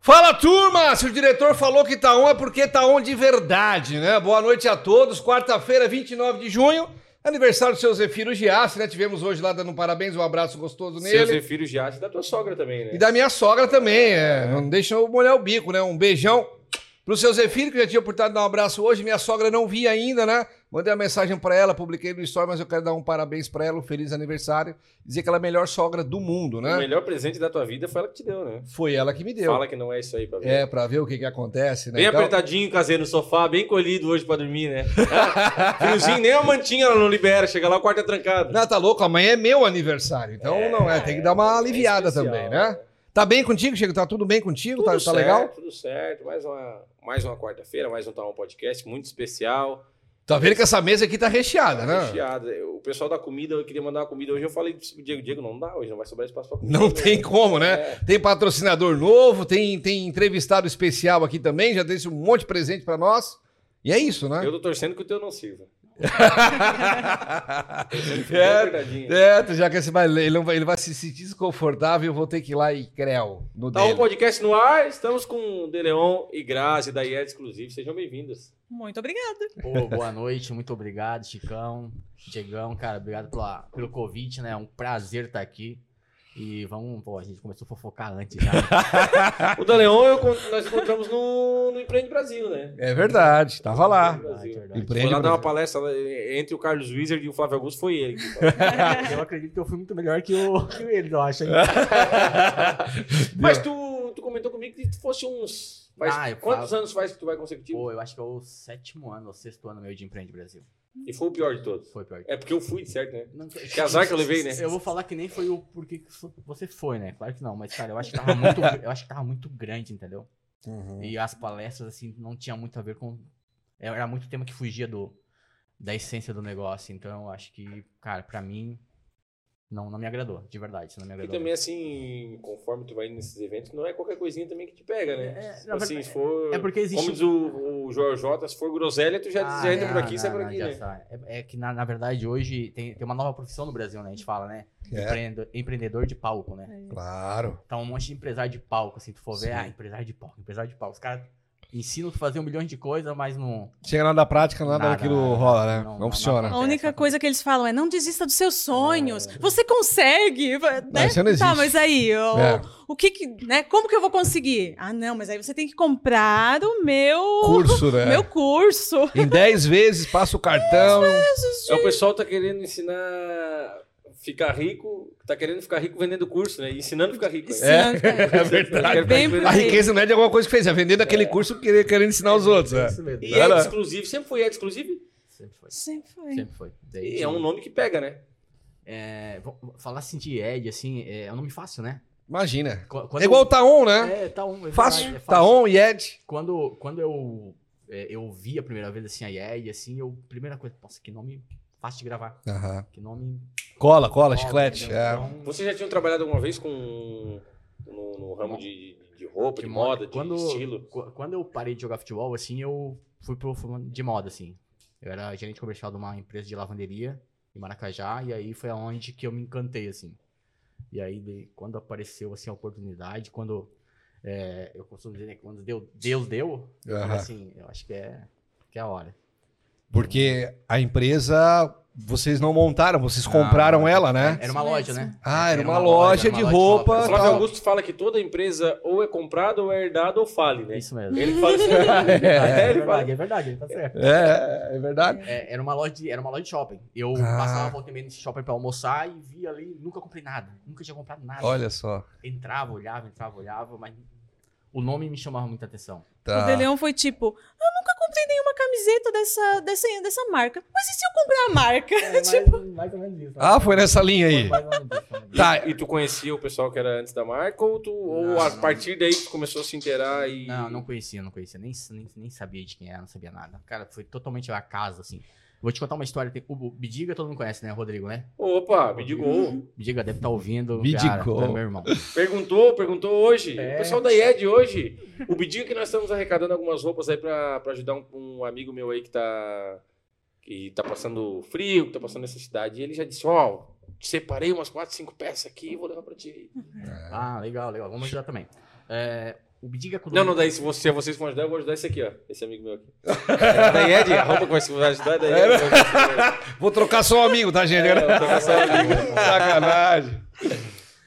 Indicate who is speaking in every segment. Speaker 1: Fala turma! Se o diretor falou que tá on é porque tá on de verdade, né? Boa noite a todos. Quarta-feira, 29 de junho, aniversário do seu Zefiro Giassi, né? Tivemos hoje lá dando um parabéns, um abraço gostoso
Speaker 2: Seu
Speaker 1: nele.
Speaker 2: Zefiro Giassi da tua sogra também, né?
Speaker 1: E da minha sogra também, é. Não deixa eu molhar o bico, né? Um beijão pro seu Zefiro, que já tinha oportunidade de dar um abraço hoje. Minha sogra não vi ainda, né? Mandei uma mensagem pra ela, publiquei no story, mas eu quero dar um parabéns pra ela, um feliz aniversário. Dizer que ela é a melhor sogra do mundo,
Speaker 2: O
Speaker 1: né?
Speaker 2: melhor presente da tua vida foi ela que te deu, né?
Speaker 1: Foi ela que me deu.
Speaker 2: Fala que não é isso aí pra ver.
Speaker 1: É, pra ver o que que acontece, né?
Speaker 2: Bem
Speaker 1: Então-
Speaker 2: apertadinho, caseiro no sofá, bem colhido hoje pra dormir, né? Friozinho, nem a mantinha ela não libera, chega lá o quarto é trancado.
Speaker 1: Não, tá louco, amanhã é meu aniversário. Então,
Speaker 2: É,
Speaker 1: não, é, tem que dar uma
Speaker 2: é
Speaker 1: aliviada
Speaker 2: especial,
Speaker 1: também, né? Tá bem contigo, Chico? Tá tudo bem contigo? tá, tá
Speaker 2: certo,
Speaker 1: legal?
Speaker 2: Tudo certo, mais uma, mais uma quarta-feira, mais um Tá Um Podcast muito especial.
Speaker 1: Tá vendo que essa mesa aqui tá recheada, né?
Speaker 2: Recheado. O pessoal da comida, eu queria mandar uma comida hoje, eu falei pro Diego, Diego, não dá hoje, não vai sobrar espaço pra comida.
Speaker 1: Não
Speaker 2: né?
Speaker 1: tem como, né?
Speaker 2: É.
Speaker 1: Tem patrocinador novo, tem, tem entrevistado especial aqui também, já desse um monte de presente pra nós. E é isso, né?
Speaker 2: Eu tô torcendo que o teu não sirva. Bem
Speaker 1: é,
Speaker 2: apertadinho.
Speaker 1: é, tu já que esse vai, ele, não vai, ele vai se sentir desconfortável, eu vou ter que ir lá e creu no
Speaker 2: Tá um
Speaker 1: dele.
Speaker 2: podcast no ar, estamos com Deleon e Grazi da IED Exclusive, sejam bem-vindos.
Speaker 3: Muito obrigada.
Speaker 4: Pô, boa noite, muito obrigado, Chicão, Diegão, cara, obrigado pela, pelo convite, né? É um prazer estar aqui. E vamos, pô, a gente começou a fofocar antes já. né?
Speaker 2: O Daleon eu con- nós encontramos no, no Empreende Brasil, né?
Speaker 1: É verdade, tava lá.
Speaker 4: Ah, é verdade.
Speaker 2: Foi
Speaker 1: Empreende
Speaker 2: lá dar uma
Speaker 1: Brasil.
Speaker 2: palestra lá, eh, entre o Carlos Wizard e o Flávio Augusto, foi ele. que falou.
Speaker 4: Eu acredito que eu fui muito melhor que, o, que ele, eu acho. hein?
Speaker 2: Mas tu, tu comentou comigo que tu fosse uns. faz-
Speaker 4: Ah, eu
Speaker 2: quantos
Speaker 4: falo.
Speaker 2: anos faz que tu vai consecutivo?
Speaker 4: Pô, eu acho que é o sétimo ano, ou sexto ano meu de Empreende Brasil.
Speaker 2: E foi o pior de todos.
Speaker 4: Foi pior.
Speaker 2: É porque eu fui, de certo, né?
Speaker 4: Não,
Speaker 2: Que azar que eu levei, né?
Speaker 4: Eu vou falar que nem foi o porquê que so- você foi, né? Claro que não, mas, cara, eu acho que tava muito, eu acho que tava muito grande, entendeu?
Speaker 1: Uhum.
Speaker 4: E as palestras, assim, não tinha muito a ver com. é, Era muito tema que fugia do, da essência do negócio. Então, eu acho que, cara, pra mim, não, não me agradou, de verdade. isso Não me
Speaker 1: É
Speaker 2: E
Speaker 4: agradou.
Speaker 2: também, assim, conforme tu vai indo nesses eventos, não é qualquer coisinha também que te pega, né?
Speaker 4: É,
Speaker 2: Tipo
Speaker 4: na
Speaker 2: assim,
Speaker 4: verdade-
Speaker 2: se for.
Speaker 4: É porque existe.
Speaker 2: Como diz o, o Jorge Jota, se for groselha, tu já,
Speaker 4: Ah,
Speaker 2: já entra por
Speaker 4: não,
Speaker 2: aqui e sai
Speaker 4: não,
Speaker 2: por
Speaker 4: não,
Speaker 2: aqui,
Speaker 4: já
Speaker 2: né?
Speaker 4: sai. É, é que, na, na verdade, hoje tem, tem uma nova profissão no Brasil, né? A gente fala, né?
Speaker 1: É.
Speaker 4: Empreendedor, empreendedor de palco, né?
Speaker 1: Claro.
Speaker 4: Tá um monte de empresário de palco, assim, tu for ver,
Speaker 1: Sim.
Speaker 4: ah, empresário de palco, empresário de palco. Os caras ensinam tu a fazer um milhão de coisas, mas não.
Speaker 1: Chega na da prática, nada,
Speaker 4: Nada,
Speaker 1: daquilo
Speaker 4: nada,
Speaker 1: rola, né?
Speaker 4: não,
Speaker 1: Não,
Speaker 4: não,
Speaker 1: funciona.
Speaker 4: não.
Speaker 3: A única coisa que eles falam é não desista dos seus sonhos. Você consegue, né?
Speaker 1: É. Não, isso não existe.
Speaker 3: Tá, mas aí, o,
Speaker 1: É.
Speaker 3: o que que, né? Como que eu vou conseguir? Ah, não, mas aí você tem que comprar o meu
Speaker 1: Curso, né?
Speaker 3: meu curso.
Speaker 1: Em 10 vezes, passa o cartão.
Speaker 2: É o pessoal tá querendo ensinar ficar rico, tá querendo ficar rico vendendo curso, né? E ensinando a ficar rico. né?
Speaker 1: É verdade.
Speaker 3: Bem por
Speaker 1: A
Speaker 3: aí.
Speaker 1: riqueza não é de alguma coisa que fez, é vendendo aquele curso querendo, querendo ensinar os outros.
Speaker 4: É
Speaker 1: É.
Speaker 4: isso mesmo.
Speaker 2: E
Speaker 1: Vai lá.
Speaker 2: é exclusivo, sempre foi é exclusivo,
Speaker 4: Sempre foi.
Speaker 3: Sempre foi.
Speaker 4: Sempre foi.
Speaker 2: e
Speaker 4: Desde-
Speaker 2: é um nome que pega, né?
Speaker 4: É, vou- vou falar assim de Ed, assim, é, é um nome fácil, né?
Speaker 1: Imagina.
Speaker 4: Qu- Quando
Speaker 1: É igual o Taon, né?
Speaker 4: É, tá on. é verdade,
Speaker 1: Fácil.
Speaker 4: é
Speaker 1: Taon e Ed.
Speaker 4: Quando, quando eu, é, eu vi a primeira vez, assim, a Ed, assim, eu... Primeira coisa, nossa, que nome fácil de gravar. Que nome...
Speaker 1: Cola, cola,
Speaker 4: foda,
Speaker 1: chiclete.
Speaker 4: entendeu?
Speaker 1: é.
Speaker 4: Então,
Speaker 2: Vocês já tinham trabalhado alguma vez com no, no ramo de, de roupa, de,
Speaker 4: de
Speaker 2: moda, de
Speaker 4: quando,
Speaker 2: estilo?
Speaker 4: qu- Quando eu parei de jogar futebol, assim, eu fui pro fui de moda, assim. Eu era gerente comercial de uma empresa de lavanderia em Maracajá, e aí foi aonde que eu me encantei, assim. E aí, de- quando apareceu, assim, a oportunidade, quando... é, eu costumo dizer, né, quando deu, Deus deu, eu falei
Speaker 1: Aham.
Speaker 4: assim, eu acho que é, que é a hora.
Speaker 1: Porque a empresa, vocês não montaram, vocês compraram
Speaker 4: Ah,
Speaker 1: ela, né?
Speaker 4: Era uma
Speaker 3: É Isso
Speaker 4: loja,
Speaker 3: mesmo.
Speaker 4: né?
Speaker 1: Ah, era uma loja
Speaker 4: era
Speaker 1: de
Speaker 4: uma
Speaker 1: roupa.
Speaker 2: O
Speaker 1: Ah,
Speaker 2: Flávio
Speaker 1: tá.
Speaker 2: Augusto fala que toda empresa ou é comprada, ou é herdada, ou fale, né?
Speaker 4: Isso mesmo.
Speaker 2: Ele fala assim.
Speaker 4: É,
Speaker 2: É, ele fala.
Speaker 4: verdade, é verdade, ele tá certo.
Speaker 1: É, é verdade.
Speaker 4: É, era, uma loja de, era uma loja de shopping. Eu
Speaker 1: Ah.
Speaker 4: passava volta e meia nesse shopping pra almoçar e via ali, nunca comprei nada. Nunca tinha comprado nada.
Speaker 1: Olha só.
Speaker 4: Entrava, olhava, entrava, olhava, mas o nome me chamava muita atenção.
Speaker 3: O
Speaker 1: Tá.
Speaker 3: Deleon foi tipo, eu nunca comprei nenhuma camiseta dessa, dessa, dessa marca. Mas e se eu comprar a marca?
Speaker 4: É, mais, ou menos isso. né?
Speaker 1: Ah, foi nessa linha aí.
Speaker 4: mais ou menos isso.
Speaker 1: Tá.
Speaker 2: E tu conhecia o pessoal que era antes da marca, ou, tu, ou
Speaker 4: Não,
Speaker 2: a
Speaker 4: não.
Speaker 2: partir daí tu começou a se inteirar e.
Speaker 4: Não, não conhecia, não conhecia. Nem, nem, nem sabia de quem era, não sabia nada. Cara, foi totalmente a casa, assim. Vou te contar uma história. Tem- O Bidiga todo mundo conhece, né, Rodrigo, né?
Speaker 2: Opa, me digou.
Speaker 4: Bidiga deve estar ouvindo.
Speaker 1: Bidiga.
Speaker 4: Cara, tu é meu irmão.
Speaker 2: Perguntou, perguntou hoje.
Speaker 4: É.
Speaker 2: O pessoal da IED hoje. O Bidiga que nós estamos arrecadando algumas roupas aí pra, pra ajudar um, um amigo meu aí que tá, que tá passando frio, que tá passando necessidade. E ele já disse, ó, separei umas 4, 5 peças aqui e vou levar pra ti.
Speaker 4: Ah, legal, legal. Vamos ajudar também. É, O Bidiga com
Speaker 2: Não, não, daí se você- se vocês vão ajudar, eu vou ajudar esse aqui, ó. Esse amigo meu aqui. daí é de a roupa que vai se vai ajudar, daí é.
Speaker 5: Vou trocar só um amigo, tá, gente?
Speaker 2: É, eu tô com essa amiga.
Speaker 5: Sacanagem.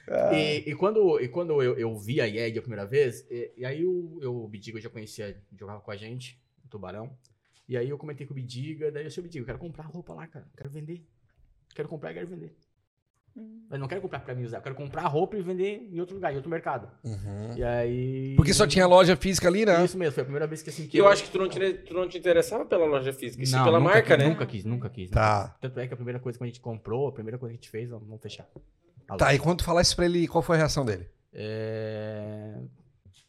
Speaker 5: É.
Speaker 4: E, e quando, e quando eu, eu vi a IEG a primeira vez, e, e aí o, eu, o Bidiga eu já conhecia, jogava com a gente, o Tubarão. E aí eu comentei com o Bidiga, daí eu disse, Bidiga, eu quero comprar roupa lá, cara. Quero vender. Quero comprar e quero vender.
Speaker 3: Hum.
Speaker 4: Mas não quero comprar pra mim usar, eu quero comprar roupa e vender em outro lugar, em outro mercado. E aí...
Speaker 5: Uhum. Porque só tinha loja física ali, né?
Speaker 4: Isso mesmo, foi a primeira vez que assim...
Speaker 2: Eu acho que tu não, te, tu não te interessava pela loja física, e sim
Speaker 4: Não,
Speaker 2: pela
Speaker 4: nunca
Speaker 2: marca,
Speaker 4: quis,
Speaker 2: né?
Speaker 4: Nunca quis, nunca quis.
Speaker 5: Tá.
Speaker 4: Tanto é que a primeira coisa que a gente comprou, a primeira coisa que a gente fez, vamos vamos fechar. A
Speaker 5: Tá,
Speaker 4: loja.
Speaker 5: e quando tu falar isso pra ele, qual foi a reação dele?
Speaker 4: É...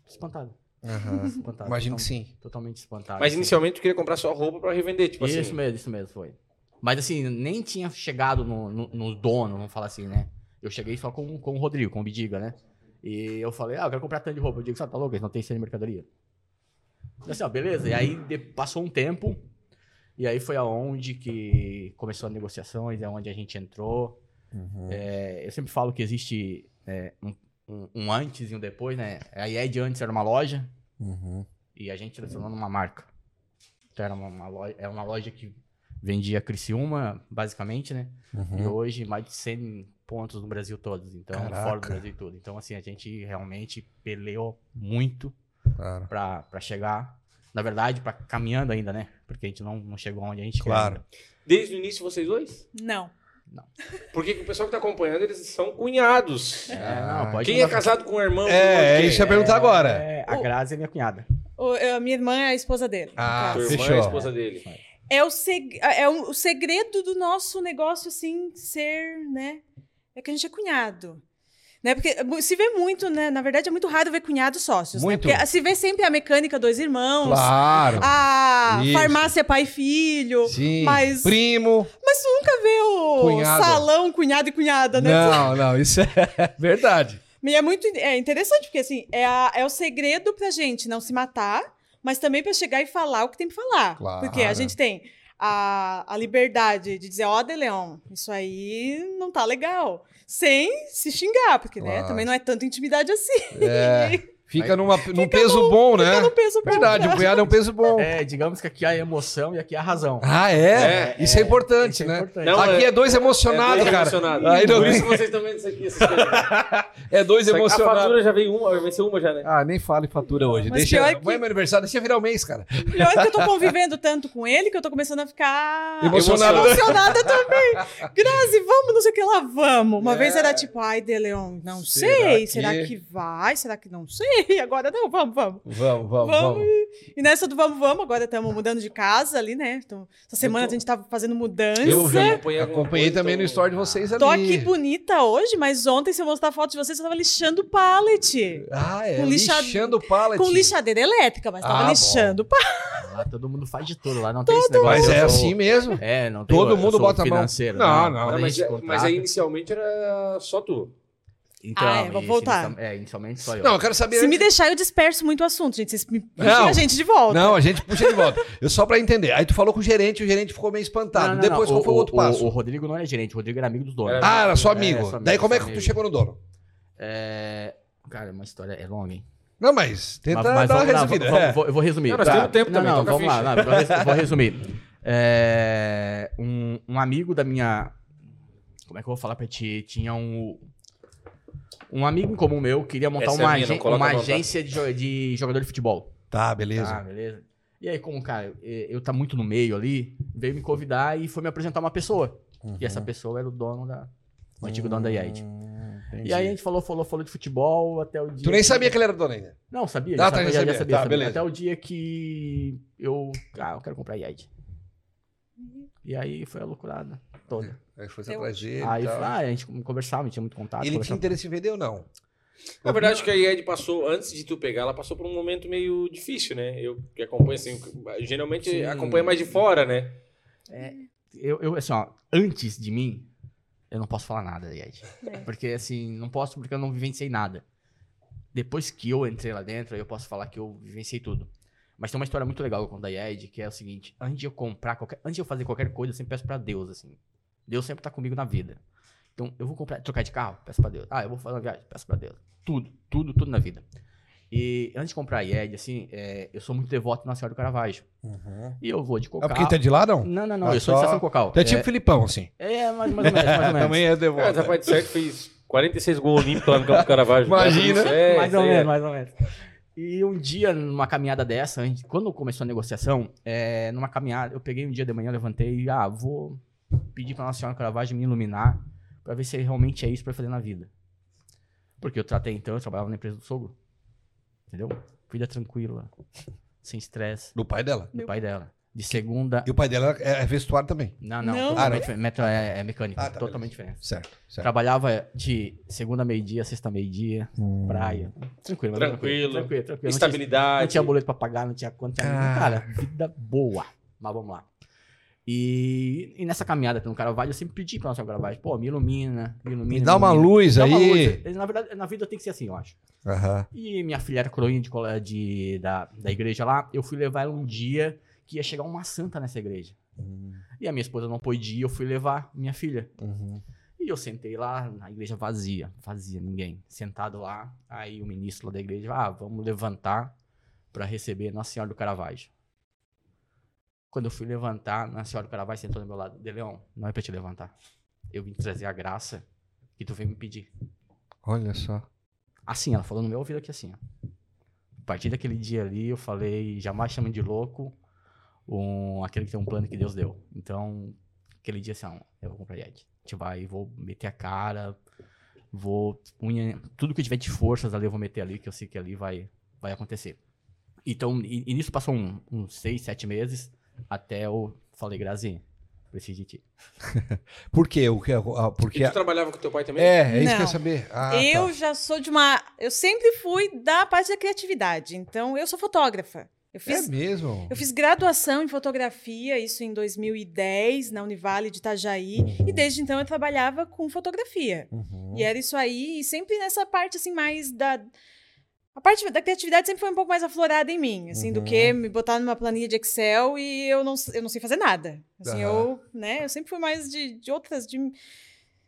Speaker 4: Espantado.
Speaker 5: Aham.
Speaker 4: espantado.
Speaker 5: Tá, Imagino que
Speaker 4: Total-
Speaker 5: sim.
Speaker 4: Totalmente espantado.
Speaker 2: Mas
Speaker 4: assim.
Speaker 2: inicialmente tu queria comprar sua roupa pra revender, tipo
Speaker 4: isso
Speaker 2: assim.
Speaker 4: mesmo, isso mesmo, foi. Mas assim, nem tinha chegado no, no, no dono, vamos falar assim, né? Eu cheguei só com, com o Rodrigo, com o Bidiga, né? E eu falei, ah, eu quero comprar tanto de roupa. Eu digo, sabe, tá louco? Eles não tem cena de mercadoria. Eu assim, ó, beleza. E aí de- passou um tempo, e aí foi aonde que começou as negociações, é onde a gente entrou. É, eu sempre falo que existe é, um, um- um antes e um depois, né? A IED antes era uma loja, e a gente
Speaker 5: Uhum.
Speaker 4: selecionou numa marca. Então era uma, uma loja, é uma loja que vendia Criciúma, basicamente, né?
Speaker 5: Uhum.
Speaker 4: E hoje mais de 100 pontos no Brasil todos, então fora do
Speaker 5: Caraca.
Speaker 4: Brasil e tudo. Então assim, a gente realmente peleou muito
Speaker 5: Claro.
Speaker 4: pra pra chegar, na verdade, pra caminhando ainda, né? Porque a gente não, não chegou onde a gente quer
Speaker 5: Claro.
Speaker 4: ainda.
Speaker 2: Desde o início vocês dois?
Speaker 3: Não.
Speaker 2: Porque o pessoal que tá acompanhando, eles são cunhados.
Speaker 4: É, não, pode
Speaker 2: Quem é
Speaker 4: mandar-
Speaker 2: casado com o irmão? com o irmão de
Speaker 5: É, é
Speaker 2: quem?
Speaker 5: isso que eu ia perguntar agora.
Speaker 4: É, a Grazi é minha cunhada.
Speaker 3: O- a minha irmã é a esposa dele.
Speaker 5: Ah,
Speaker 2: Tua irmã é a
Speaker 5: fechou.
Speaker 2: esposa dele.
Speaker 3: É, o, seg- é o, o segredo do nosso negócio, assim, ser, né? É que a gente é cunhado. Né? Porque se vê muito, né? Na verdade, é muito raro ver cunhados sócios.
Speaker 5: Muito.
Speaker 3: Né? Porque se vê sempre a mecânica dois irmãos,
Speaker 5: Claro.
Speaker 3: Ah, a
Speaker 5: Isso.
Speaker 3: farmácia pai e filho.
Speaker 5: Sim.
Speaker 3: mas-
Speaker 5: Primo.
Speaker 3: Mas tu nunca vê o
Speaker 5: Cunhado.
Speaker 3: salão, cunhado e cunhada, né?
Speaker 5: Não, não, isso é verdade.
Speaker 3: E é muito é interessante, porque assim, é, a- é o segredo pra gente não se matar, mas também pra chegar e falar o que tem pra falar.
Speaker 5: Claro.
Speaker 3: Porque a gente tem a, a liberdade de dizer, ó, De Leon, isso aí não tá legal. Sem se xingar, porque né,
Speaker 5: Claro.
Speaker 3: também não é tanta intimidade assim.
Speaker 5: É, fica numa, num
Speaker 3: Fica
Speaker 5: peso
Speaker 3: num-
Speaker 5: bom,
Speaker 3: Eu
Speaker 5: né?
Speaker 3: não penso pra
Speaker 5: Verdade, o cunhado é um peso bom.
Speaker 4: É, digamos que aqui há emoção e aqui há razão.
Speaker 5: Ah, é?
Speaker 2: É,
Speaker 5: isso é importante,
Speaker 4: Isso é
Speaker 5: né?
Speaker 4: importante.
Speaker 2: Não,
Speaker 5: Aqui é dois emocionados,
Speaker 2: É,
Speaker 5: cara.
Speaker 2: emocionado.
Speaker 5: Aí não
Speaker 2: Por
Speaker 5: tem-
Speaker 2: isso que vocês estão vendo isso aqui. essas coisas.
Speaker 5: É dois
Speaker 2: Só que A
Speaker 5: emocionados.
Speaker 2: fatura já veio uma, vai ser uma já, né?
Speaker 5: Ah, nem fale fatura hoje.
Speaker 3: Mas
Speaker 5: deixa.
Speaker 3: pior que-
Speaker 5: Amanhã é meu aniversário, deixa virar o mês, cara.
Speaker 3: Pior que eu tô convivendo tanto com ele que eu tô começando a ficar
Speaker 5: Emocionado.
Speaker 3: emocionada também. Grazi, vamos, não sei o que lá, vamos. Uma
Speaker 5: É.
Speaker 3: vez era tipo, ai, De Leon, não
Speaker 5: Será
Speaker 3: sei,
Speaker 5: que-
Speaker 3: será que vai, será que não sei, agora não, vamos, vamos.
Speaker 5: Vamos, vamos,
Speaker 3: Vamos.
Speaker 5: vamos.
Speaker 3: E nessa do vamos, vamos, agora estamos mudando de casa ali, né? Então, essa semana
Speaker 5: tô-
Speaker 3: a gente tava fazendo mudança.
Speaker 5: Eu já
Speaker 2: acompanhei alguma
Speaker 5: Acompanhei
Speaker 2: coisa,
Speaker 5: também no
Speaker 2: então-
Speaker 5: story de vocês ali.
Speaker 3: Tô aqui bonita hoje, mas ontem, se eu mostrar a foto de vocês, eu tava lixando pallet.
Speaker 5: Ah, é.
Speaker 3: Com lixa-
Speaker 5: Lixando o pallet.
Speaker 3: Com lixadeira elétrica, mas
Speaker 5: Ah,
Speaker 3: tava
Speaker 5: bom.
Speaker 3: lixando pallet.
Speaker 4: Lá todo mundo faz de tudo, lá não tem esse negócio.
Speaker 5: Mas
Speaker 4: eu
Speaker 5: é
Speaker 4: sou-
Speaker 5: assim mesmo.
Speaker 4: É, não tem
Speaker 5: Todo
Speaker 4: eu
Speaker 5: mundo
Speaker 4: sou
Speaker 5: bota a mão.
Speaker 4: financeiro,
Speaker 5: Não,
Speaker 4: né?
Speaker 5: não.
Speaker 4: Quando a
Speaker 2: Não, mas,
Speaker 4: gente
Speaker 2: é- mas
Speaker 4: contrata-
Speaker 2: aí inicialmente era só tu.
Speaker 4: Então,
Speaker 3: Ah, é, vou
Speaker 4: isso,
Speaker 3: voltar.
Speaker 4: inicial- É, inicialmente só eu.
Speaker 5: Não, eu quero saber.
Speaker 3: Se me deixar, eu disperso muito o assunto, gente. Vocês me puxem
Speaker 5: Não.
Speaker 3: a gente de volta.
Speaker 5: Não, a gente puxa de volta. Eu só pra entender. Aí tu falou com o gerente, o gerente ficou meio espantado.
Speaker 2: tá,
Speaker 4: Não, não,
Speaker 5: Depois
Speaker 4: não,
Speaker 5: qual foi o outro passo?
Speaker 4: O, Rodrigo não era gerente, o Rodrigo era amigo dos donos.
Speaker 2: Era-
Speaker 5: Ah, era só
Speaker 4: É,
Speaker 5: amigo.
Speaker 4: só amigo,
Speaker 5: Daí como é
Speaker 4: só
Speaker 5: que tu
Speaker 4: amigo.
Speaker 5: chegou no dono?
Speaker 4: É, Cara, é uma história é longa, hein?
Speaker 5: Não, mas tenta
Speaker 4: Mas- mas
Speaker 5: dar uma
Speaker 4: vamos lá,
Speaker 5: resumida.
Speaker 4: vamos-
Speaker 5: É.
Speaker 4: vou- eu vou resumir.
Speaker 2: Não, nós temos tempo também,
Speaker 4: não,
Speaker 2: então tá
Speaker 4: não,
Speaker 2: toca
Speaker 4: vamos
Speaker 2: a
Speaker 4: lá, não, vou res- vou resumir. É, um, um amigo da minha... Como é que eu vou falar pra ti? Tinha um... Um amigo em comum meu queria montar
Speaker 2: Essa é
Speaker 4: uma,
Speaker 2: minha, não
Speaker 4: agen-
Speaker 2: coloca
Speaker 4: uma
Speaker 2: à vontade.
Speaker 4: agência de jo- de jogador de futebol.
Speaker 5: Tá,
Speaker 4: Tá,
Speaker 5: beleza.
Speaker 4: beleza. E aí, como, cara, eh, eu tá muito no meio ali, veio me convidar e foi me apresentar uma pessoa.
Speaker 5: Hum.
Speaker 4: E
Speaker 5: Uhum.
Speaker 4: essa pessoa era o dono da. O antigo dono da IED. E aí a gente falou, falou, falou de futebol até o dia.
Speaker 5: Tu nem
Speaker 4: que-
Speaker 5: sabia que ele era dono ainda.
Speaker 4: Não, sabia.
Speaker 5: Ah,
Speaker 4: já
Speaker 5: tá, já
Speaker 4: sabia, já
Speaker 5: sabia.
Speaker 4: sabia,
Speaker 5: Tá,
Speaker 4: sabia.
Speaker 5: beleza.
Speaker 4: Até o dia que eu. Ah, eu quero comprar a IED. E aí foi a loucurada toda.
Speaker 5: Aí foi
Speaker 3: Eu-
Speaker 5: atrás dele.
Speaker 4: aí
Speaker 5: e tal.
Speaker 4: foi- ah, a gente conversava, tinha muito contato.
Speaker 5: ele tinha
Speaker 4: conversava.
Speaker 5: interesse em vender ou não?
Speaker 2: Na verdade, acho que a IED passou, antes de tu pegar, ela passou por um momento meio difícil, né? Eu que acompanho, assim, geralmente
Speaker 5: Sim.
Speaker 2: acompanho mais de fora, né?
Speaker 4: eu, eu, assim, ó, antes de mim, eu não posso falar nada, Yed.
Speaker 3: É.
Speaker 4: Porque, assim, não posso porque eu não vivenciei nada. Depois que eu entrei lá dentro, aí eu posso falar que eu vivenciei tudo. Mas tem uma história muito legal com a Yed, que é o seguinte: antes de eu comprar qualquer. Antes de eu fazer qualquer coisa, eu sempre peço pra Deus, assim. Deus sempre tá comigo na vida. Então, eu vou comprar, trocar de carro, peço pra Deus. Ah, eu vou fazer uma viagem, peço pra Deus. Tudo, tudo, tudo na vida. E antes de comprar a IED, assim, é, eu sou muito devoto na Senhora do Caravaggio. E eu vou de
Speaker 1: É
Speaker 4: cocal.
Speaker 1: porque tu é de lá, não?
Speaker 4: Não, não, não.
Speaker 1: Ah,
Speaker 4: eu sou
Speaker 1: só-
Speaker 4: de estação cocal.
Speaker 1: Tu é tipo Filipão, assim.
Speaker 4: É, é mais, mais ou menos, mais ou menos.
Speaker 1: é
Speaker 2: Cara,
Speaker 1: devoto.
Speaker 2: rapaz de certo fez 46 gols olímpicos lá no Campo do Caravaggio.
Speaker 5: Imagina.
Speaker 2: É,
Speaker 4: mais ou
Speaker 2: isso aí
Speaker 4: menos, mais ou menos. E um dia, numa caminhada dessa, antes- quando começou a negociação, é, numa caminhada, eu peguei um dia de manhã, levantei e, ah, vou pedir pra Nossa Senhora Caravaggio me iluminar pra ver se realmente é isso pra eu fazer na vida. Porque eu tratei então, eu trabalhava na empresa do sogro. Entendeu? Vida tranquila, sem estresse,
Speaker 1: Do pai dela.
Speaker 4: do pai dela. De segunda.
Speaker 1: E o pai dela é é vestuário também.
Speaker 4: Não, não,
Speaker 3: Não.
Speaker 4: totalmente diferente. Metro é, é mecânico,
Speaker 1: Ah, tá,
Speaker 4: totalmente diferente.
Speaker 1: Certo, certo.
Speaker 4: Trabalhava de segunda meio-dia, sexta meio-dia,
Speaker 1: Hum.
Speaker 4: praia. Tranquilo, mas é
Speaker 2: Tranquilo.
Speaker 4: tranquilo. Tranquilo, tranquilo. Não tinha
Speaker 2: Estabilidade.
Speaker 4: não tinha boleto pra pagar, não tinha conta. não tinha
Speaker 1: Ah.
Speaker 4: nada. Cara, vida boa. Mas vamos lá. E, e nessa caminhada pelo Caravaggio, eu sempre pedi pra nossa Caravaggio, pô, me ilumina, me ilumina.
Speaker 1: Me dá uma
Speaker 4: ilumina.
Speaker 1: luz
Speaker 4: Me dá uma
Speaker 1: aí.
Speaker 4: luz. Na verdade, na vida tem que ser assim, eu acho.
Speaker 1: Aham.
Speaker 4: E minha filha era coroinha de, cole- de- da, da igreja lá. Eu fui levar ela um dia que ia chegar uma santa nessa igreja.
Speaker 1: Hum,
Speaker 4: E a minha esposa não pôde ir, eu fui levar minha filha.
Speaker 1: uhum.
Speaker 4: E eu sentei lá na igreja vazia, vazia, ninguém. Sentado lá, aí o ministro lá da igreja, ah, vamos levantar para receber Nossa Senhora do Caravaggio. Quando eu fui levantar, Nossa Senhora do Caravaggio sentou do meu lado. De Leão, não é para te levantar. Eu vim trazer a graça que tu veio me pedir.
Speaker 1: Olha só.
Speaker 4: Assim, ela falou no meu ouvido aqui assim, ó. A partir daquele dia ali, eu falei, jamais chame de louco um, aquele que tem um plano que Deus deu. Então, aquele dia assim, ó, eu vou comprar IED. A gente vai, vou meter a cara, vou, unha, tudo que eu tiver de forças ali, eu vou meter ali, que eu sei que ali vai, vai acontecer. Então, e, e nisso passou um- uns seis, sete meses, até eu falei, Grazi, preciso de ti.
Speaker 1: Por quê? O que, ah, porque
Speaker 2: E tu trabalhava com teu pai também?
Speaker 1: É, é isso que
Speaker 3: Não.
Speaker 1: eu ia saber. Ah,
Speaker 3: eu
Speaker 1: tá.
Speaker 3: já sou de uma. Eu sempre fui da parte da criatividade. Então, eu sou fotógrafa. Eu fiz
Speaker 1: É mesmo.
Speaker 3: Eu fiz graduação em fotografia, isso em 2010, na Univale de Itajaí, e desde então eu trabalhava com fotografia.
Speaker 1: Uhum.
Speaker 3: E era isso aí, e sempre nessa parte assim mais da a parte da criatividade sempre foi um pouco mais aflorada em mim, assim, do
Speaker 1: Uhum.
Speaker 3: que me botar numa planilha de Excel e eu não, eu não sei fazer nada. Assim,
Speaker 1: Aham.
Speaker 3: eu, né, eu sempre fui mais de, de outras, de,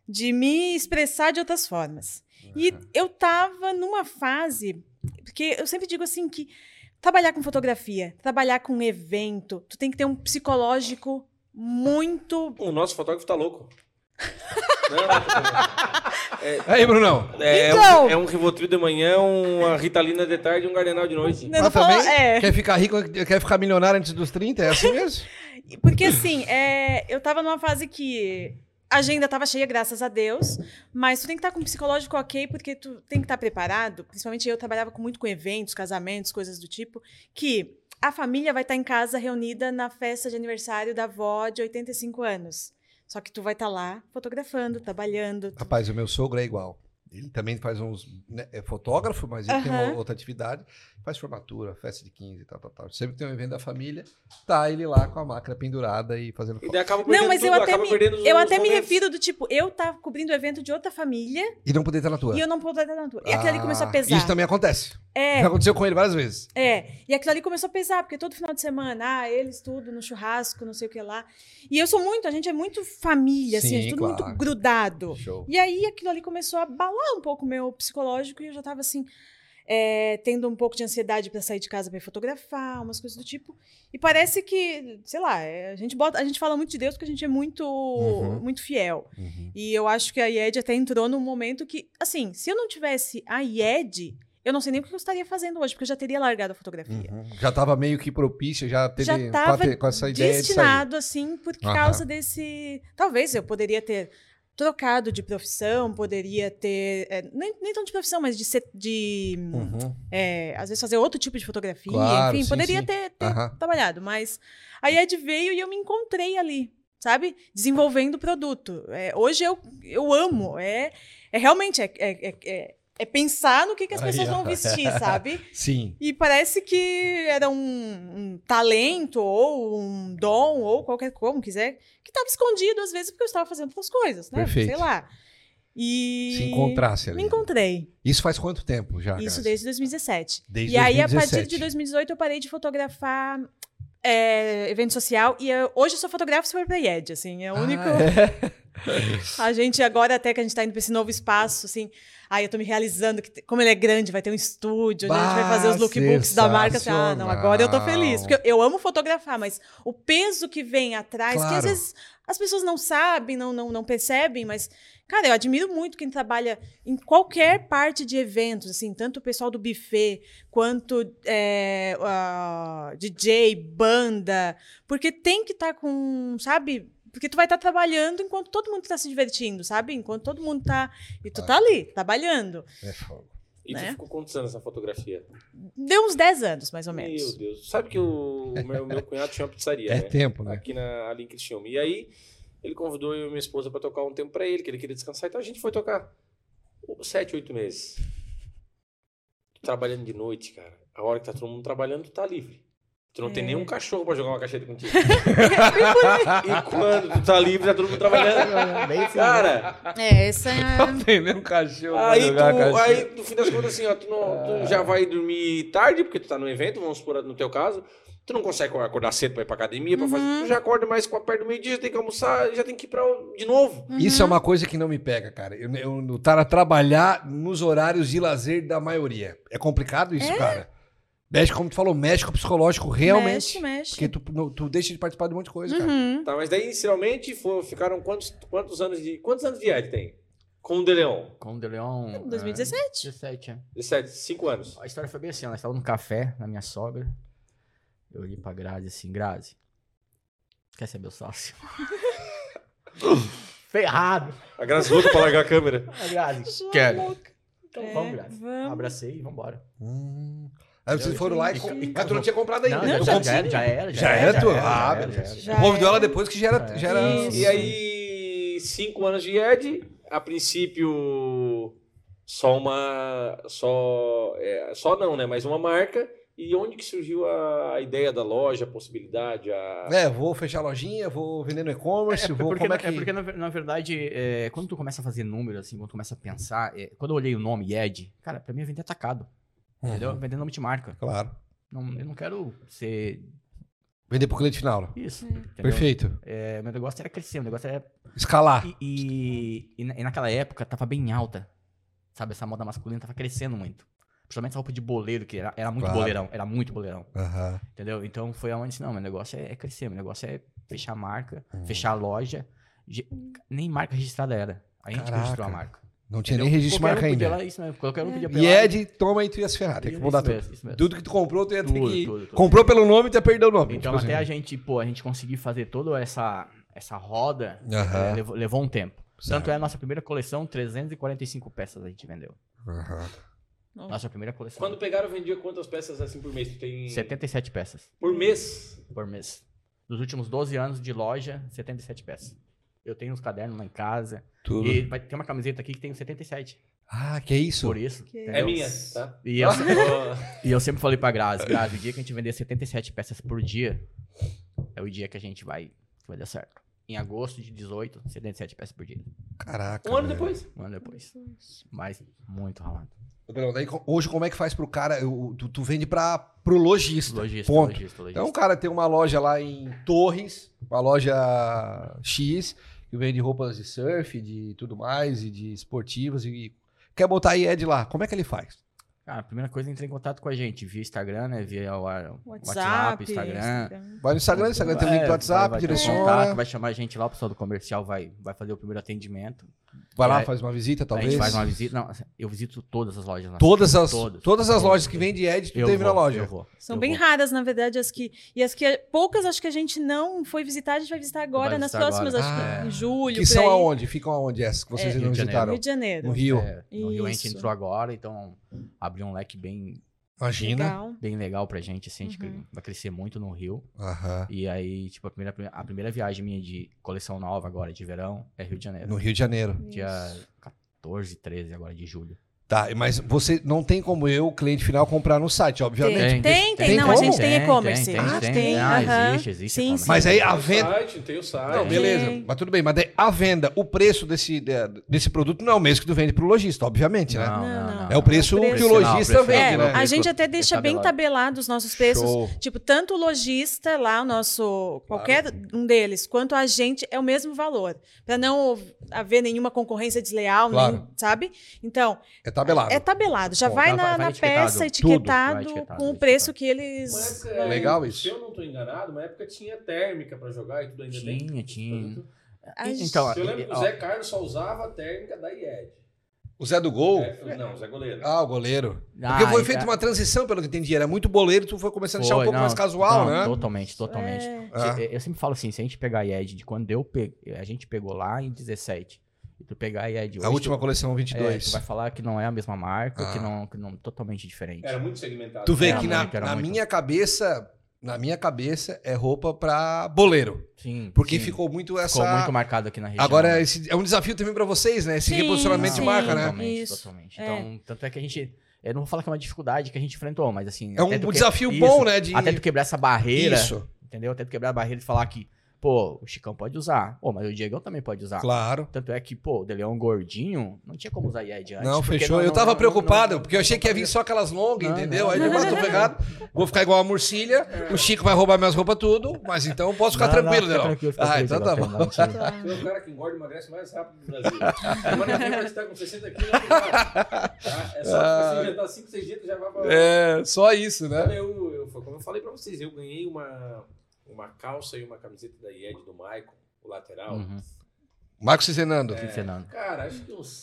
Speaker 3: de me expressar de outras formas. E eu tava numa fase, porque eu sempre digo assim que trabalhar com fotografia, trabalhar com evento, tu tem que ter um psicológico muito...
Speaker 2: O nosso fotógrafo tá louco. Não,
Speaker 1: Aí, Brunão.
Speaker 2: é,
Speaker 3: Então.
Speaker 2: um, é um Rivotril de manhã, uma Ritalina de tarde e um Gardenal de noite.
Speaker 3: Eu não
Speaker 1: Mas
Speaker 3: falo-
Speaker 1: também
Speaker 3: é.
Speaker 1: quer ficar rico, quer ficar milionário antes dos 30? É assim mesmo?
Speaker 3: Porque assim, é, eu tava numa fase que a agenda tava cheia, graças a Deus, mas tu tem que estar com o psicológico ok, porque tu tem que estar preparado. Principalmente eu trabalhava com- muito com eventos, casamentos, coisas do tipo, que a família vai estar em casa reunida na festa de aniversário da avó de 85 anos. Só que tu vai estar lá fotografando, trabalhando. tu-
Speaker 1: Rapaz, o meu sogro é igual. Ele também faz uns. né, é fotógrafo, mas ele tem uma
Speaker 3: Aham.
Speaker 1: outra atividade. Faz formatura, festa de 15 e tal, tal, tal. Sempre tem um evento da família, tá ele lá com a máquina pendurada e fazendo
Speaker 2: E
Speaker 1: foto.
Speaker 2: daí acaba perdendo
Speaker 3: Não, mas
Speaker 2: tudo,
Speaker 3: eu até,
Speaker 2: acaba
Speaker 3: me,
Speaker 2: perdendo os-
Speaker 3: eu
Speaker 2: os
Speaker 3: até me
Speaker 2: momentos.
Speaker 3: refiro do tipo, eu tava cobrindo o evento de outra família
Speaker 1: E não poder estar na tua.
Speaker 3: e eu não pude estar na tua. E aquilo ali começou a
Speaker 1: Ah,
Speaker 3: pesar.
Speaker 1: Isso também acontece.
Speaker 3: É,
Speaker 1: Já aconteceu com ele várias vezes.
Speaker 3: É, e aquilo ali começou a pesar, porque todo final de semana, ah, eles tudo, no churrasco, não sei o que lá. E eu sou muito, a gente é muito família, assim,
Speaker 1: Sim,
Speaker 3: é tudo
Speaker 1: claro.
Speaker 3: muito grudado.
Speaker 1: Show.
Speaker 3: E aí aquilo ali começou a abalar um pouco o meu psicológico e eu já tava assim, é, tendo um pouco de ansiedade pra sair de casa pra ir fotografar, umas coisas do tipo. E parece que, sei lá, é, a gente bota, a gente fala muito de Deus porque a gente é muito,
Speaker 1: Uhum.
Speaker 3: muito fiel. E eu acho que a IED até entrou num momento que, assim, se eu não tivesse a IED, eu não sei nem o que eu estaria fazendo hoje, porque eu já teria largado a fotografia
Speaker 1: Uhum. Já tava meio que propício, já teve
Speaker 3: já
Speaker 1: com a-
Speaker 3: estava
Speaker 1: com essa ideia
Speaker 3: destinado assim por
Speaker 1: Aham.
Speaker 3: causa desse talvez eu poderia ter trocado de profissão poderia ter é, nem, nem tão de profissão mas de ser de
Speaker 1: de sair. Uhum.
Speaker 3: é, às vezes fazer outro tipo de fotografia
Speaker 1: Claro,
Speaker 3: enfim
Speaker 1: sim,
Speaker 3: poderia
Speaker 1: sim.
Speaker 3: ter, ter
Speaker 1: Aham.
Speaker 3: trabalhado mas a Ed veio e eu me encontrei ali sabe desenvolvendo o produto É, hoje eu, eu amo é, é realmente é, é, é- é- é pensar no que, que as
Speaker 1: Aí,
Speaker 3: pessoas
Speaker 1: ó.
Speaker 3: vão vestir sabe
Speaker 1: Sim.
Speaker 3: e parece que era um, um talento ou um dom ou qualquer como quiser, que estava escondido às vezes porque eu estava fazendo outras coisas, né?
Speaker 1: Perfeito.
Speaker 3: Sei lá. E
Speaker 1: Se encontrasse ali. né?
Speaker 3: me encontrei.
Speaker 1: Isso faz quanto tempo já?
Speaker 3: Isso
Speaker 1: Grazi?
Speaker 3: desde 2017.
Speaker 1: Desde
Speaker 3: e aí, a
Speaker 1: 2017.
Speaker 3: partir de 2018, eu parei de fotografar eh, é, evento social. E eu- hoje eu sou fotógrafo super IED, assim. É o único.
Speaker 1: Ah, é?
Speaker 3: A gente agora, até que a gente tá indo pra esse novo espaço, assim, aí eu tô me realizando, que, te- como ele é grande, vai ter um estúdio, onde a gente vai fazer os lookbooks da marca. assim, Ah, não, agora eu tô feliz. Porque eu, eu amo fotografar, mas o peso que vem atrás, que às
Speaker 1: Claro.
Speaker 3: vezes as pessoas não sabem, não, não, não percebem, mas, cara, eu admiro muito quem trabalha em qualquer parte de eventos, assim, tanto o pessoal do buffet, quanto é, a DJ, banda, porque tem que estar com, sabe... Porque tu vai estar trabalhando enquanto todo mundo está se divertindo, sabe? Enquanto todo mundo tá. E tu tá ali, trabalhando.
Speaker 1: É fogo.
Speaker 2: E tu
Speaker 3: Né?
Speaker 2: ficou quantos anos essa fotografia?
Speaker 3: Deu uns 10 anos, mais ou
Speaker 2: Meu
Speaker 3: menos.
Speaker 2: Deus. Sabe que o meu, meu cunhado tinha uma pizzaria,
Speaker 1: É
Speaker 2: né?
Speaker 1: tempo, né?
Speaker 2: Aqui na ali em Criciúma. E aí, ele convidou eu e minha esposa pra tocar um tempo pra ele, que ele queria descansar. Então a gente foi tocar o- sete, oito meses. Tô Trabalhando de noite, cara. A hora que tá todo mundo trabalhando, tu tá livre. Tu não tem
Speaker 3: É.
Speaker 2: nenhum cachorro pra jogar uma cacheta contigo. e quando tu tá livre, tá todo mundo trabalhando.
Speaker 4: Bem assim,
Speaker 2: Cara,
Speaker 3: É, essa é. a-
Speaker 1: Tem um cachorro
Speaker 2: Aí,
Speaker 1: jogar
Speaker 2: tu,
Speaker 1: cachorro.
Speaker 2: aí, no fim das contas, assim, ó, tu, não- tu já vai dormir tarde, porque tu tá no evento, vamos supor no teu caso. Tu não consegue acordar cedo pra ir pra academia, pra fazer. Tu já acorda mais com a perto do meio-dia, já tem que almoçar, já tem que ir pra, o- de novo.
Speaker 1: Isso é
Speaker 3: Uhum.
Speaker 1: uma coisa que não me pega, cara. Eu, eu, eu tá a trabalhar nos horários de lazer da maioria. É complicado isso, cara? Mexe, como tu falou, mexe com o psicológico realmente.
Speaker 3: Mexe, mexe.
Speaker 1: Porque tu, não- tu deixa de participar de um monte de coisa, cara.
Speaker 3: Uhum.
Speaker 2: Tá, mas daí inicialmente foram, ficaram quantos, quantos anos de. Quantos anos de ad tem? Com o De Leon?
Speaker 4: Com o De Leon. é,
Speaker 3: 2017.
Speaker 4: 17, é.
Speaker 2: 17, 5 anos.
Speaker 4: A história foi bem assim, ó, nós estávamos num café na minha sogra. Eu olhei pra Grazi assim, Grazi, quer ser meu sócio? Ferrado!
Speaker 2: A Graça louca pra largar a câmera.
Speaker 4: A Grazi,
Speaker 3: Sua
Speaker 4: quero.
Speaker 3: louca.
Speaker 4: Então
Speaker 3: É,
Speaker 4: vamos, Grazi.
Speaker 3: vamos.
Speaker 4: Abracei e vambora.
Speaker 3: Uhum.
Speaker 1: Hum. Aí vocês foram lá e.
Speaker 4: E-
Speaker 1: com-
Speaker 4: e-
Speaker 1: Mas tu não tinha comprado ainda.
Speaker 4: já,
Speaker 1: né?
Speaker 4: já, já era, já era.
Speaker 1: Já era tua? Ah,
Speaker 4: já era, já
Speaker 1: beleza.
Speaker 4: era.
Speaker 3: Já é.
Speaker 1: O povo deu
Speaker 3: era.
Speaker 1: ela depois que já era. Já era...
Speaker 4: Isso.
Speaker 2: E aí, cinco anos de Ed, a princípio só uma, só, é, só não, né? Mas uma marca. E onde que surgiu a, a ideia da loja, a possibilidade, a...
Speaker 1: É, vou fechar a lojinha, vou vender no
Speaker 4: É
Speaker 1: e-commerce,
Speaker 4: porque,
Speaker 1: vou. Como
Speaker 4: na-
Speaker 1: é que.
Speaker 4: é porque, na, ver- na verdade, é, quando tu começa a fazer número, assim, quando tu começa a pensar, é, quando eu olhei o nome Ed, cara, pra mim é vender atacado.
Speaker 1: Uhum.
Speaker 4: Entendeu? Vender nome de marca.
Speaker 1: Claro.
Speaker 4: Não- eu não quero ser
Speaker 1: Vender pro cliente final.
Speaker 4: isso. entendeu?
Speaker 1: Perfeito.
Speaker 4: É, meu negócio era crescer, meu negócio era.
Speaker 1: Escalar.
Speaker 4: E, e- e na- e naquela época tava bem alta. Sabe, essa moda masculina tava crescendo muito. Principalmente essa roupa de boleiro, que era, era muito
Speaker 1: Claro.
Speaker 4: boleirão, era muito boleirão.
Speaker 1: Aham.
Speaker 4: Entendeu? Então foi aonde disse, não, meu negócio é, é crescer, meu negócio é fechar a marca,
Speaker 1: Hum.
Speaker 4: fechar a loja. Ge- Nem marca registrada era. A gente
Speaker 1: Caraca.
Speaker 4: registrou a marca.
Speaker 1: Não tinha
Speaker 4: Entendeu?
Speaker 1: nem registro de
Speaker 4: Qualquer
Speaker 1: marca
Speaker 4: um podia
Speaker 1: ainda.
Speaker 4: lá, isso mesmo, qualquer um podia
Speaker 1: E
Speaker 4: pegar.
Speaker 1: Ed, toma e tu ia se ferrar. Tem que
Speaker 4: Isso
Speaker 1: mudar tudo.
Speaker 4: mesmo, isso mesmo.
Speaker 1: Tudo que tu comprou, tu ia ter
Speaker 4: Tudo,
Speaker 1: que.
Speaker 4: tudo, tudo.
Speaker 1: Comprou pelo nome, tu ia perder o nome.
Speaker 4: Então
Speaker 1: tipo
Speaker 4: até a
Speaker 1: assim.
Speaker 4: gente, pô, a gente conseguir fazer toda essa, essa roda,
Speaker 1: Aham.
Speaker 4: eh, levou, levou um tempo.
Speaker 1: Certo.
Speaker 4: Tanto é a nossa primeira coleção, 345 peças a gente vendeu.
Speaker 1: Aham.
Speaker 3: Uhum.
Speaker 4: Nossa primeira coleção.
Speaker 2: Quando pegaram, vendia quantas peças assim por mês? Tu tem...
Speaker 4: 77 peças
Speaker 2: Por mês?
Speaker 4: por mês. Nos últimos 12 anos de loja, 77 peças. Eu tenho os cadernos lá em casa.
Speaker 2: Uhum.
Speaker 1: Tudo.
Speaker 4: E vai ter uma camiseta aqui que tem um 77.
Speaker 1: Ah, que isso?
Speaker 4: Por isso.
Speaker 3: Que-
Speaker 2: É
Speaker 4: entendeu?
Speaker 2: minha, tá?
Speaker 4: E eu, E eu sempre falei pra Grazi, Grazi, o dia que a gente vender 77 peças por dia, é o dia que a gente vai, que vai dar certo. Em agosto de 18, 77 peças por dia.
Speaker 1: Caraca.
Speaker 2: Um ano
Speaker 1: velho.
Speaker 2: depois.
Speaker 4: Um ano depois. Mas muito ralado.
Speaker 1: Ô, Pedrão, daí co- hoje, como é que faz pro cara? eu- tu, tu vende pra, pro
Speaker 2: é
Speaker 1: lojista.
Speaker 4: Logista,
Speaker 1: ponto.
Speaker 4: logista,
Speaker 2: um
Speaker 4: logista.
Speaker 1: Então o cara tem uma loja lá em Torres, uma loja X, que vende roupas de surf, de tudo mais, e de esportivas. E quer botar a IED lá. Como é que ele faz?
Speaker 4: Cara, a primeira coisa, entra em contato com a gente via Instagram, né? Via o ar-
Speaker 3: WhatsApp,
Speaker 4: Instagram.
Speaker 1: Vai no Instagram, no Instagram tem o link do
Speaker 4: É, vai-
Speaker 1: WhatsApp,
Speaker 4: vai ter
Speaker 1: direciona.
Speaker 4: contato, vai chamar a gente lá, o pessoal do comercial vai, vai fazer o primeiro atendimento.
Speaker 1: Vai lá,
Speaker 4: É.
Speaker 1: faz uma visita,
Speaker 4: A
Speaker 1: talvez.
Speaker 4: gente faz uma visita. Não, assim, eu visito todas as lojas. lá.
Speaker 1: Todas as,
Speaker 4: Todas.
Speaker 1: todas as
Speaker 4: Todas.
Speaker 1: lojas que vendem IED, tu
Speaker 4: eu
Speaker 1: teve na
Speaker 4: vou,
Speaker 1: loja.
Speaker 4: Eu vou.
Speaker 3: São
Speaker 4: eu
Speaker 3: bem
Speaker 4: vou.
Speaker 3: raras, na verdade, as que. E as que. Poucas acho que a gente não foi visitar, a gente vai visitar agora,
Speaker 4: Vai
Speaker 3: nas
Speaker 4: visitar
Speaker 3: próximas,
Speaker 4: agora.
Speaker 3: acho
Speaker 1: Ah,
Speaker 3: que em julho.
Speaker 1: Que
Speaker 3: por
Speaker 1: são
Speaker 3: aí.
Speaker 1: aonde? Ficam aonde essas que vocês
Speaker 3: É,
Speaker 1: não
Speaker 4: Rio de
Speaker 1: visitaram?
Speaker 3: Rio de Janeiro.
Speaker 1: No Rio.
Speaker 4: É, no Rio a gente
Speaker 3: Isso.
Speaker 4: entrou agora, então abriu um leque bem,
Speaker 1: Imagina.
Speaker 3: Legal.
Speaker 4: bem legal pra gente, assim, a gente
Speaker 3: Uhum.
Speaker 4: cre- vai crescer muito no Rio.
Speaker 1: Aham.
Speaker 4: E aí, tipo, a primeira, a primeira viagem minha de coleção nova agora, de verão, é Rio de Janeiro.
Speaker 1: No Rio de Janeiro.
Speaker 4: Dia 14, 13 agora de julho.
Speaker 1: Tá, mas você não tem como eu, o cliente final, comprar no site, obviamente.
Speaker 3: Tem, tem,
Speaker 1: tem
Speaker 3: não, a
Speaker 1: como?
Speaker 3: gente tem e-commerce.
Speaker 4: Tem,
Speaker 3: Ah,
Speaker 4: tem, tem. Ah,
Speaker 3: aham.
Speaker 4: existe, existe
Speaker 3: Sim,
Speaker 4: e-commerce.
Speaker 3: sim.
Speaker 1: Mas aí
Speaker 2: Tem
Speaker 1: É a
Speaker 2: o
Speaker 1: venda.
Speaker 2: Site, tem o site.
Speaker 1: Não, beleza.
Speaker 3: Sim.
Speaker 1: Mas tudo bem, mas daí a venda, o preço desse, de- desse produto não é o mesmo que tu vende pro lojista, obviamente, né?
Speaker 4: Não,
Speaker 3: Não,
Speaker 4: não,
Speaker 3: não.
Speaker 4: não.
Speaker 1: É o preço,
Speaker 3: O preço.
Speaker 1: que o lojista
Speaker 4: Não, o preço
Speaker 1: vende,
Speaker 3: É,
Speaker 4: não,
Speaker 1: né?
Speaker 3: a
Speaker 4: preço
Speaker 3: gente até deixa bem
Speaker 4: tabelado.
Speaker 3: tabelado os nossos preços.
Speaker 1: Show.
Speaker 3: Tipo, tanto o lojista lá, o nosso, qualquer um deles, quanto a gente, é o mesmo valor. Pra não haver nenhuma concorrência desleal, nem-
Speaker 1: Claro.
Speaker 3: sabe? Então,
Speaker 1: É tabelado.
Speaker 3: é tabelado. Já
Speaker 1: Bom, tá,
Speaker 3: vai
Speaker 4: vai-
Speaker 3: na,
Speaker 4: vai
Speaker 3: na
Speaker 4: etiquetado,
Speaker 3: peça,
Speaker 4: tudo
Speaker 3: etiquetado,
Speaker 4: vai etiquetado,
Speaker 3: com o
Speaker 4: vai
Speaker 3: preço
Speaker 4: etiquetado.
Speaker 3: que eles...
Speaker 2: Uma época,
Speaker 1: é Legal
Speaker 2: eu-
Speaker 1: isso.
Speaker 2: Se eu não tô enganado, uma época tinha térmica pra jogar e tudo ainda
Speaker 4: Tinha,
Speaker 2: tem.
Speaker 4: tinha.
Speaker 2: Tudo.
Speaker 3: a gente-
Speaker 4: Então,
Speaker 2: Eu lembro que o
Speaker 4: ó,
Speaker 2: Zé Carlos só usava a térmica da IED.
Speaker 1: O Zé do Gol.
Speaker 2: É, não, o Zé Goleiro.
Speaker 1: Ah, o goleiro.
Speaker 4: ah,
Speaker 1: Porque foi
Speaker 4: e-
Speaker 1: feita uma transição, pelo que eu entendi. Era muito boleiro, tu foi começando a deixar um
Speaker 4: Foi,
Speaker 1: pouco
Speaker 4: não,
Speaker 1: mais casual,
Speaker 4: não,
Speaker 1: né?
Speaker 4: Totalmente, totalmente.
Speaker 3: É,
Speaker 1: Ah.
Speaker 4: Se- Eu sempre falo assim, se a gente pegar a IED de quando eu pe... a gente pegou lá em 17, e tu pegar a IED hoje,
Speaker 1: A última
Speaker 4: tu...
Speaker 1: coleção
Speaker 4: É, tu
Speaker 1: 22.
Speaker 4: vai falar que não é a mesma marca,
Speaker 1: Ah.
Speaker 4: que não, que não totalmente diferente.
Speaker 2: Era muito segmentado. É.
Speaker 1: Tu vê
Speaker 4: Era
Speaker 1: que na,
Speaker 4: muito, era
Speaker 1: na
Speaker 4: muito.
Speaker 1: minha cabeça, na minha cabeça, é roupa pra boleiro.
Speaker 4: Sim.
Speaker 1: Porque
Speaker 4: sim.
Speaker 1: ficou muito essa.
Speaker 4: Ficou muito marcado aqui na região.
Speaker 1: Agora,
Speaker 4: né?
Speaker 1: esse é um desafio também pra vocês, né? Esse
Speaker 3: Sim,
Speaker 1: reposicionamento de
Speaker 3: sim.
Speaker 1: marca, né?
Speaker 4: Totalmente,
Speaker 3: Isso.
Speaker 4: totalmente.
Speaker 3: É.
Speaker 4: Então, tanto é que a gente. Eu não vou falar que é uma dificuldade que a gente enfrentou, mas assim.
Speaker 1: É um
Speaker 4: até tu que-
Speaker 1: desafio
Speaker 4: isso,
Speaker 1: bom, né? De...
Speaker 4: Até tu quebrar essa barreira.
Speaker 1: Isso,
Speaker 4: Entendeu? Até tu quebrar a barreira de falar que, pô, o Chicão pode usar. Pô, mas o Diegão também pode usar.
Speaker 1: claro.
Speaker 4: Tanto é que, pô, o De Leão gordinho, não tinha como usar IED antes.
Speaker 1: Não,
Speaker 4: porque
Speaker 1: fechou.
Speaker 4: não-
Speaker 1: eu
Speaker 4: não-
Speaker 1: tava
Speaker 4: não-
Speaker 1: preocupado,
Speaker 4: não-
Speaker 1: porque eu achei que ia vir só aquelas longas,
Speaker 4: Não,
Speaker 1: entendeu?
Speaker 4: não,
Speaker 1: Aí eu
Speaker 4: não.
Speaker 1: mas tô pegado, vou ficar igual a morcilha, o Chico vai roubar minhas roupas tudo, mas então eu posso ficar
Speaker 4: Não,
Speaker 1: tranquilo,
Speaker 4: não, fica
Speaker 1: Delão.
Speaker 4: tranquilo, fica
Speaker 1: Ah,
Speaker 4: tranquilo,
Speaker 1: então tá
Speaker 4: Delão,
Speaker 1: bom.
Speaker 4: não, mentira.
Speaker 3: tá.
Speaker 2: Tu é o cara que engorda e emagrece mais rápido do Brasil. Semana que vem vai estar com 60 quilos. no final, Tá? É só
Speaker 1: Ah.
Speaker 2: você inventar 5, 6 dias tu já vai pra...
Speaker 1: É, só isso, né?
Speaker 2: Olha, eu, eu, foi como eu falei pra vocês, eu ganhei uma, uma calça e uma camiseta da IED do Maicon, o lateral.
Speaker 4: Uhum.
Speaker 1: Marcos Cizenando.
Speaker 4: Sim, Fernando.
Speaker 2: É, Cara, acho que uns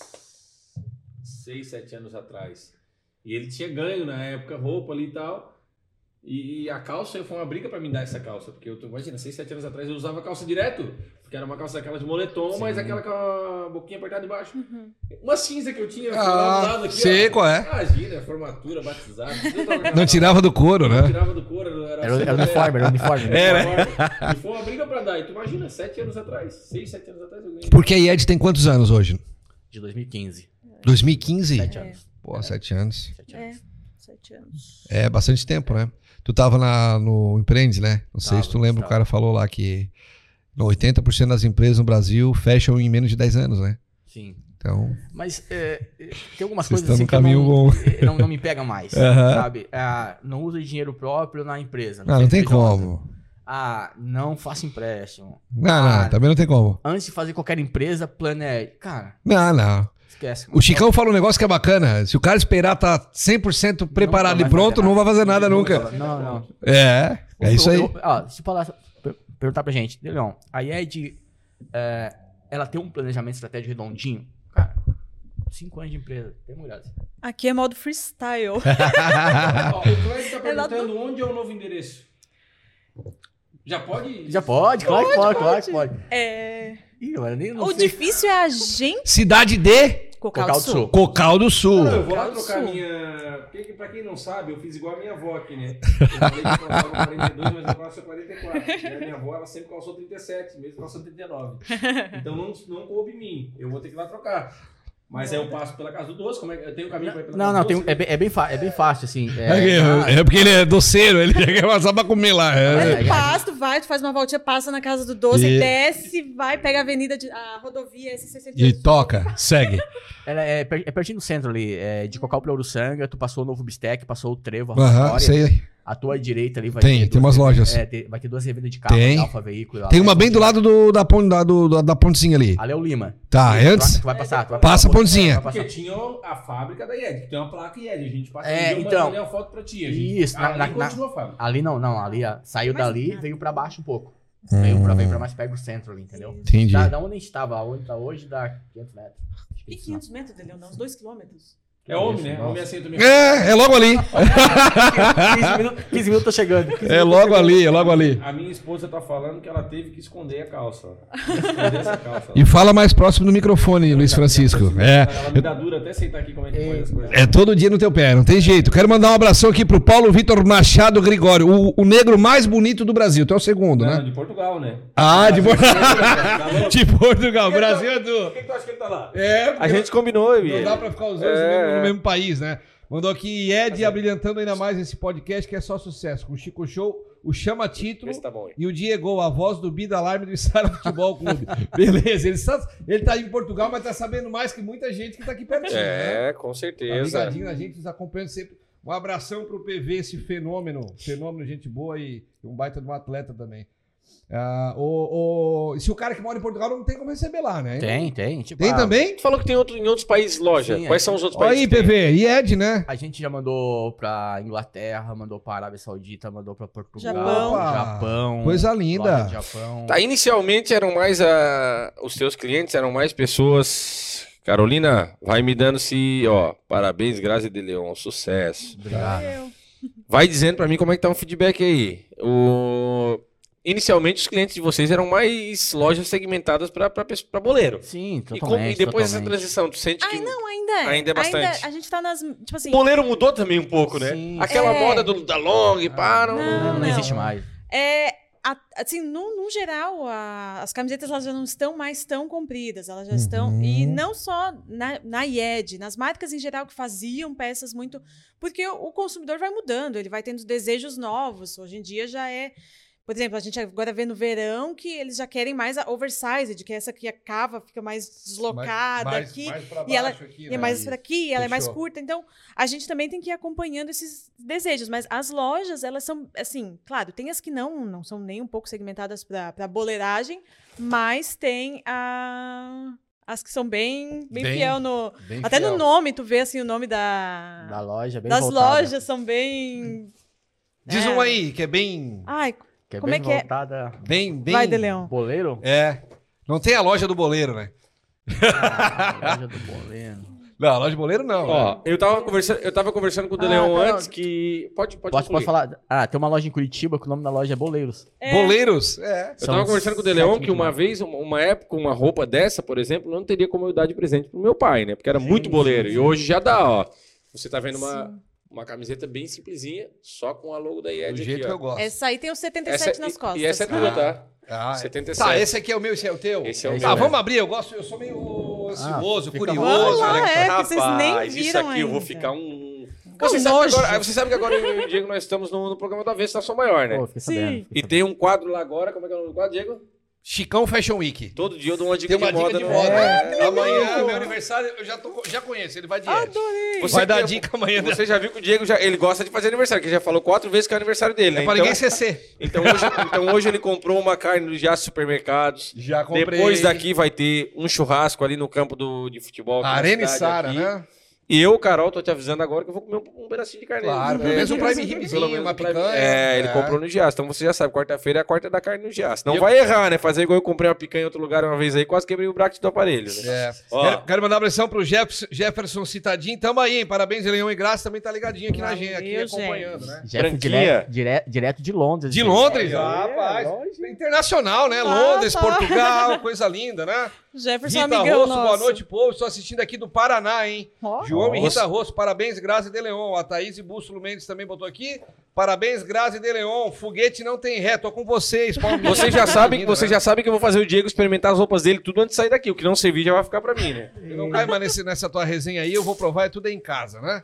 Speaker 2: 6, 7 anos atrás. E ele tinha ganho na época, roupa ali e tal. E, e a calça foi uma briga pra mim dar essa calça. Porque eu tô, imagina, 6, 7 anos atrás eu usava calça direto. Porque era uma calça daquela de moletom,
Speaker 4: Sim.
Speaker 2: mas aquela com a boquinha apertada embaixo.
Speaker 3: Uhum.
Speaker 2: Uma cinza que eu tinha
Speaker 1: Ah,
Speaker 2: lá do lado aqui.
Speaker 1: sei
Speaker 2: ó.
Speaker 1: qual é.
Speaker 2: Imagina, formatura, batizado. tudo eu tava com
Speaker 1: Não
Speaker 2: aquela-
Speaker 1: tirava do couro,
Speaker 2: não
Speaker 1: né?
Speaker 2: tirava do couro, era, assim, né?
Speaker 4: Era, era uniforme, era uniforme.
Speaker 1: É, né?
Speaker 2: E foi uma briga pra dar. E tu imagina, 7 anos atrás, 6, 7 anos atrás eu ganhei.
Speaker 1: Porque a IED tem quantos anos hoje?
Speaker 4: De 2015.
Speaker 1: 2015?
Speaker 4: Sete anos.
Speaker 1: Pô, sete anos.
Speaker 4: Sete
Speaker 3: É,
Speaker 4: anos.
Speaker 3: sete anos.
Speaker 1: É bastante tempo, né? Tu tava na, no Empreende, né? Não sei
Speaker 4: Tava,
Speaker 1: se tu lembra, o
Speaker 4: tava.
Speaker 1: cara falou lá que não, 80% das empresas no Brasil fecham em menos de 10 anos, né?
Speaker 4: Sim.
Speaker 1: Então.
Speaker 4: Mas é, é, tem algumas
Speaker 1: Vocês
Speaker 4: coisas
Speaker 1: estão
Speaker 4: assim
Speaker 1: no
Speaker 4: que eu
Speaker 1: caminho
Speaker 4: não,
Speaker 1: bom.
Speaker 4: eh, não, não me pega mais,
Speaker 1: Aham.
Speaker 4: sabe? Ah, não usa dinheiro próprio na empresa.
Speaker 1: Ah, não tem
Speaker 4: CNPJ.
Speaker 1: como.
Speaker 4: Ah, não faça empréstimo.
Speaker 1: Não, não,
Speaker 4: Ah.
Speaker 1: também não tem como.
Speaker 4: Antes de fazer qualquer empresa, planeje. Cara,
Speaker 1: Não, não.
Speaker 4: esquece.
Speaker 1: O Chicão fala um negócio que é bacana. Se o cara esperar tá 100% preparado e
Speaker 4: vai
Speaker 1: pronto,
Speaker 4: fazer
Speaker 1: não é vai
Speaker 4: nada.
Speaker 1: fazer nada nunca.
Speaker 4: Não, não.
Speaker 1: É, é isso aí.
Speaker 4: Eu- eu- ó, se falar, per- perguntar pra gente, Leon, a IED, é, ela tem um planejamento estratégico redondinho? Cara, cinco anos de empresa, tem uma olhada.
Speaker 3: Aqui é modo freestyle.
Speaker 2: Ó, o Cleide tá
Speaker 3: Ela
Speaker 2: perguntando onde é o novo endereço. Já pode?
Speaker 4: Já pode, claro que pode, claro que pode.
Speaker 3: É,
Speaker 4: Ih, agora nem não
Speaker 3: O
Speaker 4: sei. é
Speaker 3: difícil é a gente...
Speaker 1: Cidade de
Speaker 3: Cocal
Speaker 4: Cocal
Speaker 3: do
Speaker 4: do
Speaker 3: Sul.
Speaker 4: Sul.
Speaker 1: Cocal do Sul.
Speaker 2: Não, eu vou lá
Speaker 3: Cara,
Speaker 2: trocar
Speaker 3: sul.
Speaker 2: minha. Porque, pra quem não sabe, eu fiz igual a minha avó aqui, né? Eu falei que eu calçava 42, mas eu calço 44. E a minha avó, ela sempre calçou 37, mesmo calçou 39. Então não, não coube em mim. Eu vou ter que ir lá trocar. Mas aí eu passo pela casa do doce, como é que. Eu tenho o caminho pra ir pela
Speaker 4: Não,
Speaker 2: casa
Speaker 4: não,
Speaker 2: do
Speaker 4: tem um-
Speaker 2: doce, né?
Speaker 4: é, bem, é, bem fa- é bem fácil, assim. É,
Speaker 1: É, que- é porque ele é doceiro, ele quer passar pra comer lá. é.
Speaker 3: Mas tu passa, tu vai, tu faz uma voltinha, passa na casa do doce,
Speaker 1: E-
Speaker 3: desce, vai, pega a avenida, de, a rodovia S68.
Speaker 1: E toca, segue.
Speaker 4: ela é, per- é pertinho do centro ali, é, de Cocal pra Uruçanga, tu passou o Novo Bistec, passou o Trevo, a
Speaker 1: Aham,
Speaker 4: Rotatória.
Speaker 1: sei.
Speaker 4: A tua direita ali vai
Speaker 1: Tem,
Speaker 4: ter
Speaker 1: tem umas
Speaker 4: duas revendas-
Speaker 1: lojas.
Speaker 4: É, tem- vai ter duas revendas de carro,
Speaker 1: Tem.
Speaker 4: Alfa Veículo. lá. né?
Speaker 1: Tem uma bem do lado do- da, pon- da- do- da- da pontezinha ali.
Speaker 4: Ali é o Lima.
Speaker 1: Tá,
Speaker 4: Tu vai-
Speaker 1: antes?
Speaker 4: Tu vai passar, tu vai
Speaker 1: Passa a
Speaker 4: passar por-
Speaker 1: pontezinha.
Speaker 4: vai
Speaker 2: Porque
Speaker 4: passar.
Speaker 2: tinha a fábrica da IED, que tem uma placa IED. A gente passa
Speaker 4: É,
Speaker 2: um dia, eu
Speaker 4: então.
Speaker 2: mandei uma foto pra ti. a gente-
Speaker 4: Isso, na-
Speaker 2: ali
Speaker 4: na- na-
Speaker 2: continua a fábrica.
Speaker 4: Ali não, não, ali ó, saiu
Speaker 3: Mas
Speaker 4: dali
Speaker 3: nada.
Speaker 4: veio pra baixo um pouco.
Speaker 1: Hum.
Speaker 4: Veio, pra, veio pra mais perto do centro ali, entendeu?
Speaker 1: Entendi.
Speaker 4: Da, da onde a gente tava, onde tá hoje, dá 500 metros. Acho que
Speaker 3: E
Speaker 4: isso,
Speaker 3: 500 metros, Deleon, dá uns 2 quilômetros.
Speaker 2: É homem, né?
Speaker 4: Nossa.
Speaker 2: Homem aceita mesmo.
Speaker 1: É, é logo ali.
Speaker 4: não. 15 minutos, 15 minutos tô chegando. 15
Speaker 1: É
Speaker 4: minutos
Speaker 1: logo
Speaker 4: tô chegando.
Speaker 1: ali, é logo ali.
Speaker 2: A minha esposa tá falando que ela teve que esconder a calça. Esconder essa calça. tá
Speaker 1: E fala mais próximo do microfone, Luiz Francisco. É.
Speaker 2: assim, Ela me dá dura até sentar aqui como é que foi as coisas.
Speaker 1: É todo dia no teu pé, não tem jeito. Quero mandar um abração aqui pro Paulo Vitor Machado Gregório, o, o negro mais bonito do Brasil. Tu é o segundo,
Speaker 2: Não,
Speaker 1: né?
Speaker 2: de Portugal, né?
Speaker 1: Ah, de, Por-
Speaker 2: Tá louco?
Speaker 1: de Portugal. Brasil é do.
Speaker 2: Por que que tu acha que ele tá lá?
Speaker 1: É,
Speaker 2: A gente combinou,
Speaker 1: não
Speaker 2: Biel.
Speaker 1: dá pra ficar os dois no
Speaker 2: É,
Speaker 1: mesmo
Speaker 5: no mesmo país, né? Mandou aqui Ed abrilhantando ainda mais esse podcast que é só sucesso. Com o Chico Show, o Chama Título
Speaker 2: Vê se tá bom aí.
Speaker 5: e o Diego, a voz do Bida Alarme do Isara Futebol Clube. Beleza, ele, tá, ele tá em Portugal, mas tá sabendo mais que muita gente que tá aqui pertinho, né?
Speaker 2: É, com
Speaker 5: Tá
Speaker 2: certeza.
Speaker 5: ligadinho na gente, nos acompanhando sempre. Um abração pro PV, esse fenômeno. Fenômeno, gente boa e um baita de um atleta também. Ah, o, o- e se o cara que mora em Portugal não tem como receber lá, né?
Speaker 4: Tem, tem. Tipo,
Speaker 5: Tem
Speaker 4: ah,
Speaker 5: também?
Speaker 2: Tu falou que tem outro, em outros países loja.
Speaker 4: Sim,
Speaker 2: Quais
Speaker 4: é.
Speaker 2: são os outros
Speaker 5: Olha
Speaker 2: países?
Speaker 5: aí,
Speaker 2: que tem?
Speaker 5: PV. E Ed, né?
Speaker 4: A gente já mandou pra Inglaterra, mandou pra Arábia Saudita, mandou pra Portugal,
Speaker 3: Japão.
Speaker 5: Opa!
Speaker 4: Japão.
Speaker 5: Coisa
Speaker 4: loja
Speaker 5: linda.
Speaker 4: de Japão.
Speaker 2: Tá, inicialmente eram mais a... os teus clientes, eram mais pessoas. Carolina, vai me dando se, ó, parabéns, Grazi de Leon, sucesso.
Speaker 1: Tá
Speaker 4: Obrigado.
Speaker 3: Eu.
Speaker 2: Vai dizendo pra mim como é que tá o feedback aí. O... Inicialmente os clientes de vocês eram mais lojas segmentadas pra, pra, pes- pra boleiro.
Speaker 4: Sim, totalmente.
Speaker 2: E, como- e depois dessa
Speaker 4: totalmente.
Speaker 2: transição, tu sente
Speaker 3: Ai,
Speaker 2: que
Speaker 3: não, ainda é.
Speaker 2: Ainda é bastante.
Speaker 3: a gente tá nas. Tipo assim.
Speaker 2: o boleiro mudou também um pouco, né?
Speaker 4: Sim. Ah,
Speaker 2: Aquela
Speaker 3: É.
Speaker 2: moda do, da long, pá, não...
Speaker 3: Não,
Speaker 4: Não, não,
Speaker 3: não.
Speaker 4: existe mais.
Speaker 3: É, a- assim, no, no geral, a- as camisetas elas já não estão mais tão compridas, elas já estão. E
Speaker 5: Uhum.
Speaker 3: não só na, na IED, nas marcas em geral que faziam peças muito. Porque o, o consumidor vai mudando, ele vai tendo desejos novos. Hoje em dia já é. Por exemplo, a gente agora vê no verão que eles já querem mais a oversized, que é essa que a cava fica mais deslocada
Speaker 5: Mais-
Speaker 3: aqui.
Speaker 5: mais pra
Speaker 3: e ela-
Speaker 5: baixo aqui,
Speaker 3: E
Speaker 5: né?
Speaker 3: é mais pra aqui, ela é mais
Speaker 5: Fechou.
Speaker 3: curta. Então, a gente também tem que ir acompanhando esses desejos. Mas as lojas, elas são, assim, claro, tem as que não, não são nem um pouco segmentadas pra pra boleiragem, mas tem a- as que são bem, bem,
Speaker 5: Bem-
Speaker 3: fiel no.
Speaker 5: Bem
Speaker 3: até
Speaker 5: fiel.
Speaker 3: no nome, tu vê assim o nome da,
Speaker 4: Da loja, bem
Speaker 3: das
Speaker 4: voltada.
Speaker 3: lojas, são bem.
Speaker 1: Diz um aí, que é bem.
Speaker 3: Ai,
Speaker 4: Que é
Speaker 3: Como
Speaker 4: bem
Speaker 3: é que é?
Speaker 4: voltada.
Speaker 1: Bem, bem.
Speaker 3: vai, De Leão.
Speaker 4: Boleiro?
Speaker 1: É. Não tem a loja do boleiro, né?
Speaker 4: Ah, loja do boleiro.
Speaker 1: Não, a loja do boleiro não. né?
Speaker 2: Ó, eu tava conversando, eu tava conversando com o De
Speaker 3: Ah,
Speaker 2: Leon
Speaker 3: tá,
Speaker 2: antes que pode pode,
Speaker 4: Posso,
Speaker 2: concluir.
Speaker 4: posso falar? Ah, tem uma loja em Curitiba que o nome da loja é Boleiros.
Speaker 3: É,
Speaker 1: Boleiros? É.
Speaker 2: Eu
Speaker 4: São
Speaker 2: tava conversando com o De
Speaker 4: sete
Speaker 2: Leon
Speaker 4: mil
Speaker 2: que uma
Speaker 4: quilômetros.
Speaker 2: vez, uma- uma época, uma roupa dessa, por exemplo, não teria como eu dar de presente pro meu pai, né? Porque era
Speaker 4: Sim,
Speaker 2: muito boleiro.
Speaker 4: sim,
Speaker 2: E
Speaker 4: sim.
Speaker 2: hoje já dá, ó. Você tá vendo uma, uma camiseta bem simplesinha, só com a logo da IED
Speaker 1: Do
Speaker 2: É aqui,
Speaker 1: jeito
Speaker 2: ó.
Speaker 1: que eu gosto.
Speaker 3: Essa aí tem os 77
Speaker 2: Essa é-
Speaker 3: nas
Speaker 2: e-
Speaker 3: costas.
Speaker 2: E essa é tua,
Speaker 4: Ah.
Speaker 2: tá?
Speaker 1: Ah, é.
Speaker 2: 77.
Speaker 1: Tá, esse aqui é o meu, esse é o teu?
Speaker 2: Esse é o
Speaker 4: É
Speaker 2: meu.
Speaker 1: Ah,
Speaker 2: né?
Speaker 1: vamos abrir, eu gosto, eu sou meio ansioso,
Speaker 4: fica
Speaker 1: curioso.
Speaker 3: Vamos lá,
Speaker 1: né?
Speaker 3: é, que vocês nem
Speaker 2: Rapaz, Isso
Speaker 3: viram
Speaker 2: aqui eu vou
Speaker 3: ainda.
Speaker 2: ficar um...
Speaker 3: um
Speaker 2: Você sabe, que
Speaker 3: nojo.
Speaker 2: agora, você sabe que agora eu e o Diego, nós estamos no, no programa da Vestação Maior, né?
Speaker 4: Pô, fiquei
Speaker 3: Sim.
Speaker 4: sabendo. fiquei
Speaker 2: E tem um quadro lá agora, como é que é o nome do quadro, Diego?
Speaker 1: Chicão Fashion Week.
Speaker 2: Todo dia eu dou uma dica
Speaker 1: Tem uma
Speaker 2: de moda.
Speaker 1: dica de
Speaker 2: no-
Speaker 1: moda.
Speaker 2: É.
Speaker 1: né? Amanhã, meu aniversário, eu já, tô- já conheço, ele vai de Ed.
Speaker 2: Você
Speaker 1: Vai dar
Speaker 2: que-
Speaker 1: dica amanhã. né?
Speaker 2: Então Você já viu que o Diego já, ele gosta de fazer aniversário, que ele já falou quatro vezes que é o aniversário dele, né?
Speaker 1: É pra
Speaker 2: então,
Speaker 1: ninguém CC.
Speaker 2: então hoje, então hoje ele comprou uma carne do Jaço Supermercados.
Speaker 1: Já
Speaker 2: Depois daqui vai ter um churrasco ali no campo do, de futebol. aqui na
Speaker 1: Arena e
Speaker 2: cidade,
Speaker 1: Sara,
Speaker 2: aqui.
Speaker 1: né?
Speaker 2: E eu, Carol, tô te avisando agora que eu vou comer um, um pedacinho de carne.
Speaker 1: Claro,
Speaker 2: É,
Speaker 1: pelo menos um prime
Speaker 2: pelo
Speaker 1: ribzinho,
Speaker 2: menos
Speaker 1: uma
Speaker 2: um prime-
Speaker 1: picanha.
Speaker 2: É, ele
Speaker 1: É.
Speaker 2: comprou no Giaço. Então você já sabe, quarta-feira é a quarta da carne no Giaço. Não
Speaker 1: E eu-
Speaker 2: vai errar, né? Fazer igual eu comprei uma picanha em outro lugar uma vez aí, quase quebrei o braço do aparelho. né?
Speaker 1: É.
Speaker 2: Ó.
Speaker 1: Quero, quero mandar um abração pro Jefferson, Jefferson Citadinho. Tamo aí, hein? Parabéns, Leão e Graça. Também tá ligadinho aqui na
Speaker 3: Valeu,
Speaker 1: gente, aqui
Speaker 3: gente.
Speaker 1: acompanhando, né?
Speaker 4: sabendo. Jeff,
Speaker 2: Franquia.
Speaker 4: direto, direto, direto de Londres.
Speaker 1: De
Speaker 4: gente.
Speaker 1: Londres, Ah, rapaz. Internacional, né?
Speaker 3: Ah,
Speaker 1: Londres,
Speaker 3: tá.
Speaker 1: Portugal, coisa linda, né?
Speaker 3: Jefferson
Speaker 1: Rita
Speaker 3: amigão
Speaker 1: Rosso,
Speaker 3: nosso.
Speaker 1: boa noite, povo. Estou assistindo aqui do Paraná, hein?
Speaker 3: Ó.
Speaker 1: João e
Speaker 2: Nossa.
Speaker 1: Rita Rosso, parabéns, Grazi de Leon. A Thaís e Bússulo Mendes também botou aqui. Parabéns, Grazi de Leon. Foguete não tem ré, tô com vocês. Paulo Miguel.
Speaker 2: Vocês já sabem,
Speaker 1: Lindo,
Speaker 2: vocês
Speaker 1: né?
Speaker 2: já sabem que eu vou fazer o Diego experimentar as roupas dele tudo antes de sair daqui. O que não servir já vai ficar pra mim, né?
Speaker 1: Eu Não cai mais nesse- nessa tua resenha aí, eu vou provar, é tudo aí em casa, né?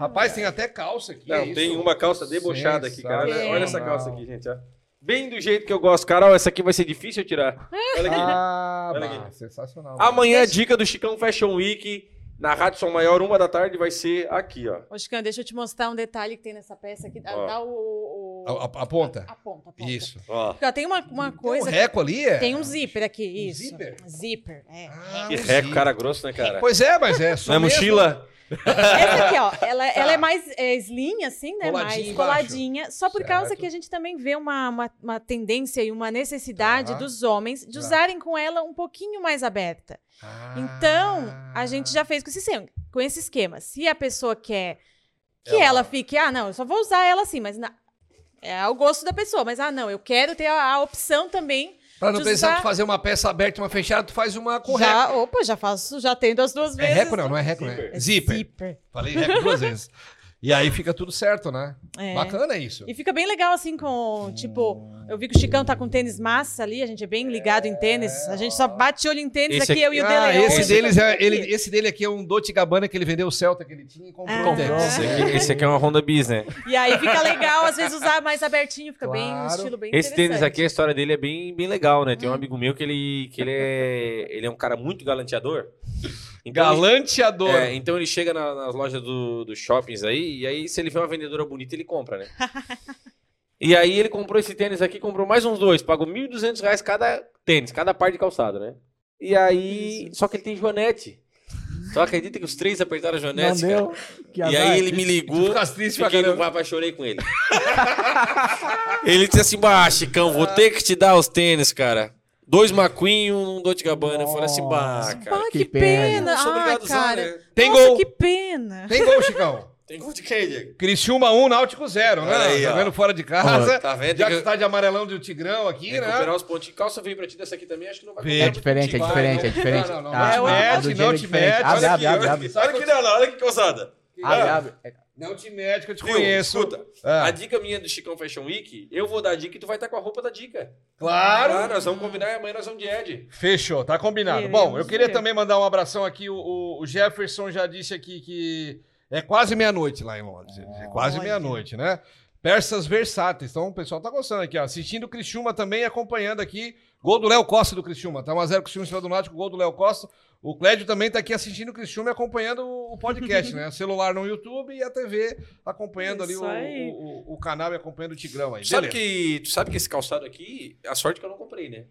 Speaker 1: Rapaz, tem até calça aqui. é
Speaker 2: Não,
Speaker 1: isso?
Speaker 2: tem uma calça debochada aqui, cara. Olha,
Speaker 3: Sensacional.
Speaker 2: olha essa calça aqui, gente. ó. Bem do jeito que eu gosto. Carol, essa aqui vai ser difícil eu tirar. Olha aqui.
Speaker 1: Ah,
Speaker 2: Olha
Speaker 1: bah,
Speaker 2: aqui. Ah,
Speaker 1: sensacional.
Speaker 2: Amanhã, a dica do Chicão Fashion Week na Rádio Som Maior, uma da tarde, vai ser aqui, ó.
Speaker 3: Ô, Chicão, deixa eu te mostrar um detalhe que tem nessa peça aqui. Dá,
Speaker 2: Ó.
Speaker 3: dá o, o-
Speaker 1: A, a- a ponta.
Speaker 3: A ponta, a ponta.
Speaker 1: Isso.
Speaker 2: Ó.
Speaker 3: Ó, tem uma, uma
Speaker 1: Tem um
Speaker 3: coisa.
Speaker 1: reco ali é?
Speaker 3: Tem um zíper aqui, isso.
Speaker 1: zíper?
Speaker 3: Zíper, é.
Speaker 1: Ah,
Speaker 2: Que
Speaker 1: um
Speaker 2: reco,
Speaker 1: zíper.
Speaker 2: cara grosso, né, cara?
Speaker 1: Pois é, mas é.
Speaker 2: Não é
Speaker 1: só mesmo.
Speaker 2: mochila?
Speaker 3: Essa aqui, ó, ela, ela é mais é, slim, assim, né?
Speaker 1: Tá. Coladinha
Speaker 3: mais
Speaker 1: embaixo.
Speaker 3: coladinha. Só por causa
Speaker 1: Certo.
Speaker 3: que a gente também vê uma, uma, uma tendência e uma necessidade
Speaker 1: Tá.
Speaker 3: dos homens de
Speaker 1: Tá.
Speaker 3: usarem com ela um pouquinho mais aberta.
Speaker 1: Ah.
Speaker 3: Então, a gente já fez com esse, esquema- com esse esquema. Se a pessoa quer que ela... fique, ah, não, eu só vou usar ela assim, mas na- é ao gosto da pessoa, mas ah, não, eu quero ter a, a opção também.
Speaker 1: Pra não
Speaker 3: de
Speaker 1: precisar
Speaker 3: usar-
Speaker 1: tu fazer uma peça aberta e uma fechada, tu faz uma com reco.
Speaker 3: Já, opa, já faço, já tendo as duas
Speaker 1: É
Speaker 3: vezes.
Speaker 1: reco não, não é reco, né?
Speaker 2: Zíper.
Speaker 1: Zíper. Falei reco duas vezes. E aí fica tudo certo, né?
Speaker 3: É.
Speaker 1: Bacana isso.
Speaker 3: E fica bem legal assim com, tipo, eu vi que o Chicão tá com tênis massa ali, a gente é bem ligado em tênis, a gente só bate olho em tênis
Speaker 2: Esse
Speaker 3: aqui, eu e o
Speaker 1: Ah,
Speaker 3: Deleon.
Speaker 1: esse,
Speaker 3: o
Speaker 1: deles
Speaker 3: Chicão
Speaker 1: é,
Speaker 3: fica
Speaker 1: ele,
Speaker 3: aqui.
Speaker 1: esse dele aqui é um Dolce Gabbana que ele vendeu o Celta que ele tinha e comprou
Speaker 3: Ah.
Speaker 1: o
Speaker 2: Comprou.
Speaker 1: Texas.
Speaker 2: Esse aqui, esse aqui é uma Honda Bis, né?
Speaker 3: E aí fica legal, às vezes usar mais abertinho, fica bem um
Speaker 1: Claro.
Speaker 3: estilo bem
Speaker 2: Esse tênis
Speaker 3: interessante.
Speaker 2: aqui, a história dele é bem, bem legal, né? Tem um amigo meu que ele, que ele, é, ele é um cara muito galanteador. Então, ele-
Speaker 1: Galanteador.
Speaker 2: É, então ele chega na- nas lojas do- dos shoppings aí, e aí se ele vê uma vendedora bonita, ele compra, né? e aí ele comprou esse tênis aqui, comprou mais uns dois, pagou 1.200 reais cada tênis, cada par de calçado, né? E aí, só que ele tem joanete. Só acredita que os três apertaram a joanete, cara.
Speaker 4: Que
Speaker 2: E aí ele me ligou,
Speaker 1: Fica triste pra
Speaker 2: fiquei no
Speaker 1: caramba.
Speaker 2: papo, chorei com ele. ele disse assim, bah, Chicão, vou ter que te dar os tênis, cara. Dois maquinhos, um Dolce Gabbana. Eu falei assim, bah, cara.
Speaker 3: Ah, que,
Speaker 4: Que
Speaker 3: pena.
Speaker 4: pena.
Speaker 2: Eu sou
Speaker 3: Ai,
Speaker 2: obrigado a usar,
Speaker 3: cara.
Speaker 2: né?
Speaker 1: Tem
Speaker 3: Nossa,
Speaker 1: gol.
Speaker 3: que pena.
Speaker 1: Tem gol, Chicão.
Speaker 2: Tem gol de quem, Diego?
Speaker 1: Criciúma 1, Náutico 0, né?
Speaker 2: Olha aí, ó.
Speaker 1: Jogando fora de casa.
Speaker 2: Tá vendo? Tem
Speaker 1: Já
Speaker 2: que-
Speaker 1: que tá de amarelão do Tigrão aqui, né?
Speaker 2: Recuperar os pontinhos. Calça veio pra ti dessa aqui também, acho que não vai
Speaker 1: Vê.
Speaker 2: comprar
Speaker 4: É
Speaker 2: pra ti,
Speaker 4: diferente, é
Speaker 2: vai,
Speaker 4: diferente, é
Speaker 2: não.
Speaker 4: diferente.
Speaker 1: Não, não, não.
Speaker 4: Ah,
Speaker 3: Não te
Speaker 4: a do
Speaker 1: mete,
Speaker 4: Diego
Speaker 1: não
Speaker 4: é
Speaker 1: te
Speaker 4: diferente.
Speaker 1: mete.
Speaker 4: Abre,
Speaker 1: Olha
Speaker 4: abre,
Speaker 1: aqui,
Speaker 4: abre, abre.
Speaker 2: Olha aqui, Nana, olha que calçada.
Speaker 4: Abre, Ah, abre.
Speaker 1: Não te mete, que eu te
Speaker 2: Viu?
Speaker 1: conheço.
Speaker 2: Escuta,
Speaker 1: Ah,
Speaker 2: a dica minha do Chicão Fashion Week, eu vou dar a dica e tu vai estar com a roupa da dica.
Speaker 1: Claro.
Speaker 2: Ah, nós vamos combinar e amanhã nós vamos de Ed.
Speaker 1: Fechou, tá combinado.
Speaker 3: Queremos
Speaker 1: Bom, eu queria
Speaker 3: ver.
Speaker 1: também mandar um abração aqui. O, o- o Jefferson já disse aqui que é quase meia-noite lá em Londres. É quase
Speaker 3: Olha.
Speaker 1: meia-noite, né? Persas versáteis. Então o pessoal tá gostando aqui, ó. Assistindo o Criciúma também, acompanhando aqui. Gol do Léo Costa do Criciúma. Tá 1x0 Criciúma em cima do Náutico, gol do Léo Costa. O Clédio também tá aqui assistindo o Criciúma e acompanhando o o podcast, né? Celular no YouTube e a TV acompanhando ali
Speaker 3: Isso
Speaker 1: o,
Speaker 3: aí.
Speaker 1: o- o- o canal e acompanhando o Tigrão aí.
Speaker 2: Tu sabe,
Speaker 1: Beleza.
Speaker 2: que, tu sabe que esse calçado aqui, a sorte que eu não comprei, né?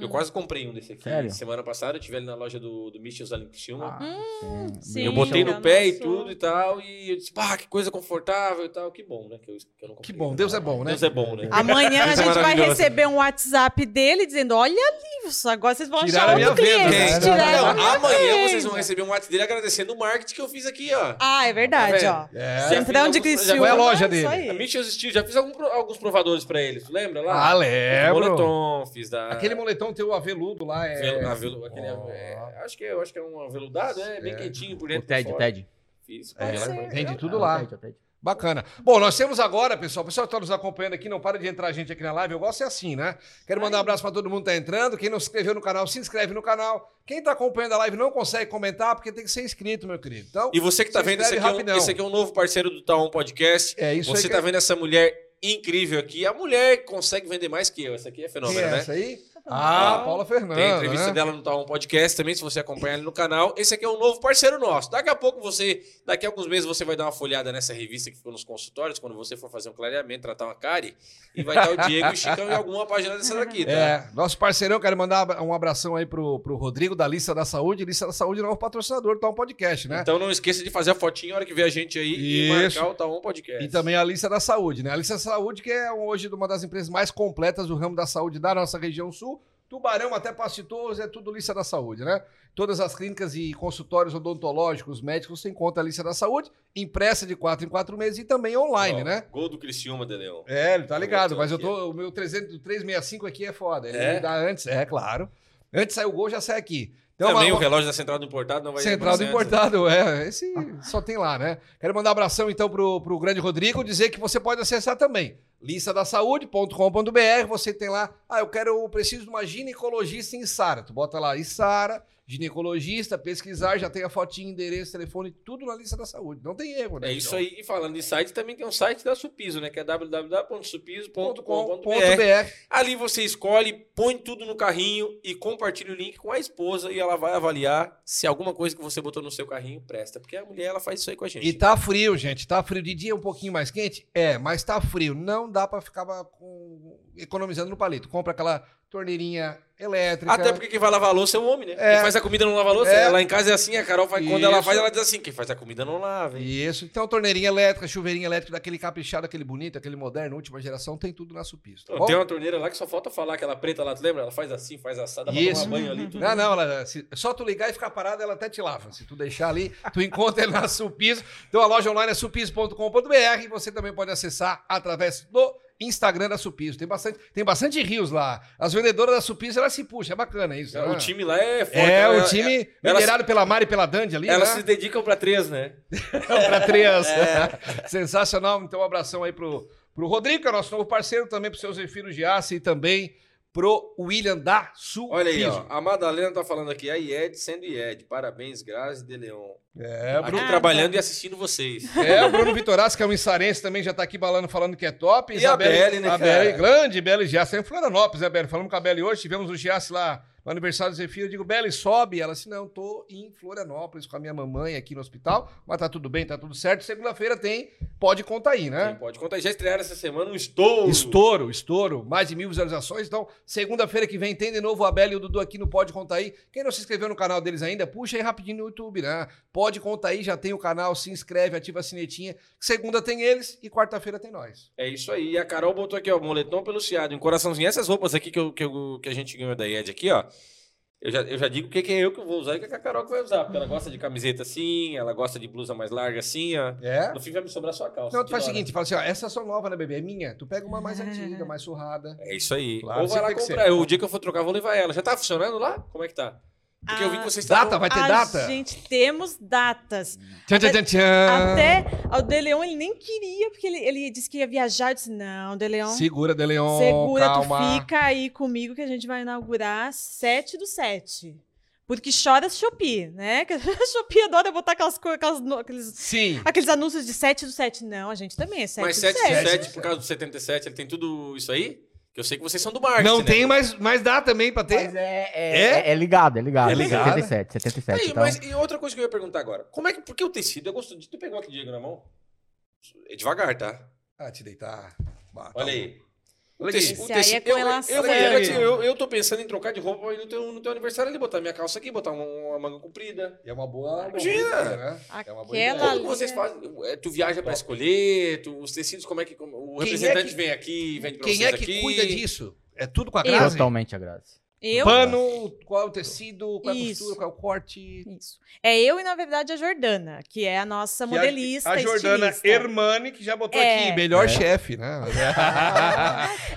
Speaker 2: Eu
Speaker 3: Hum.
Speaker 2: quase comprei um desse aqui.
Speaker 4: Sério?
Speaker 2: Semana passada eu tive ele na loja do, do Michels ali em
Speaker 1: Ah.
Speaker 2: Criciúma.
Speaker 4: Ah, sim.
Speaker 3: Hum, sim.
Speaker 2: um. eu botei
Speaker 3: já
Speaker 2: no pé e
Speaker 3: lançou.
Speaker 2: tudo e tal. E eu disse, pá, que coisa confortável e tal. Que bom, né? Que, eu, que eu não
Speaker 1: Que
Speaker 2: comprei.
Speaker 1: bom, Deus é bom, né?
Speaker 2: Deus é bom, né?
Speaker 3: Amanhã a
Speaker 2: Isso é
Speaker 3: gente vai
Speaker 2: maravilhoso.
Speaker 3: receber um WhatsApp dele dizendo: olha ali, isso, agora vocês vão
Speaker 1: Tiraram a
Speaker 3: achar outro
Speaker 1: minha venda,
Speaker 3: cliente.
Speaker 1: né?
Speaker 3: Tiraram a
Speaker 2: Não,
Speaker 3: minha
Speaker 2: amanhã
Speaker 3: venda.
Speaker 2: vocês vão receber um WhatsApp dele agradecendo o marketing que eu fiz aqui, ó.
Speaker 3: Ah, é verdade, ó.
Speaker 1: É.
Speaker 3: Centrão de
Speaker 2: Já fiz alguns-
Speaker 3: Criciúma.
Speaker 1: Qual é a loja
Speaker 3: isso
Speaker 1: dele?
Speaker 3: aí.
Speaker 2: A Mitchell Steel, já fiz algum pro- alguns provadores pra eles, tu lembra lá?
Speaker 1: Ah,
Speaker 2: Fiz
Speaker 1: lembro.
Speaker 2: moletom, fiz da...
Speaker 1: Aquele moletom teu aveludo lá é.
Speaker 2: Velo- avelu- aquele
Speaker 1: Ó.
Speaker 2: é, acho, que, é- eu acho que é um aveludado, né? Bem quentinho por
Speaker 4: O
Speaker 2: dentro.
Speaker 4: Ted,
Speaker 2: por
Speaker 4: o
Speaker 2: fora.
Speaker 4: Ted.
Speaker 2: Fiz.
Speaker 1: É,
Speaker 2: Fiz.
Speaker 1: vende tudo
Speaker 4: Ah, o
Speaker 1: lá.
Speaker 4: Ted, o Ted.
Speaker 1: Bacana. Bom, nós temos agora, pessoal, o pessoal que está nos acompanhando aqui, não para de entrar gente aqui na live, eu gosto é assim, né? Quero mandar um abraço para todo mundo que está entrando, quem não se inscreveu no canal, se inscreve no canal, quem está acompanhando a live não consegue comentar, porque tem que ser inscrito, meu querido. Então,
Speaker 2: E você que tá
Speaker 1: Se
Speaker 2: vendo, esse
Speaker 1: inscreve
Speaker 2: aqui, é um,
Speaker 1: rapidão.
Speaker 2: esse aqui é um novo parceiro do Taon Podcast.
Speaker 1: é isso
Speaker 2: você
Speaker 1: aí.
Speaker 2: tá vendo essa mulher incrível aqui. A mulher consegue vender mais que eu. Essa aqui é
Speaker 1: quem
Speaker 2: fenômeno,
Speaker 1: é
Speaker 2: né? Então,
Speaker 1: essa aí? Ah, Paula Fernanda.
Speaker 2: Tem a entrevista
Speaker 1: né?
Speaker 2: dela no Taon Podcast também, se você acompanhar ali no canal. Esse aqui é um novo parceiro nosso. Daqui a pouco você, daqui a alguns meses, você vai dar uma folhada nessa revista que ficou nos consultórios, quando você for fazer um clareamento, tratar uma cárie, e vai estar o Diego e o Chicão em alguma página dessa daqui, tá?
Speaker 1: É, nosso parceirão, quero mandar um abração aí pro, pro Rodrigo da Lista da Saúde. Lista da Saúde é novo patrocinador, tá um podcast, né?
Speaker 2: Então não esqueça de fazer a fotinha na hora que vê a gente aí e
Speaker 1: Isso.
Speaker 2: marcar o Taon Podcast.
Speaker 1: E também a Lista da Saúde, né? A Lista da Saúde, que é hoje uma das empresas mais completas do ramo da saúde da nossa região sul. Tubarão até Pastitos é tudo Lista da Saúde, né? Todas as clínicas e consultórios odontológicos, médicos, você encontra a Lista da Saúde, impressa de quatro em quatro meses e também online,
Speaker 2: Ó,
Speaker 1: né?
Speaker 2: Gol do Criciúma, De Leon.
Speaker 1: É, ele tá ligado,
Speaker 2: Eu
Speaker 1: mas eu
Speaker 2: tô
Speaker 1: tô. O meu 300, 365 aqui é foda. Ele
Speaker 2: É?
Speaker 1: me dá antes, é claro. Antes sai o gol, já sai aqui. Então,
Speaker 2: também
Speaker 1: uma-
Speaker 2: o relógio da Central do Importado não vai
Speaker 1: Central do
Speaker 2: Certo.
Speaker 1: Importado, é. Esse só tem lá, né? Quero mandar abração, então, pro, pro grande Rodrigo, dizer que você pode acessar também. listadasaude.com.br, você tem lá, ah, eu quero, eu preciso de uma ginecologista em Sara. Tu bota lá, Sara, ginecologista, pesquisar, já tem a fotinha, endereço, telefone, tudo na lista da saúde. Não tem erro, né?
Speaker 2: É isso aí. E falando de site, também tem um site da Supiso, né? Que é www.supiso.com.br.
Speaker 1: .com.br.
Speaker 2: Ali você escolhe, põe tudo no carrinho e compartilha o link com a esposa e ela vai avaliar se alguma coisa que você botou no seu carrinho presta. Porque a mulher, ela faz É isso aí com a gente.
Speaker 1: E tá frio, gente. Tá frio. De dia é um pouquinho mais quente? É, mas tá frio. Não dá pra ficar com- economizando no palito. Compra aquela torneirinha elétrica.
Speaker 2: Até porque quem vai lavar a louça é o homem, né?
Speaker 1: É.
Speaker 2: Quem faz a comida não lava a louça.
Speaker 1: É.
Speaker 2: Lá em casa é assim, a Carol vai, quando ela
Speaker 1: Isso.
Speaker 2: faz, ela diz assim: quem faz a comida não lava. hein?
Speaker 1: Isso. Então, torneirinha elétrica, chuveirinho elétrico, daquele caprichado, aquele bonito, aquele moderno, última geração, tem tudo na Supiso, tá bom?
Speaker 2: Tem um- uma torneira lá que só falta falar aquela preta lá, tu lembra? Ela faz assim, faz assada, vai
Speaker 1: Isso.
Speaker 2: tomar banho ali. Tudo.
Speaker 1: Não, não, ela- se- só tu ligar e ficar parado, ela até te lava. Se tu deixar ali, tu encontra ele na Supiso. Então, a loja online é supiso.com.br e você também pode acessar através do Instagram da Supiso. Tem bastante, tem bastante rios lá. As vendedoras da Supiso, elas se puxam. É bacana isso.
Speaker 2: O
Speaker 1: né?
Speaker 2: time lá é forte.
Speaker 1: É,
Speaker 2: né?
Speaker 1: o time
Speaker 2: elas-
Speaker 1: liderado pela Mari e pela Dandy ali,
Speaker 2: Elas
Speaker 1: né?
Speaker 2: se dedicam pra três, né?
Speaker 1: É um pra criança.
Speaker 2: É.
Speaker 1: Sensacional. Então, um abração aí pro, pro Rodrigo, que é nosso novo parceiro, também pro seu Zefiro Giassi e também pro William da Sul.
Speaker 2: Olha aí, ó. A Madalena tá falando aqui, a IED sendo IED. Parabéns, Grazi de Leon.
Speaker 1: É, o
Speaker 2: Aqui
Speaker 1: Bruno,
Speaker 3: Ah,
Speaker 2: trabalhando e assistindo vocês.
Speaker 1: é, o Bruno Vitorazzi, que é um insarense, também já tá aqui balando, falando que é top.
Speaker 2: E a
Speaker 1: Isabelle-
Speaker 2: Belle, né,
Speaker 1: A
Speaker 2: cara?
Speaker 1: Belle, grande, Belle Giassi. É em Florianópolis, né, Belle? Falamos com a Belle hoje, tivemos o Giassi lá no aniversário do Zefiro. Eu digo, Belle, sobe. Ela disse, não, tô em Florianópolis com a minha mamãe aqui no hospital, mas tá tudo bem, tá tudo certo. Segunda-feira tem, pode contar aí, né?
Speaker 2: Quem pode contar. Já estrearam essa semana um estouro.
Speaker 1: Estouro, estouro. Mais de mil visualizações. Então, segunda-feira que vem tem de novo o Abel e o Dudu aqui no Pode Contar Aí. Quem não se inscreveu no canal deles ainda, puxa aí rapidinho no YouTube, né? Pode Contar Aí, já tem o canal, se inscreve, ativa a sinetinha. Segunda tem eles e quarta-feira tem nós.
Speaker 2: É isso aí. E a Carol botou aqui, ó, moletom peluciado, em coraçãozinho. Essas roupas aqui que, eu- que, eu- que a gente ganhou da IED aqui, ó. Eu já, eu já digo o que, que é eu que vou usar e o que, que a Carol que vai usar. Porque ela gosta de camiseta assim, ela gosta de blusa mais larga assim, ó.
Speaker 1: É?
Speaker 2: No fim vai me sobrar só a calça.
Speaker 1: Não, tu
Speaker 2: que
Speaker 1: faz o
Speaker 2: da hora.
Speaker 1: seguinte, fala assim, ó, essa é só nova, né, bebê? É minha. Tu pega uma mais antiga, mais surrada.
Speaker 2: É isso aí.
Speaker 1: Claro,
Speaker 2: Ou vai
Speaker 1: você
Speaker 2: lá
Speaker 1: tem que
Speaker 2: comprar.
Speaker 1: ser.
Speaker 2: O dia que eu for trocar, eu vou levar ela. Já tá funcionando lá? Como é que tá? Porque eu vi que
Speaker 3: Ah,
Speaker 2: vocês
Speaker 1: Data,
Speaker 2: estavam...
Speaker 1: vai ter
Speaker 3: a
Speaker 1: data?
Speaker 3: Gente, temos datas.
Speaker 1: Tchan, tchan, tchan, tchan.
Speaker 3: Até o De Leon, ele nem queria, porque ele, ele disse que ia viajar. Eu disse, não, De Leon,
Speaker 1: Segura, De Leon,
Speaker 3: então. segura,
Speaker 1: calma.
Speaker 3: tu fica aí comigo que a gente vai inaugurar 7 do 7. Porque chora Shopee, né? Que a Shopee adora botar aquelas, co- aquelas no- aqueles,
Speaker 1: Sim.
Speaker 3: aqueles anúncios de 7 do 7. Não, a gente também é 7
Speaker 2: Mais
Speaker 3: do
Speaker 2: 7
Speaker 3: 7.
Speaker 2: de 7 por causa do 77, ele tem tudo isso aí? Que eu sei que vocês são do marketing,
Speaker 1: Não
Speaker 2: né?
Speaker 1: tem, mas, mas dá também pra ter.
Speaker 4: Mas é,
Speaker 1: É?
Speaker 4: é, é ligado, é ligado.
Speaker 1: É ligado?
Speaker 4: 77, 77.
Speaker 2: Aí,
Speaker 1: tá?
Speaker 4: então.
Speaker 2: mas e outra coisa que eu ia perguntar agora. Como é que. Por que o tecido é gostoso? Tu pegou aqui, Diego, na mão? É devagar, tá?
Speaker 1: Ah, te deitar. Bah, tá
Speaker 2: Olha aí. O
Speaker 1: Olha aqui.
Speaker 2: teci- o
Speaker 3: Esse aí é
Speaker 2: tecido-
Speaker 3: com
Speaker 2: eu- eu-
Speaker 3: elástico.
Speaker 2: eu-
Speaker 1: Olha
Speaker 2: eu-
Speaker 1: aqui.
Speaker 2: eu- Eu tô pensando em trocar de roupa no teu, no teu aniversário ali, botar minha calça aqui, botar uma, uma manga comprida.
Speaker 1: bom. E é uma boa. uma boa
Speaker 2: Imagina.
Speaker 1: ideia, né? É uma boa ideia.
Speaker 3: Aquela-
Speaker 2: Como que vocês fazem? É, Tu viaja pra escolher, tu- os tecidos, como é que. como- o
Speaker 1: Quem é
Speaker 2: representante
Speaker 1: que-
Speaker 2: vem aqui, vende pra
Speaker 1: Quem
Speaker 2: vocês
Speaker 1: é que
Speaker 2: aqui.
Speaker 1: cuida disso? É tudo com a
Speaker 3: Eu.
Speaker 1: Grazi?
Speaker 4: Totalmente a graça.
Speaker 3: Eu?
Speaker 1: Pano, qual é o tecido, qual é a
Speaker 3: Isso.
Speaker 1: costura, qual é o corte.
Speaker 3: Isso. É eu e, na verdade, a Jordana, que é a nossa
Speaker 1: Que a-
Speaker 3: modelista,
Speaker 1: A Jordana
Speaker 3: estilista.
Speaker 1: Hermani, que já botou
Speaker 3: É.
Speaker 1: aqui, melhor
Speaker 4: É.
Speaker 1: chefe, né?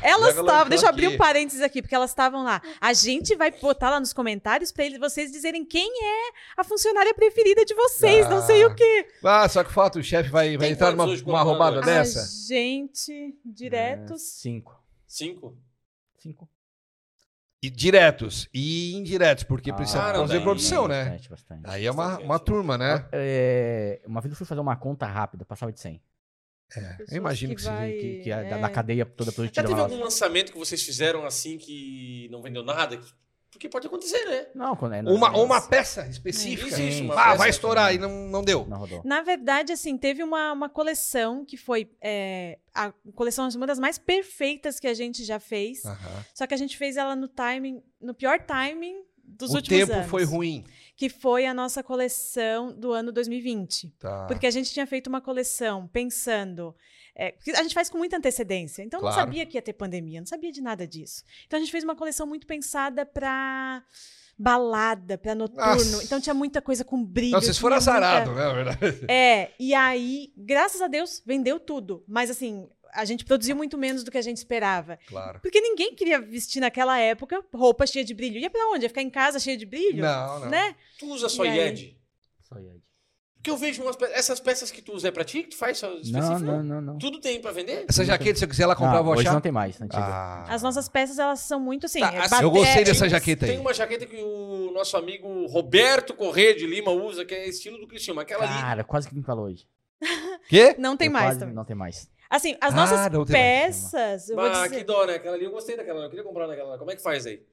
Speaker 3: Elas
Speaker 1: Joga lá
Speaker 3: estavam,
Speaker 1: então
Speaker 3: deixa eu abrir
Speaker 1: aqui.
Speaker 3: um parênteses aqui, porque elas estavam lá. A gente vai botar lá nos comentários pra eles, vocês dizerem quem é a funcionária preferida de vocês, não sei o quê.
Speaker 1: Ah, só que falta o chefe vai, vai
Speaker 2: Tem
Speaker 1: entrar numa
Speaker 2: quantos hoje
Speaker 1: uma roubada
Speaker 2: colaboradores?
Speaker 1: dessa. É,
Speaker 3: A gente, diretos.
Speaker 4: É, Cinco.
Speaker 2: Cinco?
Speaker 4: Cinco.
Speaker 1: E diretos e indiretos, porque precisa
Speaker 2: não,
Speaker 1: fazer
Speaker 2: daí-
Speaker 1: produção, né?
Speaker 4: Bastante, bastante.
Speaker 1: Aí é uma, uma turma, né?
Speaker 4: É, uma vez eu fui fazer uma conta rápida, passava de 100.
Speaker 1: Eu imagino que,
Speaker 3: Pessoas que
Speaker 1: sim.
Speaker 3: vai-
Speaker 4: Que, que é da,
Speaker 3: é.
Speaker 4: da cadeia toda
Speaker 2: Já
Speaker 4: produtiva.
Speaker 2: teve
Speaker 4: lá.
Speaker 2: algum lançamento que vocês fizeram assim que não vendeu nada? Porque pode acontecer, né?
Speaker 4: Não, quando é na-
Speaker 1: Uma,
Speaker 4: na-
Speaker 1: uma peça específica.
Speaker 2: Existe uma
Speaker 1: Ah,
Speaker 2: peça.
Speaker 1: vai estourar e não, não deu.
Speaker 4: Não rodou.
Speaker 3: Na verdade, assim, teve uma, uma coleção que foi é, a coleção uma das mais perfeitas que a gente já fez.
Speaker 1: Aham.
Speaker 3: Só que a gente fez ela no timing, no pior timing dos
Speaker 1: O
Speaker 3: últimos
Speaker 1: tempo
Speaker 3: anos.
Speaker 1: foi ruim.
Speaker 3: Que foi a nossa coleção do ano 2020.
Speaker 1: Tá.
Speaker 3: Porque a gente tinha feito uma coleção pensando. é, porque a gente faz com muita antecedência. Então,
Speaker 1: Claro.
Speaker 3: não sabia que ia ter pandemia, não sabia de nada disso. Então, a gente fez uma coleção muito pensada para balada, para noturno.
Speaker 1: Nossa.
Speaker 3: Então, tinha muita coisa com brilho.
Speaker 1: Não, vocês foram
Speaker 3: tinha muita-
Speaker 1: azarados, né? Na verdade.
Speaker 3: É, e aí, graças a Deus, vendeu tudo. Mas, assim, a gente produziu muito menos do que a gente esperava.
Speaker 1: Claro.
Speaker 3: Porque ninguém queria vestir naquela época roupa cheia de brilho. Ia pra onde? Ia ficar em casa cheia de brilho?
Speaker 1: Não, não.
Speaker 3: Né?
Speaker 2: Tu usa só
Speaker 3: E aí?
Speaker 2: IED?
Speaker 4: Só Yad.
Speaker 2: Porque eu vejo umas pe- essas peças que tu usa é pra ti, que tu faz só
Speaker 4: Não,
Speaker 2: específico?
Speaker 4: não, não, não.
Speaker 2: Tudo tem pra vender?
Speaker 1: Essa jaqueta, se eu quiser, ela comprava
Speaker 4: não,
Speaker 1: o
Speaker 4: Ah, hoje
Speaker 1: achar.
Speaker 4: não tem mais. Antiga.
Speaker 1: Ah.
Speaker 3: As nossas peças, elas são muito assim.
Speaker 2: Tá,
Speaker 3: é
Speaker 2: assim,
Speaker 1: Eu
Speaker 3: bater-
Speaker 1: gostei dessa
Speaker 2: É,
Speaker 1: jaqueta
Speaker 2: Tem
Speaker 1: aí.
Speaker 2: uma jaqueta que o nosso amigo Roberto Corrêa de Lima usa, que é estilo do Cristiano. Aquela ali.
Speaker 4: Cara, quase que me falou hoje.
Speaker 1: Quê?
Speaker 3: Não tem
Speaker 4: Eu
Speaker 3: mais
Speaker 4: quase-
Speaker 3: também.
Speaker 4: Não tem mais.
Speaker 3: Assim, as
Speaker 1: Ah,
Speaker 3: nossas
Speaker 1: não tem mais,
Speaker 3: peças, eu vou
Speaker 2: Ah, que
Speaker 3: dizer,
Speaker 2: dó, né? Aquela ali eu gostei daquela. Eu queria comprar naquela. lá. Como é que faz aí?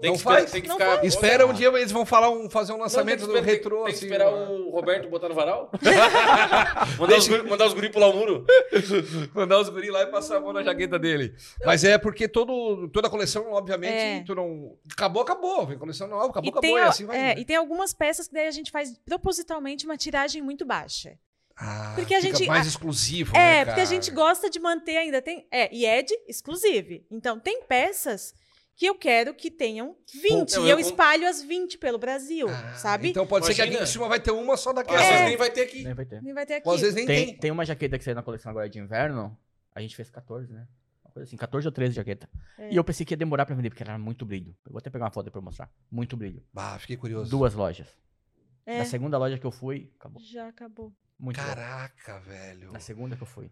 Speaker 1: Não
Speaker 2: que esperar-
Speaker 1: faz,
Speaker 2: tem que
Speaker 3: não
Speaker 2: ficar.
Speaker 1: Espera um
Speaker 2: Não,
Speaker 1: dia, eles vão falar um, fazer um
Speaker 2: tem que
Speaker 1: lançamento do
Speaker 2: esperar- tem-
Speaker 1: retrô,
Speaker 2: Tem que
Speaker 1: assim.
Speaker 2: esperar o Roberto botar no varal? mandar, os guri, mandar os guri pular o muro?
Speaker 1: Mandar os guris lá e passar a mão na jaqueta dele. Mas é porque todo, toda a coleção, obviamente,
Speaker 3: É.
Speaker 1: tu não... Acabou, acabou. Vem coleção nova, acabou,
Speaker 3: e, tem,
Speaker 1: acabou. E
Speaker 3: al-
Speaker 1: assim vai.
Speaker 3: é,
Speaker 1: indo.
Speaker 3: e tem algumas peças que daí a gente faz propositalmente uma tiragem muito baixa.
Speaker 1: Ah,
Speaker 3: porque a
Speaker 1: fica
Speaker 3: gente-
Speaker 1: mais
Speaker 3: a-
Speaker 1: exclusivo,
Speaker 3: é,
Speaker 1: né,
Speaker 3: porque a
Speaker 1: cara?
Speaker 3: gente gosta de manter ainda. Tem, é, e é de exclusive. Então, tem peças que eu quero que tenham 20.
Speaker 2: Não,
Speaker 3: e eu,
Speaker 2: eu-
Speaker 3: espalho as 20 pelo Brasil,
Speaker 1: Ah,
Speaker 3: sabe? É.
Speaker 1: Então pode ser que aqui
Speaker 2: Imagina.
Speaker 1: em cima vai ter uma só
Speaker 2: Ah,
Speaker 1: daquela.
Speaker 2: vocês nem vai ter aqui.
Speaker 4: Nem vai ter.
Speaker 3: Nem vai ter aqui.
Speaker 1: Ou às vezes nem tem.
Speaker 4: Tem, tem uma jaqueta que saiu na coleção agora de inverno. A gente fez 14, né? Uma coisa assim, 14 ou 13 jaqueta.
Speaker 3: É.
Speaker 4: E eu pensei que ia demorar pra vender, porque era muito brilho. Eu vou até pegar uma foto aí pra eu mostrar. Muito brilho.
Speaker 1: Bah, fiquei curioso.
Speaker 4: Duas lojas.
Speaker 3: É,
Speaker 4: Na segunda loja que eu fui, acabou.
Speaker 3: já acabou.
Speaker 4: Muito bom.
Speaker 1: Caraca, velho.
Speaker 4: Na segunda que eu fui.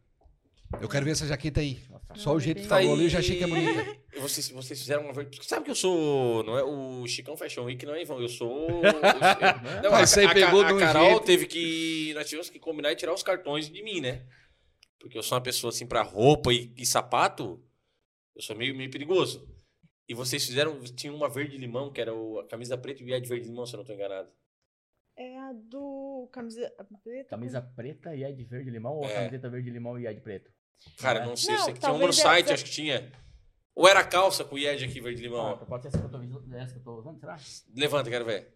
Speaker 1: Eu quero ver essa jaqueta aí.
Speaker 4: Vou mostrar.
Speaker 1: Só o jeito que
Speaker 3: Tá
Speaker 1: falou ali, eu já achei que é bonita.
Speaker 2: E Vocês, vocês fizeram uma. ver- Sabe que eu sou. Não é o Chicão Fashion Week, não é, Ivan? Eu sou. eu- eu- né? não,
Speaker 1: Mas
Speaker 2: a-
Speaker 1: você
Speaker 2: a,
Speaker 1: pegou
Speaker 2: a,
Speaker 1: de um
Speaker 2: a Carol
Speaker 1: jeito.
Speaker 2: teve que. Nós tivemos que combinar e tirar os cartões de mim, né? Porque eu sou uma pessoa assim, pra roupa e, e sapato, eu sou meio, meio perigoso. E vocês fizeram. Tinha uma verde limão, que era o- a camisa preta e a de verde limão, se eu não tô enganado.
Speaker 3: É a do camisa preta.
Speaker 4: Camisa preta e a de verde limão ou
Speaker 2: É.
Speaker 4: camiseta verde limão e a de preto?
Speaker 2: Cara, não sei, eu
Speaker 3: Não,
Speaker 2: sei que tinha uma no
Speaker 3: talvez
Speaker 2: site,
Speaker 3: essa-
Speaker 2: acho que tinha. Ou era a calça com o IED aqui, verde limão.
Speaker 4: Ah, pode ser essa que eu tô visando- essa que eu tô usando, será?
Speaker 2: Levanta, quero ver.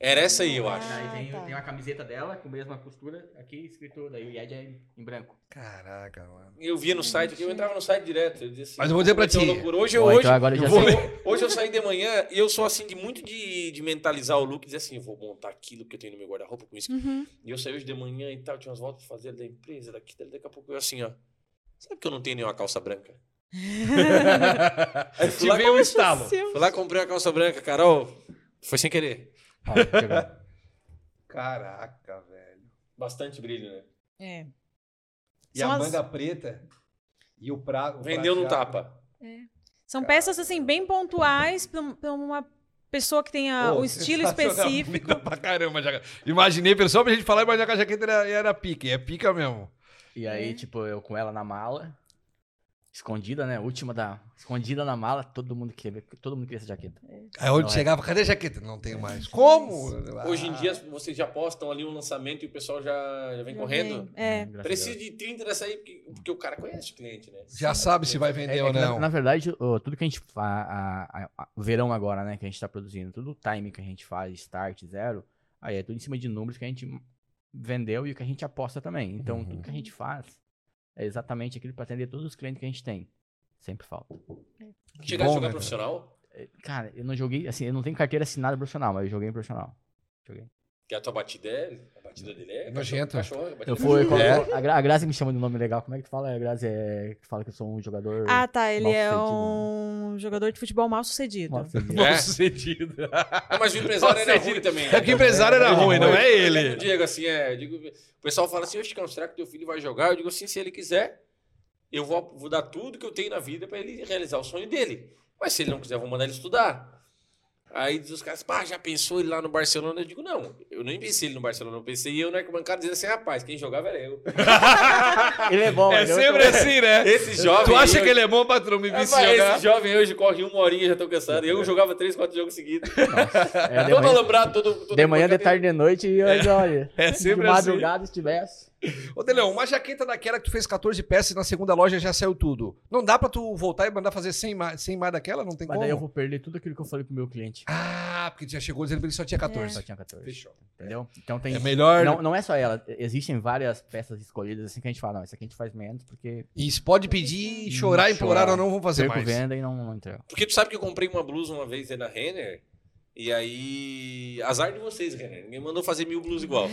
Speaker 2: Era essa aí, eu acho.
Speaker 3: Ah,
Speaker 4: Aí tem,
Speaker 3: tá.
Speaker 4: tem uma camiseta dela com a mesma costura aqui escrito daí o IED é em branco.
Speaker 1: Caraca, mano.
Speaker 2: Eu via no site, aqui, eu entrava no site direto. Eu dizia assim,
Speaker 1: Mas eu vou dizer pra
Speaker 2: "Vai ter uma
Speaker 1: ti.
Speaker 2: loucura." Hoje,
Speaker 4: Bom,
Speaker 2: hoje,
Speaker 4: então agora eu
Speaker 2: eu
Speaker 4: já
Speaker 2: vou-
Speaker 4: sei.
Speaker 2: hoje eu saí de manhã e eu sou assim de muito de, de mentalizar o look, dizer assim, eu vou montar aquilo que eu tenho no meu guarda-roupa com isso.
Speaker 3: Uhum.
Speaker 2: E eu saí hoje de manhã e tal, tinha umas voltas pra fazer da empresa, daqui, dali, daqui a pouco eu assim, ó. Sabe que eu não tenho nenhuma calça branca? Aí eu fui
Speaker 1: Te
Speaker 2: lá,
Speaker 1: veio o um estalo.
Speaker 3: Seu-
Speaker 2: fui lá comprei uma calça branca, Carol. Foi sem querer.
Speaker 4: Ah, chegou.
Speaker 1: Caraca, velho.
Speaker 2: Bastante brilho, né?
Speaker 3: É.
Speaker 1: E
Speaker 3: São
Speaker 1: a
Speaker 3: as-
Speaker 1: manga preta e o prato.
Speaker 2: Vendeu no tapa.
Speaker 3: São peças assim bem pontuais pra um, pra uma pessoa que tenha um estilo específico.
Speaker 1: Pra caramba, jaqueta. Imaginei, pessoal, pra gente falar, imaginar que a jaqueta era, era pica. E É pica mesmo.
Speaker 4: E aí,
Speaker 3: É.
Speaker 4: tipo, eu com ela na mala, escondida, né? Última da. Escondida na mala, todo mundo queria, todo mundo queria essa jaqueta.
Speaker 1: Aí onde
Speaker 4: Não é.
Speaker 1: chegava, cadê a jaqueta? Não tenho mais. Como? Ah.
Speaker 2: Hoje em dia vocês já postam ali um lançamento e o pessoal já, já vem
Speaker 3: Já
Speaker 2: correndo.
Speaker 3: vem. É.
Speaker 4: Graças a
Speaker 2: Preciso
Speaker 4: Deus.
Speaker 2: de 30 dessa aí, porque, porque o cara conhece o cliente, né?
Speaker 1: Já sabe se vai
Speaker 4: É,
Speaker 1: vender
Speaker 4: é
Speaker 1: ou
Speaker 4: que na-
Speaker 1: não.
Speaker 4: Na, verdade, o- tudo que a gente faz. O verão agora, né? Que a gente tá produzindo, tudo o time que a gente faz, start, zero, aí é tudo em cima de números que a gente vendeu e o que a gente aposta também. Então, tudo que a gente faz é exatamente aquilo pra atender todos os clientes que a gente tem. Sempre falta.
Speaker 2: Chegar
Speaker 1: bom,
Speaker 2: a jogar
Speaker 1: né,
Speaker 2: profissional,
Speaker 4: Cara, eu não joguei, assim, eu não tenho carteira assinada profissional, mas eu joguei em profissional.
Speaker 2: que a tua batida é. A batida dele é.
Speaker 1: É nojento.
Speaker 2: Cachorro, cachorro, a batida
Speaker 4: Eu
Speaker 2: é
Speaker 4: fui.
Speaker 2: cachorro.
Speaker 4: qual- A, Gra- a Grazi me chama de um nome legal. Como é que tu fala? A Grazi é. Tu fala que eu sou um jogador.
Speaker 3: Ah, tá. Ele
Speaker 4: Mal
Speaker 3: é
Speaker 4: sucedido, né?
Speaker 3: um jogador de futebol mal sucedido.
Speaker 4: Nossa, eu-
Speaker 2: É.
Speaker 1: sucedido.
Speaker 2: Ah, mas o empresário era ruim também. né?
Speaker 1: É que o empresário era ruim, não é
Speaker 2: O
Speaker 1: ele.
Speaker 2: Diego, assim, é. eu digo, o pessoal fala assim: Ô, Chicão, será que teu filho vai jogar? Eu digo assim: se ele quiser, eu vou, vou dar tudo que eu tenho na vida pra ele realizar o sonho dele. Mas se ele não quiser, eu vou mandar ele estudar. Aí diz os caras, pá, já pensou ele lá no Barcelona? Eu digo, não, eu nem pensei ele no Barcelona, eu pensei eu na arquibancada dizendo assim, rapaz, quem jogava era eu.
Speaker 4: Ele é bom,
Speaker 1: É
Speaker 4: ele é
Speaker 1: sempre
Speaker 4: muito
Speaker 1: assim, né?
Speaker 2: Esse jovem.
Speaker 1: Tu acha
Speaker 2: aí,
Speaker 1: que ele é bom, patrão? Me
Speaker 2: eu-
Speaker 1: visse
Speaker 2: Rapaz,
Speaker 1: jogar.
Speaker 2: Esse jovem hoje corre uma horinha, já tô cansado. Eu jogava três, quatro jogos seguidos.
Speaker 4: bom. É, de
Speaker 2: todo
Speaker 4: manhã,
Speaker 2: alambrado, todo. todo
Speaker 4: de, manhã, de
Speaker 2: arquibancada.
Speaker 4: tarde, de noite e olha, olha.
Speaker 1: É sempre
Speaker 4: de
Speaker 1: assim.
Speaker 4: madrugada, se tivesse.
Speaker 1: Ô, Deleão, uma jaqueta daquela que tu fez 14 peças e na segunda loja já saiu tudo. Não dá pra tu voltar e mandar fazer 100 mais, 100 mais daquela? Não tem
Speaker 4: Mas
Speaker 1: como?
Speaker 4: daí eu vou perder tudo aquilo que eu falei pro meu cliente.
Speaker 1: Ah, porque tu já chegou dizendo que ele só tinha
Speaker 4: Só
Speaker 1: 14.
Speaker 4: tinha 14.
Speaker 1: Fechou.
Speaker 4: Entendeu? Então É. tem.
Speaker 1: É melhor...
Speaker 4: Não, não é só ela, existem várias peças escolhidas assim que a gente fala, não, isso aqui a gente faz menos porque
Speaker 1: Isso, pode pedir, chorar,
Speaker 4: Chorar.
Speaker 1: implorar, nós não vamos fazer
Speaker 4: perco
Speaker 1: mais.
Speaker 4: venda e não, não entrego.
Speaker 2: Porque tu sabe que eu comprei uma blusa uma vez aí na Renner. E aí. Azar de vocês, Renner. Ninguém mandou fazer mil blusas igual.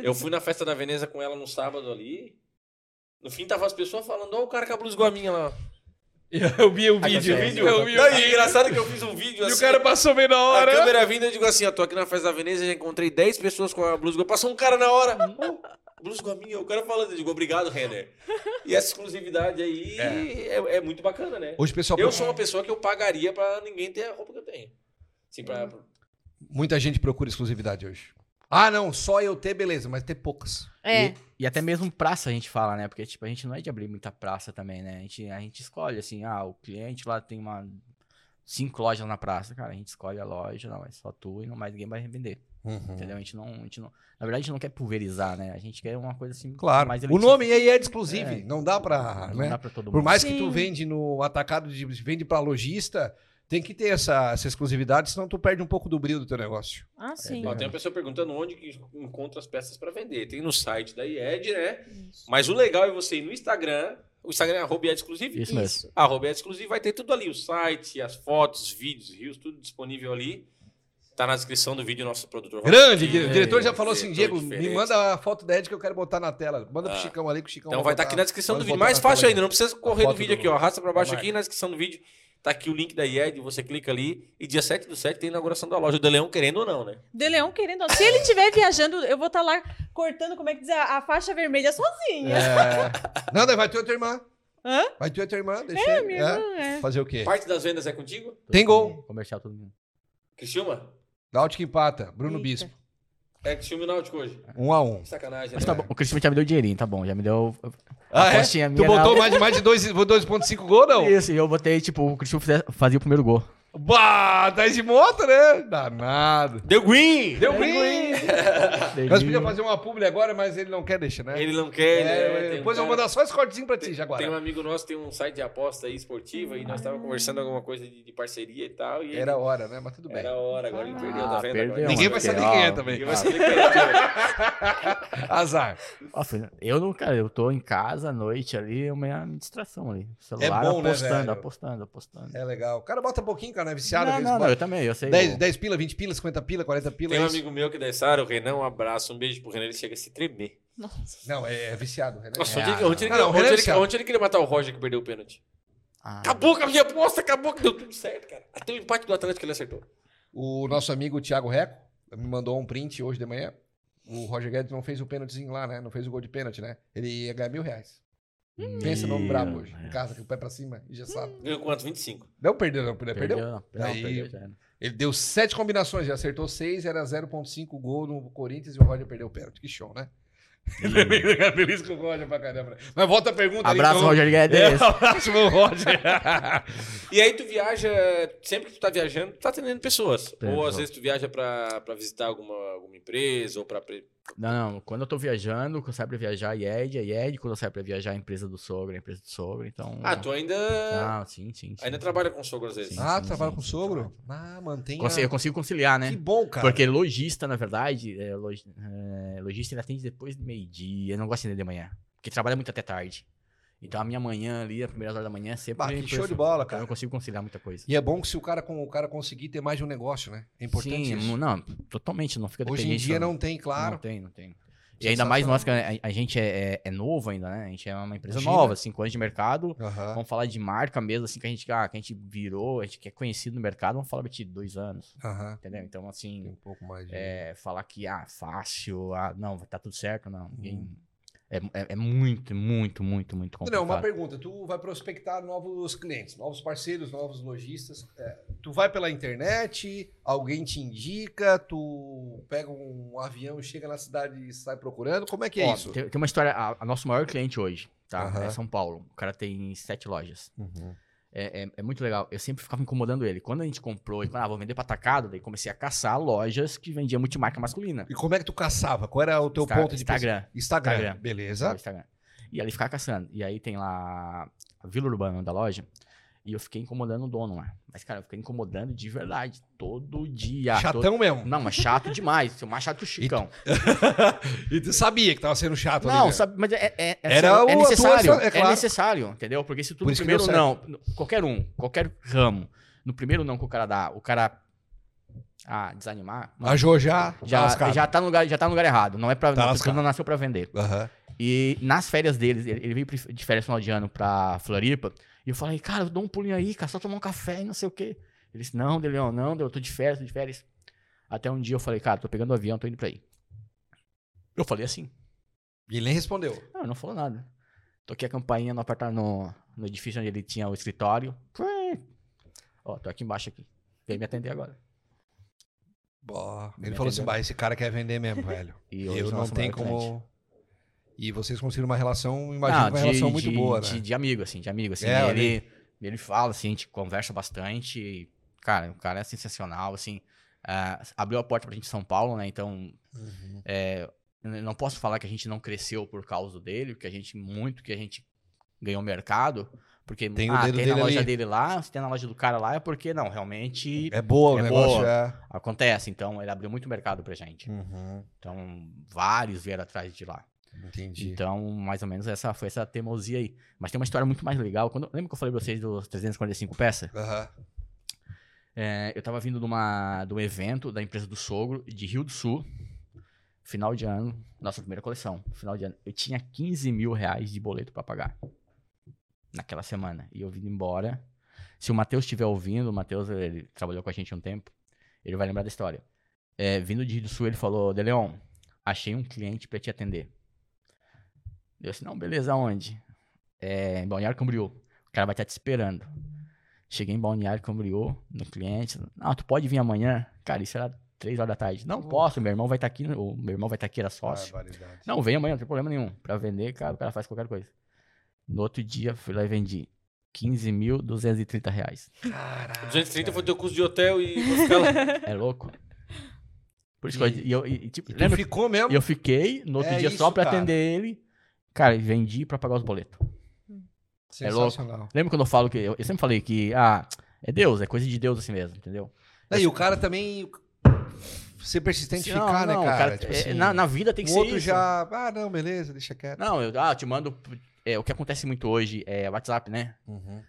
Speaker 2: Eu fui na festa da Veneza com ela no sábado ali. No fim tava as pessoas falando, ó, o cara com a blusa igual a minha lá. Assim,
Speaker 1: Eu vi o
Speaker 4: vídeo, eu vi
Speaker 1: eu
Speaker 2: Eu,
Speaker 1: vi
Speaker 2: não,
Speaker 1: o
Speaker 2: e engraçado que eu fiz um vídeo
Speaker 1: E
Speaker 2: assim.
Speaker 1: o cara passou bem na
Speaker 2: A
Speaker 1: hora.
Speaker 2: câmera vindo, eu digo assim, ó, tô aqui na festa da Veneza, já encontrei 10 pessoas com a blusa igual. Passou um cara na hora. "Ô, blusa igual a minha, o cara falando, eu digo, obrigado, Renner. E essa exclusividade aí é, é muito bacana, né?
Speaker 1: Hoje o pessoal...
Speaker 2: Eu sou uma pessoa que eu pagaria pra ninguém ter a roupa que eu tenho. Assim, pra,
Speaker 1: Muita gente procura exclusividade hoje. Ah, não, só eu ter, beleza, mas ter poucas.
Speaker 3: É.
Speaker 4: E até mesmo praça a gente fala, né? Porque, tipo, a gente não é de abrir muita praça também, né? A gente, a gente escolhe, assim, ah, o cliente lá tem uma... Cinco lojas na praça, cara, a gente escolhe a loja, não, é só tu e não mais ninguém vai revender,
Speaker 1: Hum.
Speaker 4: entendeu? A gente não, a gente não... Na verdade, a gente não quer pulverizar, né? A gente quer uma coisa assim...
Speaker 1: Claro.
Speaker 4: mais
Speaker 1: O
Speaker 4: elitista.
Speaker 1: nome aí é de exclusive,
Speaker 4: É.
Speaker 1: não dá pra...
Speaker 4: Não
Speaker 1: né?
Speaker 4: dá pra todo mundo.
Speaker 1: Por mais que
Speaker 3: Sim.
Speaker 1: tu vende no atacado, de, vende pra lojista, tem que ter essa, essa exclusividade, senão tu perde um pouco do brilho do teu negócio.
Speaker 3: Ah, sim.
Speaker 2: Ó, tem uma pessoa perguntando onde que encontra as peças pra vender. Tem no site da IED, né? Mas o legal é você ir no Instagram. O Instagram é arroba IED exclusivo.
Speaker 4: Isso mesmo.
Speaker 2: Arroba IED exclusivo vai ter tudo ali. O site, as fotos, vídeos, rios, tudo disponível ali. Tá na descrição do vídeo nosso produtor. vai
Speaker 1: Grande,
Speaker 2: curtir,
Speaker 1: o diretor já
Speaker 2: né?
Speaker 1: falou assim,
Speaker 2: Diretor
Speaker 1: Diego, me
Speaker 2: diferente.
Speaker 1: manda a foto da Ed que eu quero botar na tela. Manda pro
Speaker 2: Ah.
Speaker 1: Chicão ali que o Chicão
Speaker 2: Então vai estar
Speaker 1: botar.
Speaker 2: aqui na descrição do
Speaker 1: Pode
Speaker 2: vídeo.
Speaker 1: botar
Speaker 2: Mais
Speaker 1: na tela
Speaker 2: fácil
Speaker 1: aí.
Speaker 2: ainda, não precisa correr do
Speaker 1: foto
Speaker 2: vídeo
Speaker 1: do-
Speaker 2: aqui, ó. Arrasta pra baixo
Speaker 1: da
Speaker 2: aqui na descrição do vídeo. Tá aqui o link da IED, você clica ali. E dia 7 do 7 tem a inauguração da loja. O De Leão querendo ou não, né?
Speaker 3: De Leão querendo. assim, Se ele estiver viajando, eu vou estar lá cortando, como é que diz, a, a faixa vermelha
Speaker 2: né?
Speaker 3: sozinha.
Speaker 1: É. Não, daí vai tu e tua irmã.
Speaker 3: Hã?
Speaker 1: Vai tu e tua irmã, deixa é,
Speaker 3: Minha irmã, é.
Speaker 1: Fazer o quê?
Speaker 2: Parte das vendas é contigo?
Speaker 1: Tem gol.
Speaker 4: Comercial todo mundo.
Speaker 2: Criciúma?
Speaker 1: Gaut que empata, Bruno
Speaker 3: Eita.
Speaker 1: Bispo.
Speaker 2: É Criciúma e Náutico hoje.
Speaker 1: Um a um.
Speaker 2: Que sacanagem, né?
Speaker 4: Mas tá bom. O Cristian já me deu dinheirinho, tá bom. Já me deu.
Speaker 1: Ah, é?
Speaker 4: apostinha
Speaker 1: Tu
Speaker 4: minha
Speaker 1: botou
Speaker 4: na-
Speaker 1: mais de, mais de dois- 2,5 gol, não?
Speaker 4: Isso, e eu botei, tipo, o Cristian fazia o primeiro gol.
Speaker 1: Bah, tá de moto, né? Danado.
Speaker 2: Deu green!
Speaker 1: Deu ruim.
Speaker 4: Daí-
Speaker 1: Nós podíamos fazer uma publi agora, mas ele não quer deixar, né?
Speaker 2: Ele não quer.
Speaker 1: É,
Speaker 2: né? Tem um
Speaker 1: depois eu
Speaker 2: cara-
Speaker 1: vou mandar só esse cortezinho pra ti,
Speaker 2: Tem-
Speaker 1: Jaguara.
Speaker 2: Tem um amigo nosso, tem um site de aposta aí esportiva, e nós tava conversando alguma coisa de, de parceria e tal. E
Speaker 1: Ah. Era hora, né? Mas tudo
Speaker 2: ele,
Speaker 1: bem.
Speaker 2: era hora, agora ele perdeu,
Speaker 4: Ah,
Speaker 2: tá vendo?
Speaker 4: perdeu,
Speaker 2: agora?
Speaker 4: mano,
Speaker 1: Ninguém vai
Speaker 4: porque,
Speaker 1: saber
Speaker 4: ó,
Speaker 1: quem é também.
Speaker 2: Ninguém vai saber quem é.
Speaker 1: Azar.
Speaker 4: ó, filho, Eu não, cara, eu tô em casa à noite ali, é uma distração ali. Celular
Speaker 1: bom, né,
Speaker 4: apostando,
Speaker 1: velho?
Speaker 4: apostando, apostando.
Speaker 1: É legal. O cara bota pouquinho, cara, não é viciado.
Speaker 4: não,
Speaker 1: eles
Speaker 4: não, não,
Speaker 1: botam
Speaker 4: eu também, eu sei.
Speaker 1: 10,
Speaker 4: eu-
Speaker 1: 10 pila, 20 pila, 50 pila, 40 pila.
Speaker 2: Tem
Speaker 1: é
Speaker 2: um
Speaker 1: isso.
Speaker 2: amigo meu que da essa área, o Renan, um abraço, um beijo pro Renan, ele chega a se tremer.
Speaker 1: Não, é, é viciado. né?
Speaker 2: Nossa,
Speaker 4: É,
Speaker 2: onde, ele- onde ele,
Speaker 1: não, não, o
Speaker 2: onde,
Speaker 1: Renan é
Speaker 2: ele-
Speaker 1: viciado.
Speaker 2: onde ele queria matar o Roger que perdeu o pênalti?
Speaker 4: Ah,
Speaker 2: Acabou com a minha aposta, acabou que deu tudo certo, cara. Até o empate do Atlético ele acertou.
Speaker 1: O nosso amigo Thiago Reco me mandou um print hoje de manhã. O Roger Guedes não fez o pênaltizinho lá, né? Não fez o gol de pênalti, né? Ele ia ganhar mil reais. Pensa no homem
Speaker 4: meu
Speaker 1: brabo hoje. Em
Speaker 4: Deus.
Speaker 1: casa, com o pé pra cima, engessado.
Speaker 2: Ganhou quantos? 25.
Speaker 1: Não perdeu, não. Perdeu.
Speaker 4: Perdeu?
Speaker 1: perdeu.
Speaker 4: Não, perdeu,
Speaker 1: Aí-
Speaker 4: perdeu, já né? era.
Speaker 1: Ele deu sete combinações, ele acertou seis, era 0,5 gol no Corinthians e o Roger perdeu o pênalti. Que show, né? Ele veio ficar feliz com o Roger pra caramba. Mas volta a pergunta
Speaker 4: Abraço,
Speaker 1: ali.
Speaker 4: Roger Guedes.
Speaker 1: É, abraço, meu Roger.
Speaker 2: E aí tu viaja, sempre que tu tá viajando, tu tá atendendo pessoas.
Speaker 4: Tem,
Speaker 2: ou às
Speaker 4: pessoal.
Speaker 2: vezes tu viaja pra, pra visitar alguma, alguma empresa, ou pra... pre-
Speaker 4: Não, não, quando eu tô viajando, quando eu saio pra viajar, IED, a IED, quando eu saio pra viajar, a empresa do sogro, a empresa do sogro, então...
Speaker 2: Ah, tu
Speaker 1: é
Speaker 2: ainda...
Speaker 4: Ah, sim, sim, sim.
Speaker 2: ainda trabalha com sogro às vezes.
Speaker 4: Sim.
Speaker 1: ah, tu trabalha com o sogro? Ah, mantém. a-
Speaker 4: Conse- Eu consigo conciliar, né?
Speaker 1: Que bom, cara.
Speaker 4: Porque lojista, na verdade, é, loj- é, lojista ele atende depois do meio-dia. Eu não gosto de atender de manhã. Porque trabalha muito até tarde. Então a minha manhã ali, as primeiras horas da manhã, é sempre.
Speaker 1: Bah, que show de
Speaker 4: impressionante.
Speaker 1: bola,
Speaker 4: Então,
Speaker 1: cara.
Speaker 4: Eu não consigo conciliar muita coisa.
Speaker 1: E é bom que se o cara, com, o cara conseguir ter mais de um negócio, né? É importante
Speaker 4: Sim,
Speaker 1: isso.
Speaker 4: não, totalmente, não fica
Speaker 1: Hoje em
Speaker 4: dependente
Speaker 1: dia
Speaker 4: só-
Speaker 1: não tem, claro.
Speaker 4: Não tem, não tem. E ainda mais nós, que a, a gente é, é- é novo ainda, né? A gente é uma empresa
Speaker 1: Imagina.
Speaker 4: nova, cinco anos de mercado.
Speaker 1: Aham.
Speaker 4: Vamos falar de marca mesmo, assim, que a gente, ah, que a gente virou, a gente que é conhecido no mercado, vamos falar de dois anos,
Speaker 1: Aham.
Speaker 4: entendeu? Então, assim,
Speaker 1: Tem um pouco mais de...
Speaker 4: é, falar que, ah, fácil, ah, não, tá tudo certo, não.
Speaker 1: Hum.
Speaker 4: É, é- é muito, muito, muito, muito complicado.
Speaker 1: Não, uma pergunta. Tu vai prospectar novos clientes, novos parceiros, novos lojistas. É, tu vai pela internet, alguém te indica, tu pega um avião, chega na cidade e sai procurando. Como é que é
Speaker 4: Ó,
Speaker 1: isso?
Speaker 4: Tem, tem uma história, a, a nosso maior cliente hoje, tá?
Speaker 1: Aham.
Speaker 4: É São Paulo. O cara tem sete lojas. É, é- é muito legal. Eu sempre ficava incomodando ele. Quando a gente comprou, e quando, ah, vou vender pra atacado, daí comecei a caçar lojas que vendiam multimarca masculina.
Speaker 1: E como é que tu caçava? Qual era o teu
Speaker 4: Insta-
Speaker 1: ponto de
Speaker 4: Instagram.
Speaker 1: pesquisa? Instagram.
Speaker 4: Instagram.
Speaker 1: Beleza.
Speaker 4: no Instagram. E ali ficava caçando. E aí tem lá a Vila Urbana da loja. E eu fiquei incomodando o dono lá. Mas, cara, eu fiquei incomodando de verdade. Todo dia.
Speaker 1: Chatão
Speaker 4: todo-
Speaker 1: mesmo.
Speaker 4: Não, mas chato demais. Seu mais chato que o Chicão.
Speaker 1: E tu sabia que tava sendo chato ali,
Speaker 4: Não,
Speaker 1: né?
Speaker 4: sabe, mas é, é, é,
Speaker 1: Era
Speaker 4: é
Speaker 1: o- a tua
Speaker 4: necessário.
Speaker 1: ação, é
Speaker 4: é,
Speaker 1: claro.
Speaker 4: necessário, entendeu? Porque se tu
Speaker 1: Por
Speaker 4: no
Speaker 1: isso que deu
Speaker 4: primeiro não, no- qualquer um, qualquer ramo, no primeiro não que o cara dá, o cara ah, desanimar, mano,
Speaker 1: A Jo já...
Speaker 4: já,
Speaker 1: lascado.
Speaker 4: já, tá no lugar, já tá no lugar errado. Não é pra.
Speaker 1: Tá
Speaker 4: não,
Speaker 1: lascado.
Speaker 4: não nasceu pra vender.
Speaker 1: Aham.
Speaker 4: E nas férias deles, ele ele veio pri- de férias final de ano pra Floripa, e eu falei, cara, eu dou um pulinho aí, cara, só tomar um café e não sei o quê. Ele disse, não, Deleon, não, eu tô de férias, tô de férias. Até um dia eu falei, cara, tô pegando o avião, tô indo pra aí. Eu falei assim.
Speaker 1: E ele nem respondeu.
Speaker 4: Não, ele não falou nada. Toquei a campainha no apartamento, no, no edifício onde ele tinha o escritório. Pué. Ó, tô aqui embaixo aqui. Vem me atender agora.
Speaker 1: Bó, ele
Speaker 4: Entendeu?
Speaker 1: falou assim, bah, esse cara quer vender mesmo, velho.
Speaker 4: E
Speaker 1: Eu,
Speaker 4: hoje é o
Speaker 1: não
Speaker 4: nosso
Speaker 1: tenho
Speaker 4: maior cliente.
Speaker 1: como... E vocês conseguiram uma relação, imagino,
Speaker 4: Não,
Speaker 1: que é uma relação muito
Speaker 4: de,
Speaker 1: boa, né?
Speaker 4: de, de amigo, assim, de amigo, assim.
Speaker 1: É, eu
Speaker 4: ele, ele fala, assim, a gente conversa bastante. e, cara, o cara é sensacional, assim. Ah, abriu a porta pra gente em São Paulo, né? Então,
Speaker 1: Uhum.
Speaker 4: é, eu não posso falar que a gente não cresceu por causa dele, porque a gente, muito que a gente ganhou mercado. Porque
Speaker 1: Tem o
Speaker 4: ah,
Speaker 1: dedo
Speaker 4: tem
Speaker 1: dele
Speaker 4: na loja
Speaker 1: ali.
Speaker 4: dele lá, se tem na loja do cara lá, é porque não, realmente
Speaker 1: É boa o
Speaker 4: É
Speaker 1: negócio,
Speaker 4: boa.
Speaker 1: é.
Speaker 4: acontece. Então, ele abriu muito mercado pra gente. Então, vários vieram atrás de lá.
Speaker 1: Entendi.
Speaker 4: Então, mais ou menos essa foi essa teimosia aí. Mas tem uma história muito mais legal. Quando, lembra que eu falei pra vocês dos 345 peças?
Speaker 1: Aham.
Speaker 4: É, eu tava vindo de, uma, de um evento da empresa do sogro, de Rio do Sul, final de ano, nossa primeira coleção, final de ano. Eu tinha 15 mil reais de boleto pra pagar naquela semana. E eu vim embora. Se o Matheus estiver ouvindo, o Matheus ele trabalhou com a gente um tempo, ele vai lembrar da história. É, vindo de Rio do Sul, ele falou: De Leon, achei um cliente pra te atender. Eu disse: Não, beleza, aonde? É, em Balneário Camboriú. O cara vai estar te esperando. Cheguei em Balneário Camboriú, no cliente. Não, tu pode vir amanhã? Cara, isso era três horas da tarde. Não posso, meu irmão vai estar aqui. O meu irmão vai estar aqui, era sócio.
Speaker 1: Barbaridade.
Speaker 4: Não, vem amanhã, não tem problema nenhum. Pra vender, cara, o cara faz qualquer coisa. No outro dia, fui lá e vendi 15.230 reais.
Speaker 2: 230 foi teu custo de hotel e vou ficar lá.
Speaker 4: É louco? Por isso que eu-
Speaker 1: E-
Speaker 4: e eu, e, tipo,
Speaker 1: E tu
Speaker 4: lembra?
Speaker 1: ficou mesmo?
Speaker 4: Eu fiquei no outro
Speaker 1: É
Speaker 4: dia só
Speaker 1: isso,
Speaker 4: pra
Speaker 1: cara.
Speaker 4: atender ele. Cara, e vendi pra pagar os boletos. é louco.
Speaker 1: Sensacional.
Speaker 4: Lembra quando eu falo que. Eu, eu sempre falei que, ah, é Deus, é coisa de Deus assim mesmo, entendeu?
Speaker 1: Não, E o cara também ser persistente e
Speaker 4: Não,
Speaker 1: ficar, né,
Speaker 4: não,
Speaker 1: cara?
Speaker 4: é- na, na vida tem que
Speaker 1: o
Speaker 4: ser.
Speaker 1: outro
Speaker 4: isso.
Speaker 1: já. Ah, não, beleza, deixa quieto.
Speaker 4: Não, eu ah, eu te mando. é, o que acontece muito hoje é WhatsApp, né?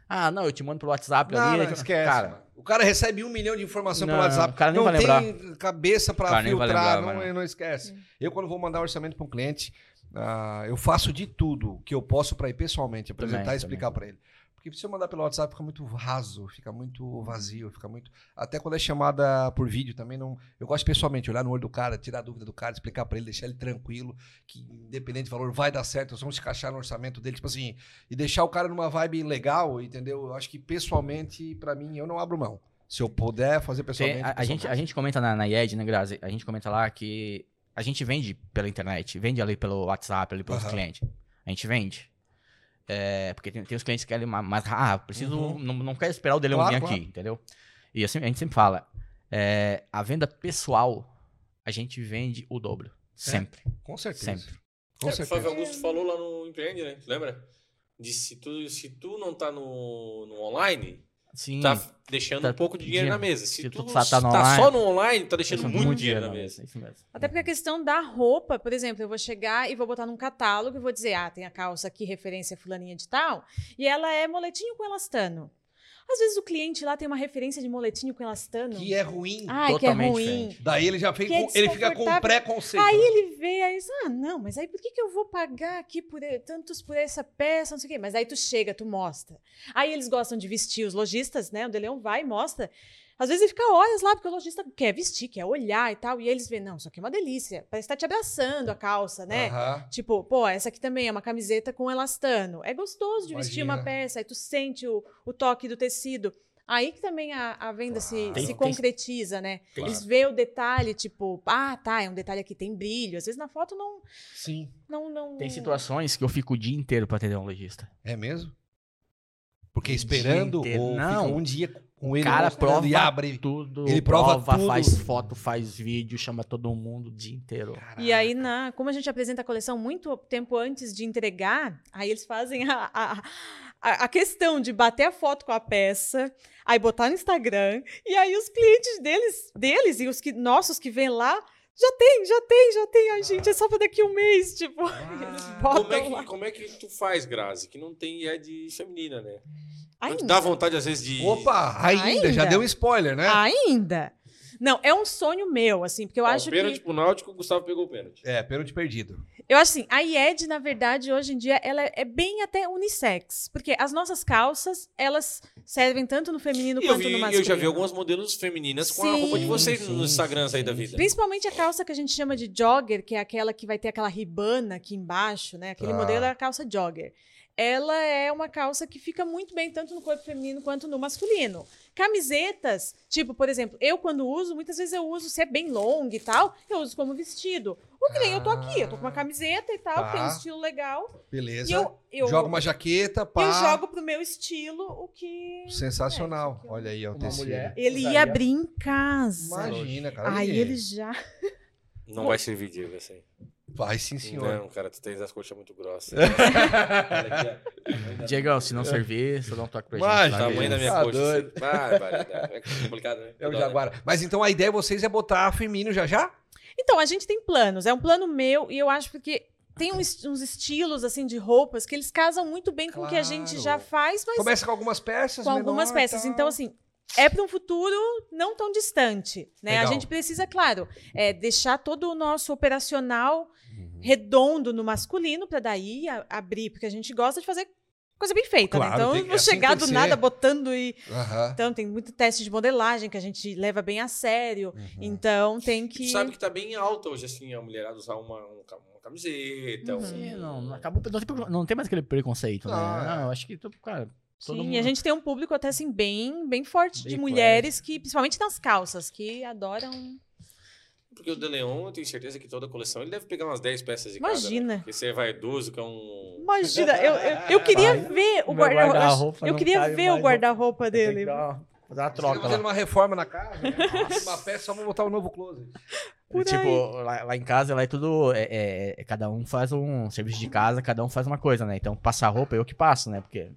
Speaker 4: Ah, não, eu te mando pelo WhatsApp
Speaker 1: Não,
Speaker 4: ali.
Speaker 1: não,
Speaker 4: aí-
Speaker 1: esquece.
Speaker 4: Cara,
Speaker 1: mano. o cara recebe um milhão de informação
Speaker 4: Não,
Speaker 1: pelo WhatsApp.
Speaker 4: o cara nem
Speaker 1: não
Speaker 4: vai
Speaker 1: tem cabeça
Speaker 4: O
Speaker 1: pra
Speaker 4: cara nem vai
Speaker 1: filtrar,
Speaker 4: lembrar,
Speaker 1: não,
Speaker 4: vai,
Speaker 1: não esquece. Eu, quando vou mandar orçamento para um cliente, ah, eu faço de tudo que eu posso para ir pessoalmente,
Speaker 4: Também,
Speaker 1: apresentar e
Speaker 4: também.
Speaker 1: explicar para ele. Porque se eu mandar pelo WhatsApp, fica muito raso, fica muito vazio, fica muito. Até quando é chamada por vídeo também, não. Eu gosto pessoalmente, olhar no olho do cara, tirar a dúvida do cara, explicar para ele, deixar ele tranquilo, que independente do valor, vai dar certo, nós vamos se encaixar no orçamento dele, tipo assim, e deixar o cara numa vibe legal, entendeu? Eu acho que pessoalmente, para mim, eu não abro mão. Se eu puder fazer
Speaker 4: Tem-
Speaker 1: pessoalmente.
Speaker 4: É, a, a gente, a gente comenta na, na IED, né, Grazi? A gente comenta lá que a gente vende pela internet, vende ali pelo WhatsApp, ali pelos
Speaker 1: Aham.
Speaker 4: clientes. A gente vende. É, porque tem, tem os clientes que querem ma- mais. Ah, preciso.
Speaker 1: Uhum.
Speaker 4: Não, não quero esperar o Deleon
Speaker 1: Claro,
Speaker 4: vir
Speaker 1: claro.
Speaker 4: aqui, entendeu? E eu sempre- a gente sempre fala: é, a venda pessoal, a gente vende o
Speaker 1: É,
Speaker 4: dobro. Sempre.
Speaker 1: Com certeza.
Speaker 4: Sempre.
Speaker 1: Com
Speaker 2: É, o Flávio
Speaker 1: certeza.
Speaker 2: Augusto falou lá no Empreende, né? Tu Lembra? Disse, se tu, se tu não tá no, no online,
Speaker 4: Sim.
Speaker 2: tá deixando
Speaker 4: Tá
Speaker 2: um pouco de dinheiro
Speaker 4: dinheiro.
Speaker 2: na mesa. Se,
Speaker 4: Se
Speaker 2: tu,
Speaker 4: tu
Speaker 2: tá,
Speaker 4: tá no
Speaker 2: só
Speaker 4: online,
Speaker 2: no online, tá deixando
Speaker 4: Isso é
Speaker 2: muito, dinheiro na mesa.
Speaker 4: Isso mesmo.
Speaker 3: Até porque a questão da roupa, por exemplo, eu vou chegar e vou botar num catálogo e vou dizer, ah, tem a calça aqui, referência fulaninha de tal, e ela é moletinho com elastano. Às vezes o cliente lá tem uma referência de moletinho com elastano.
Speaker 1: Que é ruim.
Speaker 3: Ai, que é
Speaker 4: Totalmente
Speaker 3: ruim.
Speaker 4: diferente.
Speaker 1: Daí ele já fez
Speaker 3: um- Que é
Speaker 1: com- ele fica com
Speaker 3: desconfortável.
Speaker 1: preconceito. né?
Speaker 3: Aí ele vê, aí diz, ah, não, mas aí por que, que eu vou pagar aqui por e- tantos por essa peça, não sei o quê. Mas aí tu chega, tu mostra. Aí eles gostam de vestir, os lojistas, né? O Deleon vai e mostra. Às vezes ele fica horas lá, porque o lojista quer vestir, quer olhar e tal. E eles veem, não, isso aqui é uma delícia. Parece que tá te abraçando a calça, né?
Speaker 1: Aham.
Speaker 3: Tipo, pô, essa aqui também é uma camiseta com elastano. É gostoso de vestir
Speaker 1: Imagina.
Speaker 3: uma peça, aí tu sente o, o toque do tecido. Aí que também a, a venda se,
Speaker 1: Claro.
Speaker 3: se
Speaker 4: Tem-
Speaker 3: concretiza, né?
Speaker 4: tem-
Speaker 3: Eles vê o detalhe, tipo, ah, tá, é um detalhe aqui, tem brilho. Às vezes na foto não.
Speaker 1: Sim.
Speaker 3: não, não...
Speaker 4: Tem situações que eu fico o dia inteiro pra atender um lojista.
Speaker 1: É mesmo? Porque
Speaker 4: O
Speaker 1: esperando
Speaker 4: dia inteiro.
Speaker 1: ou
Speaker 4: é, Não.
Speaker 1: fica um dia com
Speaker 4: O
Speaker 1: ele
Speaker 4: cara
Speaker 1: mostrando
Speaker 4: prova
Speaker 1: e abre.
Speaker 4: tudo.
Speaker 1: Ele prova tudo.
Speaker 4: faz foto, faz vídeo, chama todo mundo o dia inteiro.
Speaker 3: E aí, na, como a gente apresenta a coleção muito tempo antes de entregar, aí eles fazem a, a, a, a questão de bater a foto com a peça, aí botar no Instagram, e aí os clientes deles, deles e os que, nossos que vêm lá, já tem, já tem, já tem. Ai, gente, é só pra daqui um mês, tipo. eles botam
Speaker 2: Como é,
Speaker 3: lá.
Speaker 2: que, como é que tu faz, Grazi? Que não tem é de feminina, né? Não te
Speaker 3: Ainda.
Speaker 2: Dá vontade, às vezes, de.
Speaker 1: Opa, ainda, já
Speaker 3: Ainda? Ah.
Speaker 1: deu um spoiler, né?
Speaker 3: Ainda. Não, é um sonho meu, assim, porque eu
Speaker 2: Ó,
Speaker 3: acho que.
Speaker 2: pênalti pro Náutico, o Gustavo pegou o pênalti.
Speaker 1: É, pênalti perdido.
Speaker 3: Eu acho assim, a IED, na verdade, hoje em dia, ela é bem até unissex. Porque as nossas calças, elas servem tanto no feminino
Speaker 2: E eu,
Speaker 3: quanto
Speaker 2: vi-
Speaker 3: no masculino.
Speaker 2: eu já vi algumas modelos femininas com a
Speaker 3: Sim.
Speaker 2: roupa de vocês
Speaker 4: Sim,
Speaker 2: no Instagram aí da
Speaker 4: sim,
Speaker 2: vida.
Speaker 3: Principalmente a calça que a gente chama de jogger, que é aquela que vai ter aquela ribana aqui embaixo, né? Aquele
Speaker 2: Ah.
Speaker 1: Tá.
Speaker 3: modelo é a calça jogger. Ela é uma calça que fica muito bem tanto no corpo feminino quanto no masculino. Camisetas, tipo, por exemplo, eu quando uso, muitas vezes eu uso, se é bem longa e tal, eu uso como vestido. O que nem eu tô aqui, eu tô com
Speaker 2: Ah,
Speaker 3: uma camiseta e tal,
Speaker 1: Tá.
Speaker 3: tem um estilo legal.
Speaker 1: Beleza.
Speaker 3: E eu, eu
Speaker 1: Joga uma jaqueta, pá.
Speaker 3: eu jogo pro meu estilo o que. É,
Speaker 1: Sensacional.
Speaker 3: isso aqui, ó.
Speaker 1: Olha aí, é ó, o tecido.
Speaker 3: Ele ia abrir em casa.
Speaker 1: Imagina, cara.
Speaker 3: Aí
Speaker 1: olha
Speaker 3: ele já.
Speaker 2: Não vai servir, Diego, essa aí.
Speaker 1: Vai sim, senhor.
Speaker 2: Não, cara, tu tens as coxas muito grossas. Olha aqui, ó.
Speaker 4: Diego, se não servir, só dá um toque pra
Speaker 1: Mas,
Speaker 4: gente.
Speaker 2: O É
Speaker 4: lá,
Speaker 2: tamanho da
Speaker 4: beleza?
Speaker 2: minha
Speaker 1: Tá
Speaker 2: coxa.
Speaker 1: doido.
Speaker 2: assim. Barbaridade. É complicado, né?
Speaker 1: É o Jaguar. Mas então a ideia de vocês é botar a feminino já já?
Speaker 3: Então, a gente tem planos. É um plano meu e eu acho porque tem um est- uns estilos assim de roupas que eles casam muito bem com o que a gente
Speaker 1: Claro.
Speaker 3: já faz, mas
Speaker 1: Começa com algumas peças,
Speaker 3: com algumas
Speaker 1: menor e
Speaker 3: peças.
Speaker 1: tal.
Speaker 3: Então, assim, é para um futuro não tão distante. Né? A
Speaker 1: Legal.
Speaker 3: gente precisa, claro, é, deixar todo o nosso operacional
Speaker 1: Uhum.
Speaker 3: redondo no masculino para daí a- abrir, porque a gente gosta de fazer coisa bem feita.
Speaker 1: Claro,
Speaker 3: né? Então,
Speaker 1: tem-
Speaker 3: eu não vou
Speaker 1: assim
Speaker 3: chegar
Speaker 1: tem
Speaker 3: do
Speaker 1: que
Speaker 3: nada
Speaker 1: ser.
Speaker 3: botando e.
Speaker 1: Aham.
Speaker 3: Então, tem muito teste de modelagem que a gente leva bem a sério.
Speaker 4: É.
Speaker 3: Então, tem
Speaker 2: Que...
Speaker 3: que.
Speaker 2: Tu sabe que tá bem alta hoje, assim, a mulherada usar uma, um ca- uma camiseta.
Speaker 3: Uhum.
Speaker 2: um-
Speaker 4: Sim, não, é não acabou, não, tem, preconce- não tem mais aquele preconceito, né?
Speaker 1: Não, é.
Speaker 4: Não, eu acho que, tu- cara, todo
Speaker 3: Sim,
Speaker 4: mundo...
Speaker 3: a gente tem um público até assim bem, bem forte
Speaker 4: Bem
Speaker 3: de mulheres que, principalmente nas calças, que adoram.
Speaker 2: Porque o De Leon, eu tenho certeza que toda a coleção, ele deve pegar umas 10 peças de cada. né?
Speaker 3: Imagina.
Speaker 2: Porque você é vaidoso, que é um...
Speaker 3: Imagina, eu, eu, eu queria
Speaker 4: Vai.
Speaker 3: ver o
Speaker 4: Meu
Speaker 3: guarda-roupa.
Speaker 4: guarda-roupa
Speaker 3: eu
Speaker 4: não
Speaker 3: queria
Speaker 4: cabe
Speaker 3: ver o
Speaker 4: mais,
Speaker 3: guarda-roupa
Speaker 4: Tem que
Speaker 3: dele. né?
Speaker 4: dar uma- Fazer uma
Speaker 1: Troca
Speaker 4: troca
Speaker 1: fazendo
Speaker 4: lá.
Speaker 1: uma reforma na casa, né? uma peça, só vou botar um novo closet.
Speaker 3: Por
Speaker 4: tipo, lá, lá em casa, lá é tudo. É, é- é- cada um faz um serviço de casa, cada um faz uma coisa, né? Então, passar roupa eu que passo, né? Porque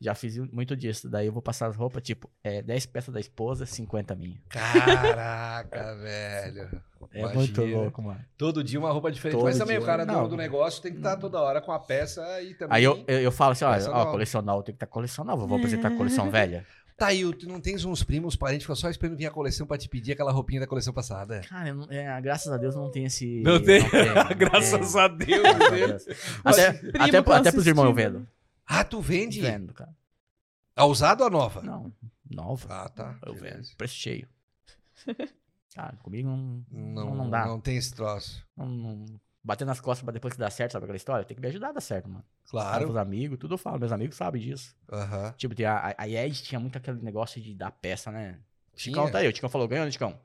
Speaker 4: já fiz muito disso. Daí eu vou passar as roupas, tipo, é 10 peças da esposa, 50 minha.
Speaker 1: Caraca, velho.
Speaker 4: É
Speaker 1: Imagina.
Speaker 4: muito louco, mano.
Speaker 1: Todo dia uma roupa diferente.
Speaker 4: Todo
Speaker 1: Mas também
Speaker 4: dia.
Speaker 1: o cara dono
Speaker 4: Não.
Speaker 1: do negócio tem que estar toda hora com a peça e também.
Speaker 4: Aí eu, eu, eu falo assim: ó,
Speaker 1: Peça
Speaker 4: ó
Speaker 1: nova.
Speaker 4: coleção nova, tem que estar tá coleção nova, vou apresentar a coleção velha.
Speaker 1: Tá aí, tu não tens uns primos, uns parentes, ficam só esperando vir a coleção pra te pedir aquela roupinha da coleção passada.
Speaker 4: Cara, eu não- é, graças a Deus não tem esse.
Speaker 1: Não tem.
Speaker 4: não tem.
Speaker 1: a Deus.
Speaker 4: Graças a Deus. Até, até,
Speaker 3: tão
Speaker 4: até pros irmãos eu
Speaker 3: assistindo.
Speaker 4: vendo.
Speaker 1: Ah, tu vende?
Speaker 4: Vendo, cara.
Speaker 1: A usada ou a nova?
Speaker 4: Não, nova.
Speaker 1: Ah, tá.
Speaker 4: Eu vendo.
Speaker 1: Beleza.
Speaker 4: Preço cheio. Cara, comigo não,
Speaker 1: Não,
Speaker 4: não, não dá.
Speaker 1: Não tem esse troço.
Speaker 4: Não, não- Bater nas costas pra depois que dá certo, sabe aquela história? Tem que me ajudar a dar certo, mano. Falo
Speaker 1: Claro.
Speaker 4: pros amigos, tudo eu falo. Meus amigos sabem disso.
Speaker 1: Aham.
Speaker 4: Tipo, tem a, a- a Ed tinha muito aquele negócio de dar peça, né? O Chicão
Speaker 1: Tinha?
Speaker 4: tá aí. O Chicão falou, ganhou, né, Chicão?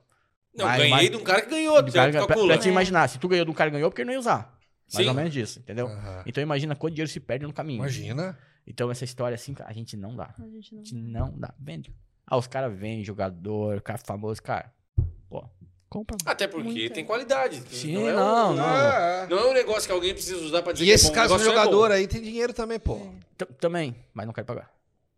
Speaker 2: Não,
Speaker 4: Mas-
Speaker 2: ganhei
Speaker 4: mas-
Speaker 2: de um cara que ganhou,
Speaker 4: Do
Speaker 2: tu
Speaker 4: cara
Speaker 2: já
Speaker 4: gan- pra,
Speaker 2: calcula.
Speaker 4: pra te imaginar, se tu ganhou de um cara que ganhou, porque não ia usar. Mais
Speaker 2: Sim.
Speaker 4: ou menos isso, entendeu?
Speaker 1: Aham.
Speaker 4: Então imagina quanto dinheiro se perde no caminho.
Speaker 1: É. Imagina.
Speaker 4: Então essa história assim, cara, a gente não dá.
Speaker 3: A gente
Speaker 4: A
Speaker 3: não-
Speaker 4: gente não dá. Vende. Ah, os caras vendem, jogador, cara famoso, cara. Pô, compra. mano.
Speaker 2: Até porque
Speaker 3: Muita.
Speaker 2: tem qualidade.
Speaker 4: Sim,
Speaker 2: é um-
Speaker 4: não, não.
Speaker 1: Ah,
Speaker 2: Não é um negócio que alguém precisa usar pra dizer
Speaker 1: E
Speaker 2: que é
Speaker 1: esses
Speaker 2: bom. O
Speaker 1: casos de
Speaker 2: negócio é bom.
Speaker 1: jogador aí tem dinheiro também, pô.
Speaker 4: Tam- Também, mas não quero pagar.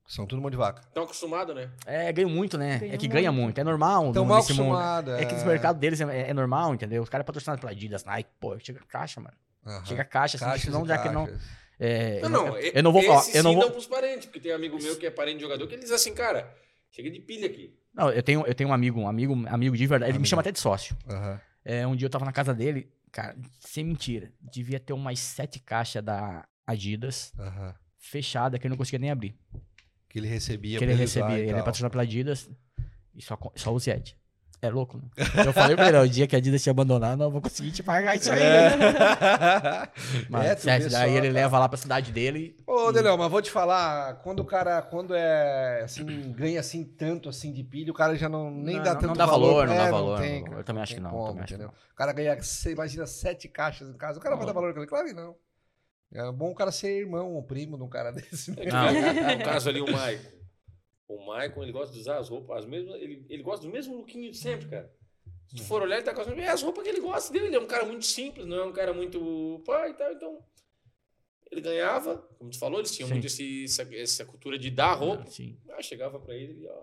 Speaker 1: São tudo mão de vaca.
Speaker 2: Estão acostumados, né?
Speaker 4: É, ganha muito, né?
Speaker 3: Ganha
Speaker 4: é que ganha muito. É normal
Speaker 1: Estão
Speaker 4: no-
Speaker 1: mal
Speaker 4: nesse mundo.
Speaker 1: acostumados.
Speaker 4: É que esse mercado deles é, é normal, entendeu? Os caras patrocinados pela Adidas, Nike, pô, chega caixa, mano.
Speaker 1: Aham.
Speaker 4: Chega caixa, assim,
Speaker 1: Caixas
Speaker 4: senão
Speaker 1: e
Speaker 4: já que não.
Speaker 1: caixas.
Speaker 4: é,
Speaker 2: Não,
Speaker 4: eu
Speaker 2: não.
Speaker 4: não-
Speaker 2: e-
Speaker 4: eu não vou falar.
Speaker 2: esse
Speaker 4: Eu não
Speaker 2: sim
Speaker 4: vou.
Speaker 2: dão pros parentes, porque tem amigo meu que é parente de jogador que ele diz assim, cara, chega de pilha aqui.
Speaker 4: Não, eu tenho, eu tenho um amigo, um amigo, amigo de verdade. Ele me
Speaker 1: Amigo.
Speaker 4: chama até de sócio.
Speaker 1: Aham.
Speaker 4: É, um dia eu tava na casa dele, cara, sem mentira. Devia ter umas sete caixas da Adidas
Speaker 1: Aham.
Speaker 4: fechada que eu não conseguia nem abrir.
Speaker 1: Que ele recebia.
Speaker 4: que
Speaker 1: pra
Speaker 4: ele
Speaker 1: usar
Speaker 4: recebia.
Speaker 1: e
Speaker 4: Ele é
Speaker 1: tal.
Speaker 4: patrocinado pela Adidas e só, co- só usa Ed. É louco, né? Eu falei pra ele, ó, o dia que a Adidas te abandonar, não eu vou conseguir te pagar isso aí. Mas,
Speaker 1: É, tu
Speaker 4: certo,
Speaker 1: vê só,
Speaker 4: daí ele
Speaker 1: cara.
Speaker 4: leva lá pra cidade dele.
Speaker 1: Ô, Delião, mas vou te falar, quando o cara, quando é, assim, ganha assim tanto, assim, de pilha, o cara já não, nem
Speaker 4: Não,
Speaker 1: dá
Speaker 4: não-
Speaker 1: tanto
Speaker 4: não dá valor, não dá valor, não dá valor.
Speaker 1: cara,
Speaker 4: Eu também acho
Speaker 1: tem
Speaker 4: que não,
Speaker 1: como,
Speaker 4: também acho que
Speaker 1: entendeu? O cara ganha, você imagina, sete caixas em casa, o cara vai dar
Speaker 4: Não.
Speaker 1: valor àquilo? Claro que não. É bom o cara ser irmão ou primo de um cara desse. né?
Speaker 4: Ah. Não.
Speaker 2: No é, um caso ali, o Maicon. O Maicon, ele gosta de usar as roupas, as mesmas, ele, ele gosta do mesmo lookinho de sempre, cara. Se tu for olhar, ele tá com as, é as roupas que ele gosta dele. Ele é um cara muito simples, não é um cara muito pai e tal, então... Ele ganhava, como tu falou, eles tinham
Speaker 4: Sim.
Speaker 2: muito esse, essa, essa cultura de dar roupa.
Speaker 4: Sim.
Speaker 2: Ah, chegava pra ele e, ó...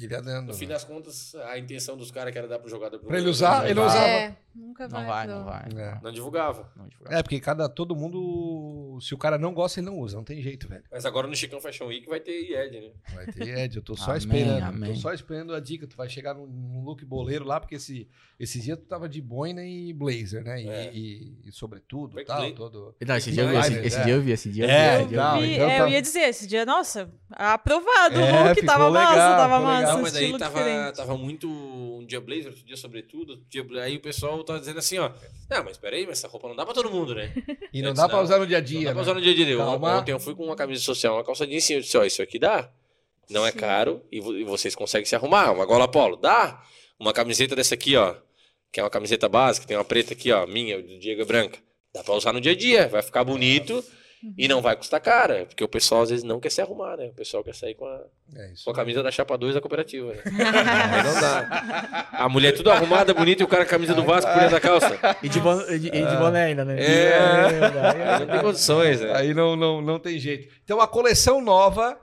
Speaker 1: Ele é dando,
Speaker 2: No fim
Speaker 1: né?
Speaker 2: das contas, a intenção dos caras que era dar pro jogador...
Speaker 1: Pra Ah, ele usar,
Speaker 4: ele
Speaker 2: não
Speaker 4: usava.
Speaker 3: É, nunca vai.
Speaker 4: Não vai,
Speaker 3: pro-
Speaker 4: não vai.
Speaker 1: É.
Speaker 2: Não divulgava.
Speaker 4: Não, tipo,
Speaker 1: É, porque cada, todo mundo, se o cara não gosta, ele não usa, não tem jeito, velho.
Speaker 2: Mas agora no Chicão Fashion Week vai ter IED, né?
Speaker 1: Vai ter Ed, eu tô só
Speaker 4: Amém,
Speaker 1: esperando.
Speaker 4: amém.
Speaker 1: Tô só esperando a dica. Tu vai chegar num, num look boleiro lá, porque esse, esses dias tu tava de boina e blazer, né? E,
Speaker 2: É.
Speaker 1: e- e sobretudo
Speaker 2: Foi
Speaker 1: e tal,
Speaker 2: bla-
Speaker 1: todo.
Speaker 4: Não, esse dia eu vi,
Speaker 1: Vai,
Speaker 4: esse,
Speaker 1: né?
Speaker 4: esse dia eu vi, esse dia eu vi.
Speaker 1: É,
Speaker 4: esse dia eu
Speaker 1: não,
Speaker 4: vi.
Speaker 3: E,
Speaker 1: então
Speaker 3: é,
Speaker 1: tá-
Speaker 3: eu ia dizer, esse dia, nossa,
Speaker 1: É,
Speaker 3: aprovado, o look
Speaker 1: ficou
Speaker 3: tava massa,
Speaker 1: legal,
Speaker 3: tava
Speaker 1: ficou
Speaker 3: massa,
Speaker 1: legal.
Speaker 2: Não, mas daí
Speaker 3: um estilo
Speaker 2: tava,
Speaker 3: diferente.
Speaker 2: tava muito um dia blazer, outro dia sobretudo. outro Dia, bla- aí o pessoal tava dizendo assim, ó. Não, mas peraí, mas essa roupa não dá pra todo mundo, né?
Speaker 1: E não
Speaker 2: Eu
Speaker 1: dá
Speaker 2: disse,
Speaker 1: pra
Speaker 2: não,
Speaker 1: usar no dia a
Speaker 2: Não
Speaker 1: dia.
Speaker 2: dá pra
Speaker 1: né?
Speaker 2: usar no dia a dia. Eu-
Speaker 1: Calma.
Speaker 2: Ontem eu fui com uma camisa social, uma calça jeans, eu disse, ó, isso aqui dá. Não é
Speaker 3: Sim.
Speaker 2: caro e, vo- e vocês conseguem se arrumar. Uma gola polo, dá. Uma camiseta dessa aqui, ó. Que é uma camiseta básica, tem uma preta aqui, ó, minha, do Diego é branca. Dá pra usar no dia a dia, vai ficar bonito e não vai custar cara. Porque o pessoal às vezes não quer se arrumar, né? O pessoal quer sair com a,
Speaker 1: É
Speaker 2: com
Speaker 1: isso.
Speaker 2: a camisa da Chapa 2 da cooperativa, né? Aí não dá. A mulher é tudo arrumada, bonita, e o cara com a camisa do Vasco por dentro da calça.
Speaker 4: E de, bon- e de- e de boné ainda, né? É.
Speaker 2: Aí não tem condições, né?
Speaker 1: Aí não, não, não tem jeito. Então a coleção nova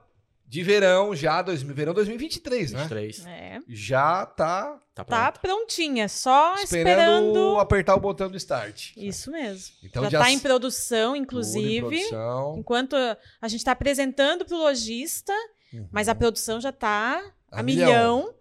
Speaker 1: de verão, já, 2000, verão 2023, né?
Speaker 4: 23.
Speaker 3: É,
Speaker 1: Já tá
Speaker 4: Tá pronto.
Speaker 3: tá prontinha, só
Speaker 1: esperando,
Speaker 3: esperando.
Speaker 1: apertar o botão do start.
Speaker 3: Isso mesmo.
Speaker 1: Então
Speaker 3: Já tá em produção, inclusive.
Speaker 1: Tudo em produção.
Speaker 3: Enquanto a gente está apresentando para o tá lojista Mas a produção já tá a,
Speaker 1: Uhum. A milhão.
Speaker 3: milhão.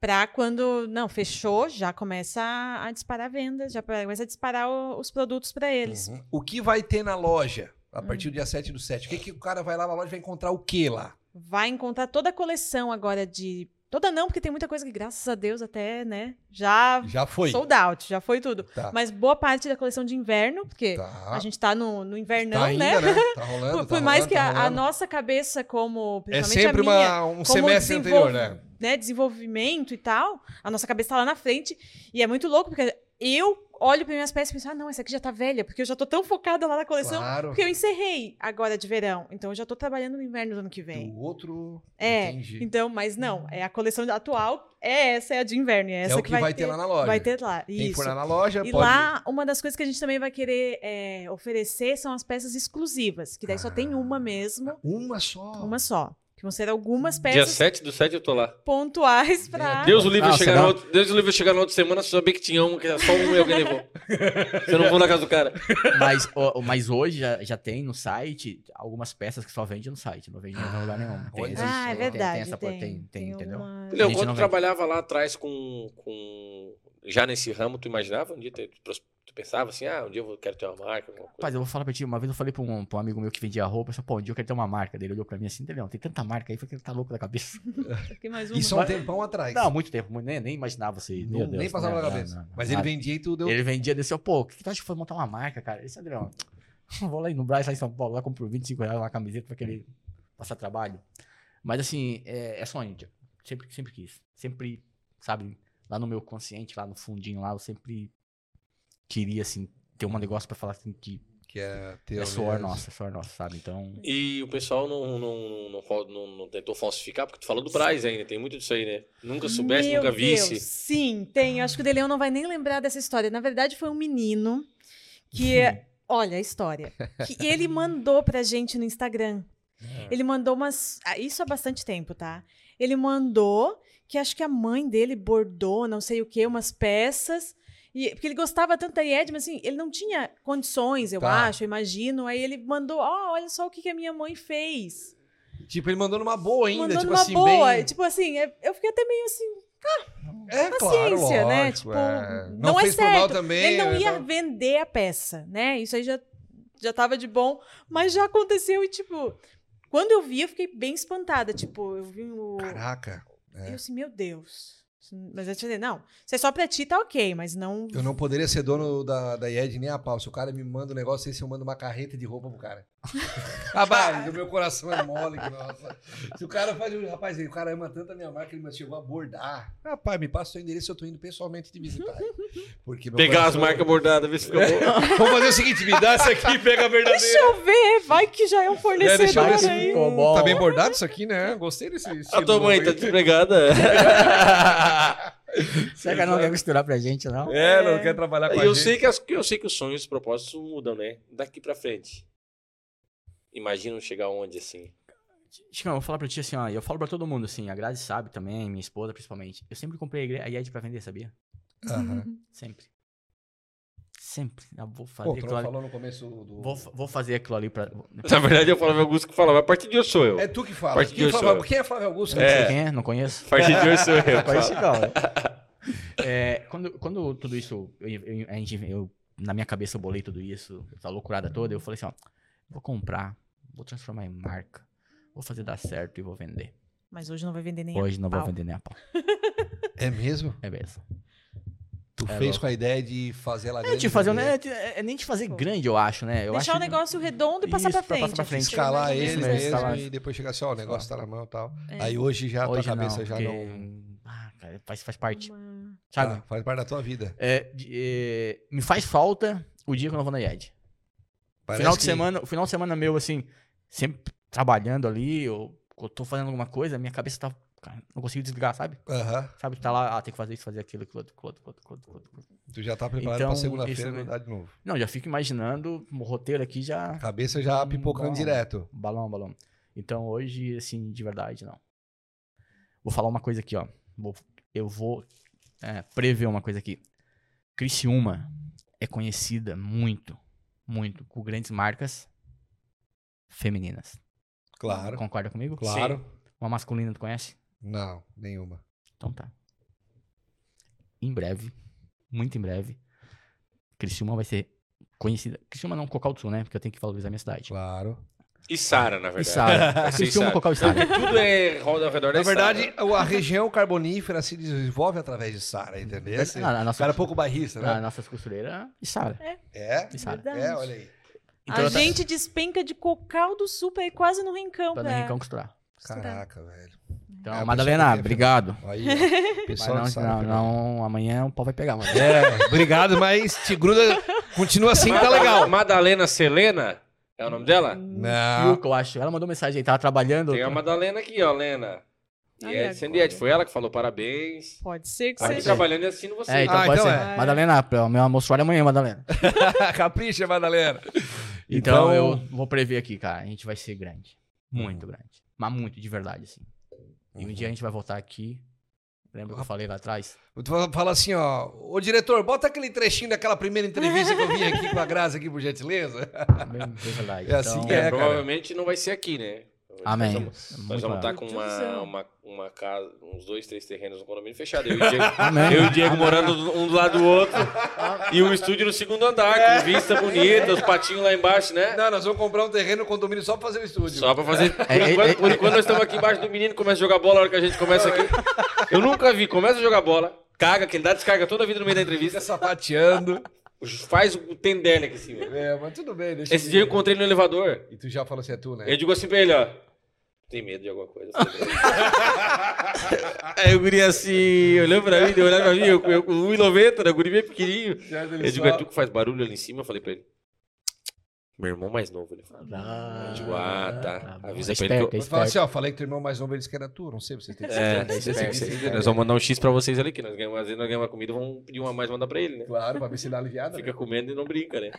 Speaker 3: pra quando, não, fechou, já começa a, a disparar vendas, já começa a disparar o- os produtos pra eles.
Speaker 1: Uhum. O que vai ter na loja a partir
Speaker 3: Uhum.
Speaker 1: do dia 7 do 7? O que, que o cara vai lá na loja e vai encontrar o que lá?
Speaker 3: Vai encontrar toda a coleção agora de. Toda não, porque tem muita coisa que, graças a Deus, até, né? Já
Speaker 1: Já foi.
Speaker 3: sold out, já foi tudo.
Speaker 1: Tá.
Speaker 3: Mas boa parte da coleção de inverno, porque
Speaker 1: Tá.
Speaker 3: a gente tá no, no invernão,
Speaker 1: tá ainda,
Speaker 3: né?
Speaker 1: né? Tá rolando.
Speaker 3: Por,
Speaker 1: tá
Speaker 3: por mais
Speaker 1: rolando,
Speaker 3: que
Speaker 1: tá
Speaker 3: a- a,
Speaker 1: rolando.
Speaker 3: nossa cabeça, como
Speaker 1: É
Speaker 3: principalmente
Speaker 1: sempre
Speaker 3: a minha,
Speaker 1: uma, um
Speaker 3: como
Speaker 1: semestre
Speaker 3: desenvol-
Speaker 1: anterior, né?
Speaker 3: né, desenvolvimento e tal, a nossa cabeça tá lá na frente. E é muito louco, porque eu olho para minhas peças e penso, ah, não, essa aqui já tá velha, porque eu já tô tão focada lá na coleção.
Speaker 1: Claro.
Speaker 3: Porque eu um encerrei agora de verão, então eu já tô trabalhando no inverno do ano que vem.
Speaker 1: Do outro.
Speaker 3: É,
Speaker 1: Entendi. Hum.
Speaker 3: então, mas não, é a coleção atual é essa, é a de inverno, é essa
Speaker 1: é o que vai, ter lá na loja.
Speaker 3: Vai ter lá,
Speaker 1: Quem
Speaker 3: isso.
Speaker 1: for lá na loja
Speaker 3: E
Speaker 1: pode.
Speaker 3: lá, uma das coisas que a gente também vai querer é, oferecer são as peças exclusivas, que daí só tem uma mesmo,
Speaker 1: Uma só.
Speaker 3: uma só. Que vão ser algumas
Speaker 2: Dia
Speaker 3: peças
Speaker 2: 7 do 7 eu tô lá.
Speaker 3: pontuais pra...
Speaker 2: Deus o livre
Speaker 4: Ah,
Speaker 2: chegar
Speaker 4: será?
Speaker 2: na outra, Deus o livre chegar na outra semana, você sabia que tinha um, que era só um e alguém levou. Eu não vou na casa do cara.
Speaker 4: Mas, ó, mas hoje já, já tem no site algumas peças que só vende no site, não vende em outro lugar nenhum.
Speaker 1: olha
Speaker 4: esse-
Speaker 3: Ah, é verdade.
Speaker 4: Tem, essa, tem, tem, entendeu?
Speaker 3: uma-
Speaker 2: Entendeu?
Speaker 4: gente
Speaker 2: Quando
Speaker 4: não
Speaker 2: eu
Speaker 4: vende.
Speaker 2: trabalhava lá atrás com, com. Já nesse ramo, tu imaginava um dia, ter- tu, pros- tu pensava assim, ah, um dia eu vou- quero ter uma marca, alguma coisa.
Speaker 4: Rapaz, eu vou falar pra ti, uma vez eu falei pra um, pra um amigo meu que vendia roupa, eu falei, pô, um dia eu quero ter uma marca. Daí ele olhou pra mim assim, Delião, tem tanta marca aí, foi que ele tá louco da cabeça.
Speaker 3: Aqui mais uma.
Speaker 1: Isso há um tempão atrás.
Speaker 4: Não, muito tempo, nem, nem imaginava você.
Speaker 1: Não-
Speaker 4: Meu Deus,
Speaker 1: nem passava
Speaker 4: não,
Speaker 1: na
Speaker 4: não,
Speaker 1: cabeça.
Speaker 4: não, Ah, não,
Speaker 1: Mas ele
Speaker 4: nada.
Speaker 1: vendia e tudo.
Speaker 4: Ele vendia desse, eu, pô, o que tu acha que foi montar uma marca, cara? Ele disse, Adrião, eu vou lá no Brás, lá em São Paulo, lá compro 25 reais uma camiseta pra aquele passar trabalho. Mas assim, é, é sonho, Índia. Sempre, sempre quis. Sempre, sabe, lá no meu consciente, lá no fundinho, lá, eu sempre queria, assim, ter um negócio pra falar assim que
Speaker 1: Que é teu.
Speaker 4: é suor
Speaker 1: mesmo.
Speaker 4: nossa, é suor nossa, sabe? Então.
Speaker 2: E o pessoal não, não, não, não, não- não tentou falsificar, porque tu falou do Braz ainda, tem muito disso aí, né? Nunca soubesse,
Speaker 3: Meu
Speaker 2: nunca visse.
Speaker 3: Deus, Sim, tem. Eu Acho que o Deleon não vai nem lembrar dessa história. Na verdade, foi um menino que. Olha a história. Que ele mandou pra gente no Instagram.
Speaker 1: É.
Speaker 3: Ele mandou umas. ah, Isso há bastante tempo, tá? Ele mandou que acho que a mãe dele bordou, não sei o quê, umas peças. E, porque ele gostava tanto da IED, mas assim, ele não tinha condições, eu
Speaker 1: Tá.
Speaker 3: acho, eu imagino. Aí ele mandou: Ó, olha só o que, que a minha mãe fez
Speaker 1: Tipo, ele mandou numa boa ainda.
Speaker 3: mandando
Speaker 1: tipo
Speaker 3: uma
Speaker 1: assim,
Speaker 3: boa.
Speaker 1: bem.
Speaker 3: Tipo assim, é- eu fiquei até meio assim,
Speaker 1: é, claro,
Speaker 3: paciência, né?
Speaker 1: lógico,
Speaker 3: Tipo,
Speaker 1: é.
Speaker 3: não é
Speaker 1: fez por mal
Speaker 3: certo.
Speaker 1: também.
Speaker 3: ele não
Speaker 1: né?
Speaker 3: ia vender a peça, né? Isso aí já, já tava de bom, mas já aconteceu e, tipo, quando eu vi, eu fiquei bem espantada. Tipo, eu vi o.
Speaker 1: Caraca, é.
Speaker 3: Eu assim, meu Deus. Mas eu te falei, não, se é só pra ti, tá ok, mas não.
Speaker 1: eu não poderia ser dono da, da IED nem a pau. Se o cara me manda um negócio, aí se eu mando uma carreta de roupa pro cara. Rapaz, o meu coração é mole, que nossa. Se o cara faz. Rapaz, o cara ama tanto a minha marca, ele me chegou a abordar. Rapaz, me passa o seu endereço, eu tô indo pessoalmente te visitar. Porque meu
Speaker 2: Pegar as
Speaker 1: coração-
Speaker 2: marcas bordadas, ver se fica bom.
Speaker 1: Vamos fazer o seguinte, me dá essa aqui e pega a verdadeira.
Speaker 3: Deixa eu ver, vai que já é
Speaker 1: É, deixa
Speaker 3: um
Speaker 1: eu
Speaker 3: fornecedor
Speaker 1: ver se
Speaker 3: aí.
Speaker 4: Ficou bom.
Speaker 1: Tá bem bordado isso aqui, né? Gostei desse
Speaker 2: A
Speaker 1: estilo
Speaker 2: tua mãe
Speaker 1: novo
Speaker 2: tá
Speaker 1: aí.
Speaker 2: desempregada.
Speaker 4: Será que ela não quer costurar pra gente, não?
Speaker 1: É, não quer trabalhar com
Speaker 2: E
Speaker 1: a
Speaker 2: eu
Speaker 1: gente.
Speaker 2: sei, que as, eu sei que os sonhos e os propósitos mudam, né? Daqui pra frente. Imaginam chegar onde, assim?
Speaker 4: Chico, eu vou falar pra ti assim, ó, e eu falo pra todo mundo assim, a Grazi sabe também, minha esposa principalmente. Eu sempre comprei a igre- a IED pra vender, sabia?
Speaker 1: Aham.
Speaker 4: Sempre. Sempre. Eu vou fazer
Speaker 1: Pô, tu
Speaker 4: aquilo
Speaker 1: não
Speaker 4: ali.
Speaker 1: falou no começo do...
Speaker 4: Vou, fa- vou fazer aquilo ali pra.
Speaker 2: Na verdade, eu falava Augusto que falava, a partir de hoje sou eu.
Speaker 1: É tu que fala.
Speaker 2: Parte de
Speaker 1: Quem,
Speaker 2: eu
Speaker 1: fala-
Speaker 2: sou eu.
Speaker 1: quem é Flávio Augusto?
Speaker 4: Não sei
Speaker 2: É.
Speaker 4: quem é, não conheço.
Speaker 2: A partir de hoje sou eu.
Speaker 4: Vai
Speaker 2: fala.
Speaker 4: chegar, né? É, quando, quando tudo isso, eu, eu- a gente- eu- na minha cabeça eu bolei tudo isso, essa loucurada toda, eu falei assim, ó, vou comprar, vou transformar em marca, vou fazer dar certo e vou vender.
Speaker 3: Mas hoje não vai vender nem. a
Speaker 4: Hoje não vou
Speaker 3: pau.
Speaker 4: vender nem a pau.
Speaker 1: É mesmo?
Speaker 4: É beleza.
Speaker 1: Tu
Speaker 4: É
Speaker 1: fez
Speaker 4: louco.
Speaker 1: com a ideia de fazer ela
Speaker 4: É,
Speaker 1: grande.
Speaker 4: de fazer, né?
Speaker 1: né?
Speaker 4: é, é nem de fazer grande, eu acho, né? Eu
Speaker 3: Deixar
Speaker 4: acho
Speaker 3: o negócio redondo e passar
Speaker 4: Isso,
Speaker 3: pra
Speaker 4: pra
Speaker 3: frente.
Speaker 4: passar pra
Speaker 3: acho que
Speaker 4: frente.
Speaker 3: seria mais
Speaker 1: Escalar
Speaker 3: ou
Speaker 1: ele
Speaker 3: menos
Speaker 1: né?
Speaker 4: Isso
Speaker 1: mesmo
Speaker 4: mesmo, escalar.
Speaker 1: e depois chegar assim, ó, o negócio tá na mão e tal.
Speaker 3: É.
Speaker 1: Aí hoje já tá a tua
Speaker 4: hoje
Speaker 1: cabeça
Speaker 4: não,
Speaker 1: já
Speaker 4: porque,
Speaker 1: não...
Speaker 4: Ah, cara, faz, faz parte.
Speaker 3: Uma-
Speaker 4: Sabe?
Speaker 1: Ah, faz parte da tua vida.
Speaker 4: É, de- é, me faz falta o dia que eu não vou na IED.
Speaker 1: Parece
Speaker 4: final de
Speaker 1: que-
Speaker 4: semana, o final de semana meu, assim, sempre trabalhando ali, eu, eu tô fazendo alguma coisa, minha cabeça tá. Cara, não consigo desligar, sabe?
Speaker 1: Aham.
Speaker 4: Sabe, tá lá, ah, tem que fazer isso, fazer aquilo, aquilo, outro, aquilo, outro, aquilo, outro, aquilo, outro, aquilo outro.
Speaker 1: Tu já tá preparado
Speaker 4: Então,
Speaker 1: pra segunda-feira
Speaker 4: isso, né?
Speaker 1: mudar de novo.
Speaker 4: Não, já fico imaginando, o roteiro aqui já.
Speaker 1: Cabeça já pipocando
Speaker 4: Hum, Bom.
Speaker 1: direto.
Speaker 4: Balão, balão. Então hoje, assim, de verdade, não. Vou falar uma coisa aqui, ó. Vou- eu vou é, prever uma coisa aqui. Criciúma é conhecida muito, muito, por grandes marcas femininas.
Speaker 1: Claro,
Speaker 4: Concorda comigo?
Speaker 1: claro.
Speaker 4: Uma masculina, tu conhece?
Speaker 1: Não, nenhuma.
Speaker 4: Então tá. Em breve, muito em breve, Criciúma vai ser conhecida. Criciúma não, Cocal do Sul, né? Porque eu tenho que valorizar minha cidade.
Speaker 1: Claro. é
Speaker 2: E Sara, na verdade.
Speaker 4: Sara.
Speaker 2: Vai ser
Speaker 4: Criciúma,
Speaker 2: Sara.
Speaker 4: Cocal e Sara.
Speaker 2: Tudo é roda ao redor da
Speaker 1: um Na verdade,
Speaker 2: Sara.
Speaker 1: a região carbonífera se desenvolve através de Sara, entendeu? Esse
Speaker 4: Ah, a
Speaker 1: o
Speaker 4: nossa-
Speaker 1: cara é pouco bairrista,
Speaker 4: Ah,
Speaker 1: né?
Speaker 4: nossas costureiras e Sara.
Speaker 1: É?
Speaker 4: E Sara.
Speaker 3: Verdade.
Speaker 1: É, olha aí.
Speaker 4: Então
Speaker 3: a
Speaker 4: eu tá-
Speaker 3: gente despenca de cocal do sul pra ir quase no rincão. né?
Speaker 4: Pra
Speaker 3: Pra
Speaker 4: não Rincão costurar.
Speaker 3: tá.
Speaker 1: Caraca, velho.
Speaker 4: Então,
Speaker 1: É, o
Speaker 4: Madalena,
Speaker 1: pessoal que-
Speaker 4: obrigado.
Speaker 1: Aí, ó.
Speaker 4: Mas
Speaker 1: Pessoal
Speaker 4: não,
Speaker 1: de Sara,
Speaker 4: não,
Speaker 1: cara.
Speaker 4: não, amanhã o pau vai pegar, mano.
Speaker 1: É, obrigado, mas te gruda. Continua assim, que tá legal.
Speaker 2: Madalena Selena é o nome dela?
Speaker 4: Hum,
Speaker 1: Não.
Speaker 4: Yuka, eu acho. Ela mandou mensagem aí, tava trabalhando. É,
Speaker 2: Tem a Madalena aqui, ó, Lena. E
Speaker 3: Ai,
Speaker 2: é de
Speaker 3: agora.
Speaker 2: Sandiete. Foi ela que falou parabéns.
Speaker 3: Pode ser que
Speaker 2: Tá aqui
Speaker 3: seja.
Speaker 2: trabalhando e assistindo você.
Speaker 4: É, então
Speaker 1: Ah,
Speaker 4: pode
Speaker 1: então
Speaker 4: ser.
Speaker 1: é.
Speaker 4: Madalena, o meu almoço amanhã, Madalena.
Speaker 1: Capricha, Madalena.
Speaker 4: Então, eu vou prever aqui, cara. A gente vai ser grande.
Speaker 1: Hum.
Speaker 4: Muito grande. Mas muito, de verdade, assim. E
Speaker 1: Uhum.
Speaker 4: um dia a gente vai voltar aqui. Lembra que eu falei lá atrás?
Speaker 1: Tu fala- fala assim, ó. Ô diretor, bota aquele trechinho daquela primeira entrevista que eu vi aqui com a Graça aqui, por gentileza.
Speaker 4: Bem, de verdade. Então,
Speaker 1: É assim que
Speaker 2: É,
Speaker 1: é, cara.
Speaker 2: provavelmente não vai ser aqui, né?
Speaker 4: Amém.
Speaker 2: Nós vamos-
Speaker 4: É Muito
Speaker 2: Nós vamos tá estar
Speaker 4: legal.
Speaker 2: com
Speaker 3: Produção.
Speaker 2: uma, uma, uma casa, uns dois, três terrenos no condomínio fechado. Eu e o Diego,
Speaker 4: Amém.
Speaker 2: eu e o Diego morando um do lado do outro. e um estúdio no segundo andar,
Speaker 4: É.
Speaker 2: com vista bonita, os patinhos lá embaixo, né?
Speaker 1: Não, nós vamos comprar um terreno no condomínio só pra fazer o estúdio.
Speaker 2: Só pra fazer. Por,
Speaker 4: É, é,
Speaker 2: enquanto,
Speaker 4: é,
Speaker 2: por
Speaker 4: é.
Speaker 2: enquanto nós estamos aqui embaixo do menino, começa a jogar bola a hora que a gente começa aqui. Eu nunca vi, começa a jogar bola, caga, que ele dá descarga toda a vida no meio da entrevista,
Speaker 1: Sapateando.
Speaker 2: faz o tendele aqui em cima.
Speaker 1: É, mas tudo bem, deixa
Speaker 2: Esse dia eu encontrei ele no elevador.
Speaker 1: E tu já falou assim, é tu, né?
Speaker 2: Eu digo assim pra ele, ó. Tem medo de alguma coisa. Aí o guri assim, olhando pra mim, deu olhar pra mim, eu, eu com 1,90, né? O guri bem pequenininho.
Speaker 1: Já dele
Speaker 2: Eu digo, é
Speaker 1: só-
Speaker 2: tu que faz barulho ali em cima? Eu falei pra ele. Meu irmão mais novo, ele falou.
Speaker 4: Ah,
Speaker 2: Digo, ah, tá.
Speaker 4: bom.
Speaker 2: Avisa
Speaker 4: É
Speaker 2: pra ele
Speaker 4: esperto,
Speaker 2: que
Speaker 4: é
Speaker 1: Mas fala assim,
Speaker 4: esperto.
Speaker 1: ó, falei que teu irmão mais novo, ele disse que era tu, não sei, vocês têm que
Speaker 2: É,
Speaker 1: vocês
Speaker 2: desse-
Speaker 1: têm que
Speaker 2: desse-
Speaker 1: ser-
Speaker 2: nós vamos mandar um X pra vocês ali, que nós ganhamos, às vezes nós ganhamos uma comida, vamos pedir uma mais e mandar pra ele, né?
Speaker 1: Claro, pra ver se dá aliviada. né?
Speaker 2: Fica comendo e não brinca, né?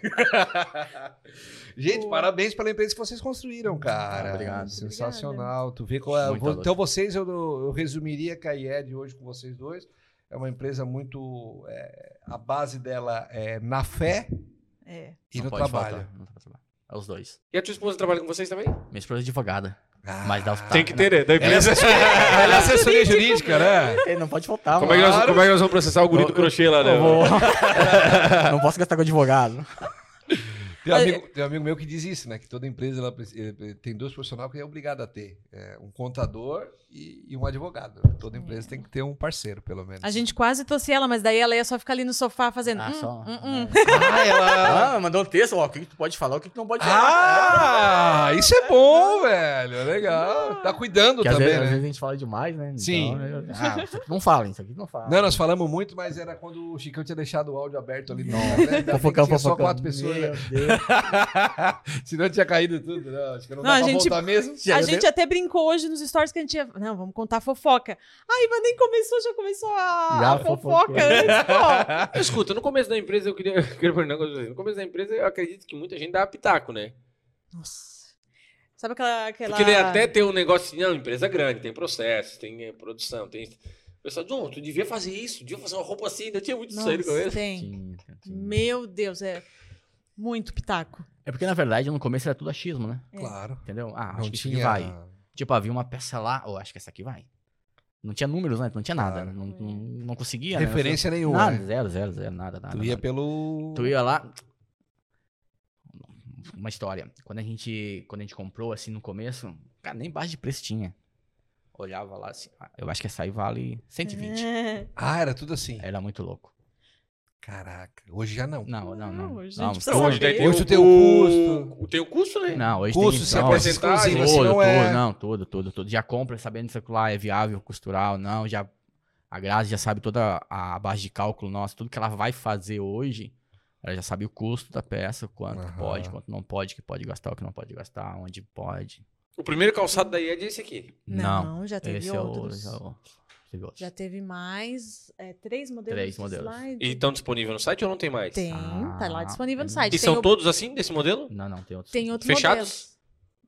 Speaker 1: Gente, parabéns pela empresa que vocês construíram, cara.
Speaker 4: Ah, obrigado.
Speaker 1: Sensacional. Tu vê qual é.
Speaker 4: Muita
Speaker 1: vo-
Speaker 4: luta.
Speaker 1: Então, vocês, eu, eu resumiria que a IED hoje com vocês dois é uma empresa muito. é, a base dela é na fé
Speaker 3: É.
Speaker 1: e
Speaker 4: Não
Speaker 1: no
Speaker 4: pode
Speaker 1: trabalho.
Speaker 4: faltar, não pode faltar. É os dois.
Speaker 2: E a tua esposa trabalha com vocês também?
Speaker 4: Minha esposa é advogada.
Speaker 1: Ah,
Speaker 4: Mas dá os
Speaker 2: né? Da
Speaker 1: Ela é assessoria, ela é assessoria jurídica, né?
Speaker 4: Ele não pode faltar,
Speaker 2: Como é, que
Speaker 4: mano.
Speaker 2: nós, como é que nós vamos processar o guri do crochê
Speaker 1: é
Speaker 2: lá, né?
Speaker 4: Eu vou- não posso gastar com advogado.
Speaker 1: Tem um, amigo, tem um amigo meu que diz isso, né? Que toda empresa ela, preci- eh, tem dois profissionais que é obrigada a ter: é, um contador e, e um advogado. Toda empresa tem que ter um parceiro, pelo menos.
Speaker 3: A gente quase trouxe ela, mas daí ela ia só ficar ali no sofá fazendo.
Speaker 4: Ah,
Speaker 3: hum,
Speaker 4: só.
Speaker 3: hum, hum.
Speaker 1: Ah, ela.
Speaker 4: Ah, mandou um texto, ó, o que que tu pode falar, o que que tu não pode falar.
Speaker 1: Ah, isso é bom, velho. é Legal. Tá cuidando
Speaker 4: Porque É. às
Speaker 1: também,
Speaker 4: vezes, às
Speaker 1: né?
Speaker 4: vezes a gente fala demais, né? Então,
Speaker 1: Sim.
Speaker 4: eu- ah, isso aqui não fala, isso aqui não fala. Tá
Speaker 1: Não, nós falamos muito, mas era quando o Chicão tinha deixado o áudio aberto ali. Não, né? Ainda bem que
Speaker 4: Fofocão,
Speaker 1: tinha
Speaker 4: fofocão.
Speaker 1: só quatro pessoas.
Speaker 4: Meu
Speaker 1: né?
Speaker 4: Deus.
Speaker 1: Senão tinha caído tudo. Não, acho que não,
Speaker 3: Não,
Speaker 1: dá
Speaker 3: a
Speaker 1: pra
Speaker 3: gente-
Speaker 1: voltar mesmo.
Speaker 3: A
Speaker 4: Já deu-
Speaker 3: gente até brincou hoje nos stories que a gente ia. Não, vamos contar fofoca. Ai, mas nem começou, já começou a,
Speaker 4: Já
Speaker 3: a
Speaker 4: fofocou.
Speaker 3: fofoca. antes, pô.
Speaker 2: Escuta, no começo da empresa, eu queria, eu queria perguntar uma coisa pra vocês. assim. No começo da empresa, eu acredito que muita gente dá pitaco, né?
Speaker 3: Nossa. Sabe aquela. aquela...
Speaker 2: Porque daí até tem um negócio assim, não, empresa grande, tem processo, tem eh, produção, tem... O pessoal, não, tu devia fazer isso, devia fazer uma roupa assim, ainda tinha muito isso aí no
Speaker 3: Nossa,
Speaker 2: começo.
Speaker 3: tem.
Speaker 4: Sim, sim.
Speaker 3: Meu Deus, é muito pitaco.
Speaker 4: É porque, na verdade, no começo era tudo achismo, né?
Speaker 3: É.
Speaker 1: Claro.
Speaker 4: Entendeu? Ah, acho
Speaker 1: Não
Speaker 4: que isso aqui
Speaker 1: tinha.
Speaker 4: vai. Tipo, havia uma peça lá, ou acho que essa aqui vai. Não tinha números, né? Não tinha nada.
Speaker 1: Claro.
Speaker 4: Não, não, não conseguia, né?
Speaker 1: Referência nenhuma.
Speaker 4: Nada,
Speaker 1: né?
Speaker 4: zero, zero, zero, nada, nada.
Speaker 1: Tu ia
Speaker 4: nada.
Speaker 3: Tipo,
Speaker 1: pelo.
Speaker 4: Ah, Tu ia lá. Uma história. Quando a gente, quando a gente comprou, assim, no começo, cara, nem base de preço tinha. Olhava lá assim, ah, eu acho que essa aí vale
Speaker 3: É.
Speaker 4: 120.
Speaker 1: Ah, era tudo assim.
Speaker 4: Era muito louco.
Speaker 1: Caraca. Hoje já não.
Speaker 4: É. Não, não, não.
Speaker 3: Não, hoje
Speaker 4: não,
Speaker 3: a gente precisa
Speaker 4: hoje-
Speaker 2: Hoje daí
Speaker 1: Hoje tu
Speaker 2: o
Speaker 1: tem o
Speaker 2: custo. Tem o custo, né?
Speaker 4: Não, hoje
Speaker 1: Custo,
Speaker 4: tem
Speaker 1: se
Speaker 4: não,
Speaker 1: a
Speaker 4: hoje-
Speaker 1: porcentagem,
Speaker 4: tudo,
Speaker 1: assim, não é-
Speaker 4: tudo, não, tudo, tudo, tudo. Já compra sabendo se aquilo lá é viável, costural, não, já a Grazi já sabe toda a base de cálculo nossa, tudo que ela vai fazer hoje, ela já sabe o custo da peça, quanto que
Speaker 1: Aham.
Speaker 4: pode, quanto não pode, que pode gastar, o que não pode gastar, onde pode.
Speaker 2: O primeiro calçado da IED é esse aqui.
Speaker 3: Não, já teve
Speaker 4: Esse é o,
Speaker 3: outros.
Speaker 4: esse é o- teve outros.
Speaker 3: Já teve mais é, três modelos.
Speaker 4: Três
Speaker 3: de
Speaker 4: modelos.
Speaker 3: slide.
Speaker 2: E estão disponíveis no site ou não tem mais?
Speaker 3: Tem, tá lá
Speaker 4: Ah,
Speaker 3: disponível no
Speaker 4: eu-
Speaker 3: site.
Speaker 2: E
Speaker 3: tem
Speaker 2: são
Speaker 3: o-
Speaker 2: todos assim, desse modelo?
Speaker 4: Não, não, tem outros.
Speaker 3: Tem outro
Speaker 2: Fechados?
Speaker 3: modelo.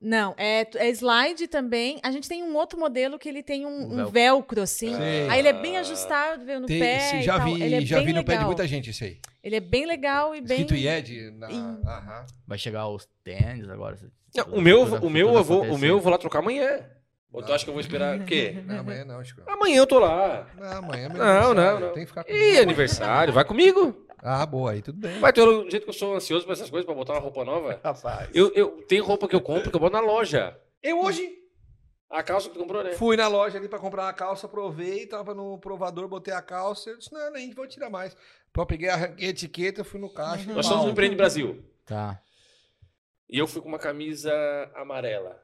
Speaker 3: Não, é, é slide também. A gente tem um outro modelo que ele tem um,
Speaker 4: Um
Speaker 3: um
Speaker 4: velcro.
Speaker 3: velcro, assim.
Speaker 1: Sim.
Speaker 3: Aí ele é bem ajustável no
Speaker 1: Tem-
Speaker 3: pé.
Speaker 1: sim,
Speaker 3: e
Speaker 1: já
Speaker 3: tal.
Speaker 1: vi,
Speaker 3: ele é
Speaker 1: já
Speaker 3: bem
Speaker 1: vi no
Speaker 3: legal.
Speaker 1: pé de muita gente isso aí.
Speaker 3: Ele é bem legal e bem.
Speaker 1: Escrito IED na.
Speaker 3: Ih.
Speaker 1: Aham.
Speaker 4: Vai chegar os tênis agora.
Speaker 2: Não,
Speaker 4: toda-
Speaker 2: o meu,
Speaker 4: toda-
Speaker 2: o meu
Speaker 4: toda
Speaker 2: eu vou, o
Speaker 4: acontecer.
Speaker 2: meu eu vou lá trocar amanhã. Ou tu acha que eu vou esperar o quê?
Speaker 1: Não, amanhã não, Chico.
Speaker 2: Amanhã eu tô lá.
Speaker 1: Não, amanhã é meu
Speaker 2: Não,
Speaker 1: aniversário,
Speaker 2: não, não.
Speaker 1: Tem que ficar com
Speaker 2: E aniversário, vai comigo.
Speaker 1: Ah, boa, aí tudo bem.
Speaker 2: Vai, tu, do jeito que eu sou ansioso pra essas coisas, pra botar uma roupa nova.
Speaker 1: Rapaz.
Speaker 2: Eu, eu tenho roupa que eu compro que eu boto na loja.
Speaker 1: Eu hoje
Speaker 2: A calça que tu comprou, né?
Speaker 1: fui na loja ali pra comprar a calça, provei, tava no provador, botei a calça. Eu disse, não, nem vou tirar mais. Pô, eu peguei, arranquei a etiqueta, fui no caixa.
Speaker 2: Nós somos um empreende Brasil.
Speaker 4: Tá.
Speaker 2: E eu fui com uma camisa amarela.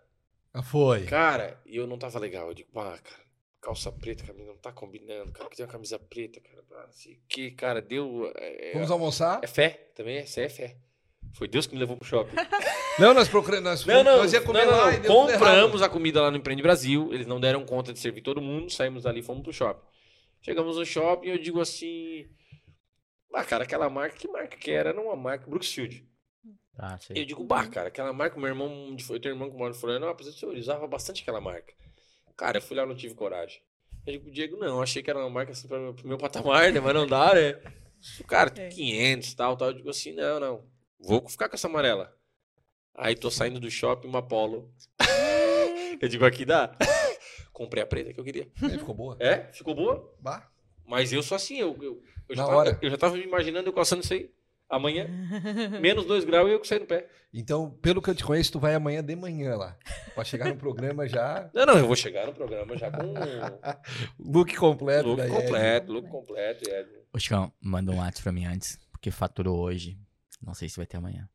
Speaker 1: Ah, Foi.
Speaker 2: Cara, e eu não tava legal. Eu digo, pá, cara, calça preta, camisa não tá combinando, cara. Que tem uma camisa preta, cara. pá, Não sei o que, cara, deu. É,
Speaker 1: Vamos almoçar?
Speaker 2: é fé também, essa é fé. Foi Deus que me levou pro shopping.
Speaker 1: Não, nós procuramos. Nós,
Speaker 2: Não, não,
Speaker 1: nós ia comer
Speaker 2: não, não,
Speaker 1: lá
Speaker 2: não.
Speaker 1: e deu tudo errado.
Speaker 2: Compramos a comida lá no Empreende Brasil. Eles não deram conta de servir todo mundo. Saímos dali e fomos pro shopping. Chegamos no shopping eu digo assim. Ah, cara, aquela marca, que marca que era? Era uma marca Brooksfield.
Speaker 4: Tá,
Speaker 2: Eu
Speaker 4: sei.
Speaker 2: digo, bah, cara, aquela marca, meu irmão, de- eu tenho um irmão que mora em Florianópolis, eu usava bastante aquela marca. Cara, eu fui lá, não tive coragem. Eu digo, Diego, não, eu achei que era uma marca assim pra meu- pro meu patamar, né? Mas não dá, né? O cara,
Speaker 3: É.
Speaker 2: 500, tal, tal. Eu digo assim, não, não, vou ficar com essa amarela. Aí tô saindo do shopping, uma Apollo. eu digo, aqui dá. Comprei a preta que eu queria.
Speaker 1: Aí ficou boa.
Speaker 2: É, ficou boa,
Speaker 1: Bah.
Speaker 2: mas eu sou assim, eu, eu, eu já,
Speaker 1: Na
Speaker 2: tava,
Speaker 1: hora.
Speaker 2: eu já tava me imaginando eu calçando isso aí. Amanhã, menos 2 graus e eu que saio no pé.
Speaker 1: Então, pelo que eu te conheço, tu vai amanhã de manhã lá. Pra chegar no programa já.
Speaker 2: Não, não, eu vou chegar no programa já com
Speaker 1: Look completo.
Speaker 2: look
Speaker 1: da Ed.
Speaker 2: completo, look completo. é.
Speaker 4: Ô, Chicão, manda um WhatsApp pra mim antes, porque faturou hoje. Não sei se vai ter amanhã.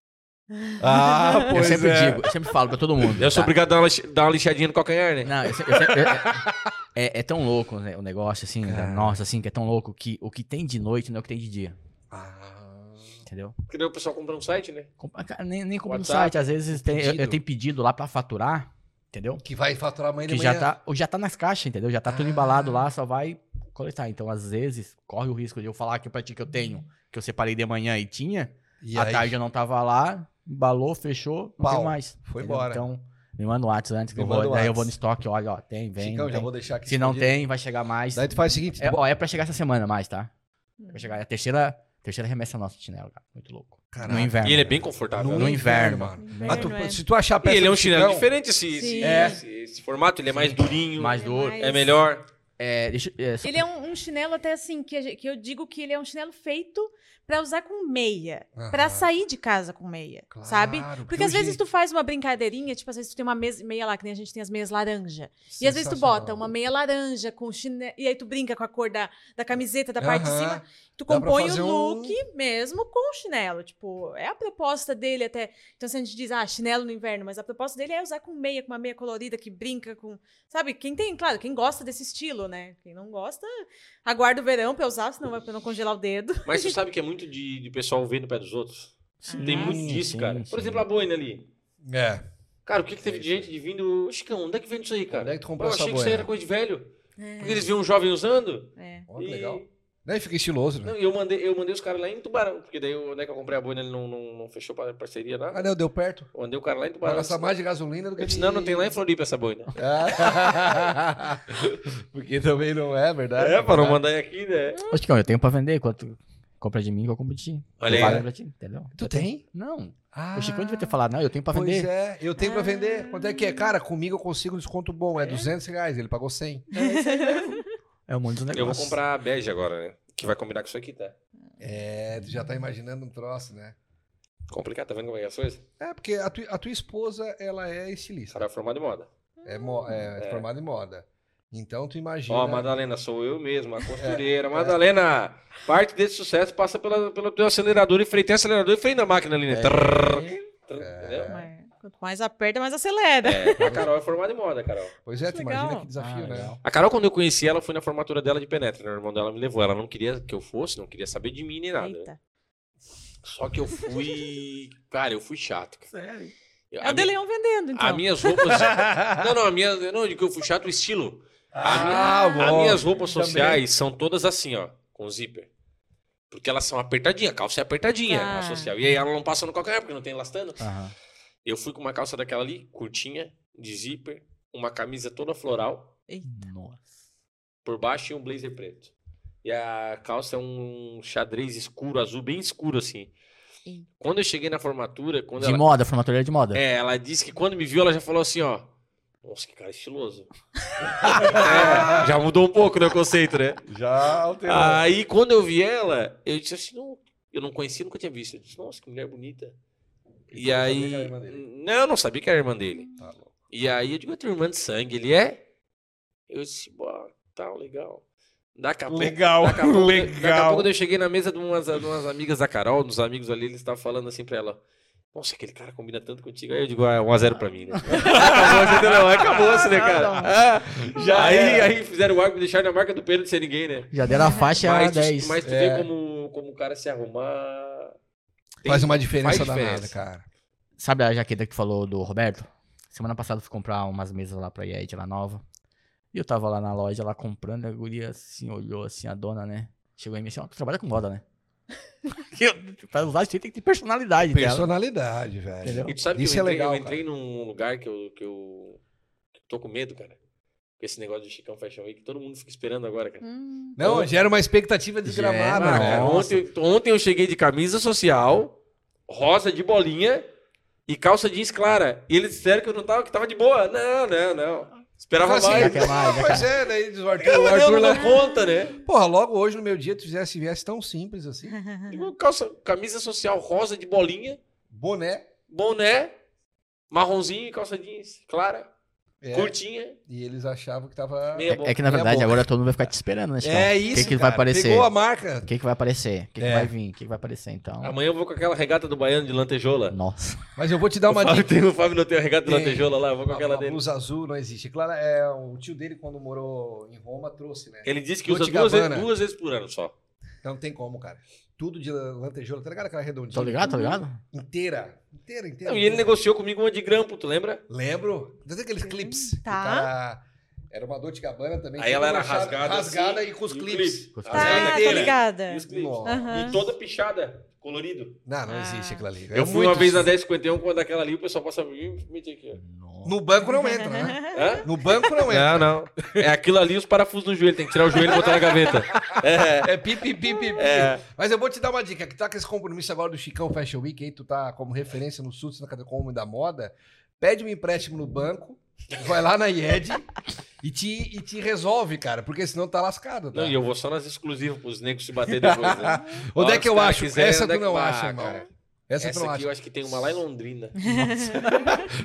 Speaker 1: Ah,
Speaker 4: eu
Speaker 1: pois
Speaker 4: sempre
Speaker 1: é.
Speaker 4: digo, eu sempre falo pra todo mundo.
Speaker 2: Eu sou
Speaker 4: tá?
Speaker 2: obrigado a dar uma, lix- dar uma lixadinha no calcanhar, né?
Speaker 4: Não, eu se- eu se- eu- é, é tão louco né, o negócio, assim, da nossa, assim, que é tão louco que o que tem de noite não é o que tem de dia,
Speaker 1: Ah.
Speaker 4: entendeu?
Speaker 2: Porque daí o pessoal compra um site, né?
Speaker 4: Com- cara, Nem, nem compra no
Speaker 2: WhatsApp,
Speaker 4: site, às vezes tem, eu,
Speaker 1: pedido.
Speaker 4: eu tenho pedido lá pra faturar, entendeu?
Speaker 1: Que vai faturar amanhã de
Speaker 4: Que
Speaker 1: manhã.
Speaker 4: já tá, ou já tá nas caixas, entendeu? Já tá tudo
Speaker 1: Ah.
Speaker 4: embalado lá, só vai coletar. Então, às vezes, corre o risco de eu falar que pra ti que eu tenho, que eu separei de manhã e tinha,
Speaker 1: E
Speaker 4: a
Speaker 1: aí,
Speaker 4: tarde eu não tava lá, embalou, fechou, não
Speaker 1: Pau,
Speaker 4: tem mais.
Speaker 1: foi
Speaker 4: entendeu?
Speaker 1: embora.
Speaker 4: Então, me manda o WhatsApp antes, que
Speaker 1: Me
Speaker 4: eu vou,
Speaker 1: manda
Speaker 4: daí
Speaker 1: o
Speaker 4: eu vou no
Speaker 1: WhatsApp.
Speaker 4: estoque, olha, ó, tem, vem.
Speaker 1: Chicão,
Speaker 4: não
Speaker 1: já
Speaker 4: tem.
Speaker 1: vou deixar aqui.
Speaker 4: Se não
Speaker 1: escondido.
Speaker 4: tem, vai chegar mais.
Speaker 1: Daí tu faz o seguinte.
Speaker 4: É, ó, é pra chegar essa semana mais, tá? Vai chegar é a terceira, terceira remessa nossa de chinelo, cara. Muito louco.
Speaker 1: Caraca.
Speaker 4: No inverno.
Speaker 2: E ele é bem confortável.
Speaker 4: No
Speaker 2: né?
Speaker 4: inverno.
Speaker 1: mano.
Speaker 4: Bem-
Speaker 1: Ah,
Speaker 3: Inverno,
Speaker 1: tu-
Speaker 3: é.
Speaker 1: se tu achar a
Speaker 2: E
Speaker 1: peça
Speaker 2: ele é um
Speaker 1: do
Speaker 2: chinelo
Speaker 1: Chicão-
Speaker 2: diferente, esse, esse,
Speaker 3: Sim.
Speaker 1: É.
Speaker 2: esse, esse formato, ele é mais durinho,
Speaker 4: Mais duro.
Speaker 3: mais-
Speaker 2: é melhor.
Speaker 4: É, deixa, é, só-
Speaker 3: Ele é um, um chinelo até assim, que, a ge- que eu digo que ele é um chinelo feito pra usar com meia.
Speaker 1: Aham.
Speaker 3: Pra sair de casa com meia,
Speaker 1: ah, Claro,
Speaker 3: sabe?
Speaker 1: porque
Speaker 3: Porque às
Speaker 1: hoje-
Speaker 3: vezes tu faz uma brincadeirinha, tipo, às vezes tu tem uma mes- meia lá, que nem a gente tem as meias laranja. E às vezes tu bota uma meia laranja com chinelo, e aí tu brinca com a cor da, da camiseta, da parte de
Speaker 1: Aham.
Speaker 3: cima. Tu
Speaker 1: Dá pra
Speaker 3: compõe
Speaker 1: fazer
Speaker 3: o
Speaker 1: um-
Speaker 3: look mesmo com o chinelo. Tipo, é a proposta dele até. Então, se a gente diz, ah, chinelo no inverno, mas a proposta dele é usar com meia, com uma meia colorida que brinca com. Sabe? Quem tem, claro, quem gosta desse estilo, né? Quem não gosta, aguarda o verão pra usar, senão vai pra não congelar o dedo.
Speaker 2: Mas tu sabe que é muito de, de pessoal ver no pé dos outros. Tem
Speaker 3: Ah,
Speaker 2: muito disso,
Speaker 4: sim,
Speaker 2: cara.
Speaker 4: sim.
Speaker 2: Por exemplo, a boina ali.
Speaker 1: É.
Speaker 2: Cara, o que, que teve de gente de vindo... Chicão, onde é que vende isso aí, cara?
Speaker 1: Onde é que tu comprou
Speaker 2: Eu
Speaker 1: essa
Speaker 2: achei que isso aí
Speaker 1: boina?
Speaker 2: era coisa de velho. Porque
Speaker 3: É,
Speaker 2: eles viam um jovem usando.
Speaker 3: é.
Speaker 1: Ó,
Speaker 2: e-
Speaker 1: legal. Daí fica estiloso, né?
Speaker 2: Não, eu mandei, eu mandei os caras lá em Tubarão, porque daí eu, né, que eu comprei a boina, ele não, não, não fechou para parceria lá.
Speaker 1: Ah, não, deu perto.
Speaker 2: Eu mandei o cara lá em
Speaker 1: Vai
Speaker 2: Tubarão.
Speaker 1: gastar mais de gasolina do que
Speaker 2: Eu
Speaker 1: de...
Speaker 2: disse, não, não tem lá em Floripa essa né?" boina.
Speaker 1: Ah. Porque também não é verdade.
Speaker 2: É, para não mandar aqui, né?
Speaker 4: Ô, Chicão, eu tenho pra vender. Quanto compra de mim, que eu compro de ti.
Speaker 2: Olha aí,
Speaker 4: Eu pago
Speaker 2: né?
Speaker 4: pra ti, entendeu?
Speaker 1: Tu
Speaker 4: Eu
Speaker 1: tem?
Speaker 4: tenho- Não.
Speaker 1: Ah,
Speaker 4: O Chicão devia ter falado, não, eu tenho pra
Speaker 1: pois
Speaker 4: vender.
Speaker 1: é, eu tenho pra
Speaker 3: Ah.
Speaker 1: vender. Quanto é que é? Cara, comigo eu consigo um desconto bom. É, 200 reais, ele pagou 100.
Speaker 4: É o mundo dos
Speaker 2: Eu vou
Speaker 4: negócios.
Speaker 2: comprar a bege agora, né? Que vai combinar com isso aqui, tá?
Speaker 1: É, tu já tá imaginando um troço, né?
Speaker 2: Complicado, tá vendo como é que é as coisas?
Speaker 1: É, porque a, tu- a tua esposa, ela é
Speaker 2: O
Speaker 1: estilista.
Speaker 2: cara é formado em moda.
Speaker 1: É, mo- é formada em moda. Então tu imagina...
Speaker 2: Ó, Madalena, sou eu mesmo, a costureira. Madalena, parte desse sucesso passa pela, pelo teu acelerador e freio. Tem acelerador e freio na máquina ali, né? Trrr, trrr, entendeu?
Speaker 3: Mas Quanto mais aperta, mais acelera.
Speaker 2: É, a Carol é formada em moda, Carol.
Speaker 1: Pois é, tu
Speaker 3: Legal.
Speaker 1: imagina que desafio,
Speaker 4: Ah,
Speaker 1: né?
Speaker 4: legal.
Speaker 2: A Carol, quando eu conheci ela, foi na formatura dela de penetra. né? O irmão dela me levou. Ela não queria que eu fosse, não queria saber de mim nem nada. né?
Speaker 3: Eita.
Speaker 2: Só que eu fui. Cara, eu fui chato. Cara.
Speaker 4: Sério?
Speaker 2: Eu-
Speaker 3: É o
Speaker 2: a,
Speaker 3: De
Speaker 2: minha,
Speaker 3: Leon vendendo, então.
Speaker 2: as minhas roupas. não, não, a minha. Não, eu digo que eu fui chato o estilo. A minha-
Speaker 1: Ah,
Speaker 2: as
Speaker 1: bom.
Speaker 2: minhas roupas sociais são todas assim, ó, com zíper. Porque elas são apertadinhas, a calça é apertadinha,
Speaker 3: Ah.
Speaker 2: a social. E aí ela não passa no qualquer porque não tem elastano.
Speaker 4: Aham.
Speaker 2: Eu fui com uma calça daquela ali, curtinha, de zíper, uma camisa toda floral,
Speaker 4: Nossa.
Speaker 2: por baixo e um blazer preto. E a calça é um xadrez escuro, azul, bem escuro assim.
Speaker 3: Eita.
Speaker 2: Quando eu cheguei na formatura, quando
Speaker 4: De
Speaker 2: ela,
Speaker 4: moda, formatoria de moda.
Speaker 2: é, ela disse que quando me viu, ela já falou assim, ó. Nossa, que cara estiloso. É, já mudou um pouco né, o conceito, né?
Speaker 6: Já alterou.
Speaker 1: Ah,
Speaker 2: Aí quando eu vi ela, eu disse assim, não, eu não conhecia, nunca tinha visto. Eu disse, nossa, que mulher bonita. E
Speaker 1: Então,
Speaker 2: aí. hum, Não, eu não sabia que era a irmã dele. E aí eu digo, é tua irmã de sangue, ele é? Eu disse, boa, tal, legal. Daqui a pouco.
Speaker 6: Legal,
Speaker 2: Daqui a pouco, Daqui a pouco,
Speaker 6: legal.
Speaker 2: quando eu cheguei na mesa de umas, de umas amigas da Carol, dos amigos ali, eles estavam falando assim pra ela. Nossa, aquele cara combina tanto contigo. Aí eu digo, ah, é 1x0 pra mim, né? acabou, entendeu? Acabou-se, né, cara? Ah, já aí, aí fizeram o arco, me deixaram na marca do pênalti sem ninguém, né?
Speaker 4: Já deram a faixa
Speaker 2: Mas, tu-
Speaker 4: 10.
Speaker 2: mas tu
Speaker 1: É.
Speaker 2: vê como, como o cara se arrumar. tem-
Speaker 1: Faz uma diferença
Speaker 2: faz diferença.
Speaker 1: danada, cara.
Speaker 4: Sabe a jaqueta que tu falou do Roberto? Semana passada eu fui comprar umas mesas lá pra IED, lá nova. E eu tava lá na loja, lá comprando, a guria assim, olhou assim, a dona, né? Chegou em mim assim, ó, tu trabalha com moda, né? eu, pra usar isso aí tem que ter personalidade, dela.
Speaker 1: Personalidade, velho.
Speaker 4: Entendeu?
Speaker 2: E tu sabe
Speaker 1: Isso
Speaker 2: que eu
Speaker 1: é
Speaker 2: entrei,
Speaker 1: legal,
Speaker 2: eu entrei num lugar que eu, que eu tô com medo, cara. Com esse negócio do Chicão Fashion Week, todo mundo fica esperando agora, cara.
Speaker 3: Hum.
Speaker 1: Não, gera uma expectativa desgramada,
Speaker 4: Gera,
Speaker 2: Ah,
Speaker 1: velho.
Speaker 2: cara,
Speaker 4: nossa.
Speaker 2: ontem, ontem eu cheguei de camisa social, rosa de bolinha e calça jeans clara. E eles disseram que eu não tava, que tava de boa. Não, não, não. Esperava
Speaker 1: Assim,
Speaker 2: mais.
Speaker 4: Quer mais, né,
Speaker 1: Pois
Speaker 4: cara?
Speaker 1: é, daí diz o Arthur.
Speaker 2: Cara,
Speaker 1: O
Speaker 2: não,
Speaker 1: Arthur
Speaker 2: não
Speaker 1: lá-
Speaker 2: dá conta, né?
Speaker 1: Porra, logo hoje no meu dia tu fizesse viesse tão simples assim.
Speaker 2: Igual Calça, camisa social rosa de bolinha,
Speaker 1: Boné.
Speaker 2: boné, marronzinho e calça jeans clara,
Speaker 1: é,
Speaker 2: curtinha,
Speaker 1: E eles achavam que tava.
Speaker 2: meia boca.
Speaker 4: É, é que na
Speaker 1: Meia
Speaker 4: verdade
Speaker 1: boca.
Speaker 4: agora todo mundo vai ficar te esperando, né? Chicão? O que, que
Speaker 1: É cara.
Speaker 4: vai aparecer?
Speaker 1: Pegou a
Speaker 4: O
Speaker 1: marca.
Speaker 4: que, que vai aparecer? O que, que
Speaker 1: É.
Speaker 4: vai vir? O que, que vai aparecer, então?
Speaker 2: Amanhã eu vou com aquela regata do baiano de lantejola.
Speaker 4: Nossa.
Speaker 1: Mas eu vou te dar
Speaker 2: O
Speaker 1: uma
Speaker 2: Fábio,
Speaker 1: dica.
Speaker 2: tem, o Fábio não tem a regata de
Speaker 1: Tem.
Speaker 2: lantejola lá, eu vou com
Speaker 1: Uma,
Speaker 2: aquela
Speaker 1: uma
Speaker 2: dele.
Speaker 1: blusa azul não existe. Claro, é o tio dele quando morou em Roma trouxe, né?
Speaker 2: Ele disse que
Speaker 1: Dolce
Speaker 2: usa duas, ve-
Speaker 1: Gabbana.
Speaker 2: duas vezes por ano só.
Speaker 1: Então não tem como, cara. Tudo de lantejola, tá ligado aquela redondinha?
Speaker 4: Tô ligado, tá ligado?
Speaker 1: Inteira. Inteira, inteira.
Speaker 2: Não, e ele negociou comigo uma de grampo, tu lembra?
Speaker 1: Lembro. Desde aqueles clips. que
Speaker 3: Tá.
Speaker 1: Era uma Dolce Gabbana também.
Speaker 2: Aí ela era
Speaker 1: Toda
Speaker 2: rasgada.
Speaker 1: Rasgada
Speaker 2: assim,
Speaker 1: e com os
Speaker 2: o
Speaker 1: clips.
Speaker 2: clipe.
Speaker 4: Com os
Speaker 3: Tá,
Speaker 4: clipes.
Speaker 2: Rasgada
Speaker 3: tá
Speaker 2: inteira.
Speaker 3: ligada.
Speaker 2: E os clipes.
Speaker 1: Nossa.
Speaker 3: Aham.
Speaker 2: E toda pichada, colorido.
Speaker 1: Não, não
Speaker 3: Ah.
Speaker 1: existe aquilo ali. É
Speaker 2: eu fui
Speaker 1: muito-
Speaker 2: uma vez na 1051, quando aquela ali, o pessoal passa por mim e mete aqui, ó.
Speaker 4: Nossa.
Speaker 1: No banco não entra, né?
Speaker 2: Hã?
Speaker 1: No banco não entra.
Speaker 2: Não, não. É aquilo ali, os parafusos no joelho. Tem que tirar o joelho e botar na gaveta. É.
Speaker 1: É pipi, pipi, pipi.
Speaker 2: É.
Speaker 1: Mas eu vou te dar uma dica, que tá com esse compromisso agora do Chicão Fashion Week, aí tu tá como referência no Sul, na Catacombe da Moda, pede um empréstimo no banco, vai lá na IED e te, e te resolve, cara, porque senão tá lascado, tá?
Speaker 2: Não, e eu vou só nas exclusivas pros negros se bater depois. Né?
Speaker 1: Onde é
Speaker 2: Olha,
Speaker 1: que
Speaker 2: se
Speaker 1: eu
Speaker 2: cara
Speaker 1: acho?
Speaker 2: quiser,
Speaker 1: Essa
Speaker 2: onde
Speaker 1: tu
Speaker 2: é que-
Speaker 1: não
Speaker 2: Ah,
Speaker 1: acha, irmão.
Speaker 2: cara.
Speaker 1: Essa, tu
Speaker 2: Essa
Speaker 1: não
Speaker 2: aqui
Speaker 1: acha.
Speaker 2: eu acho que tem uma lá em Londrina.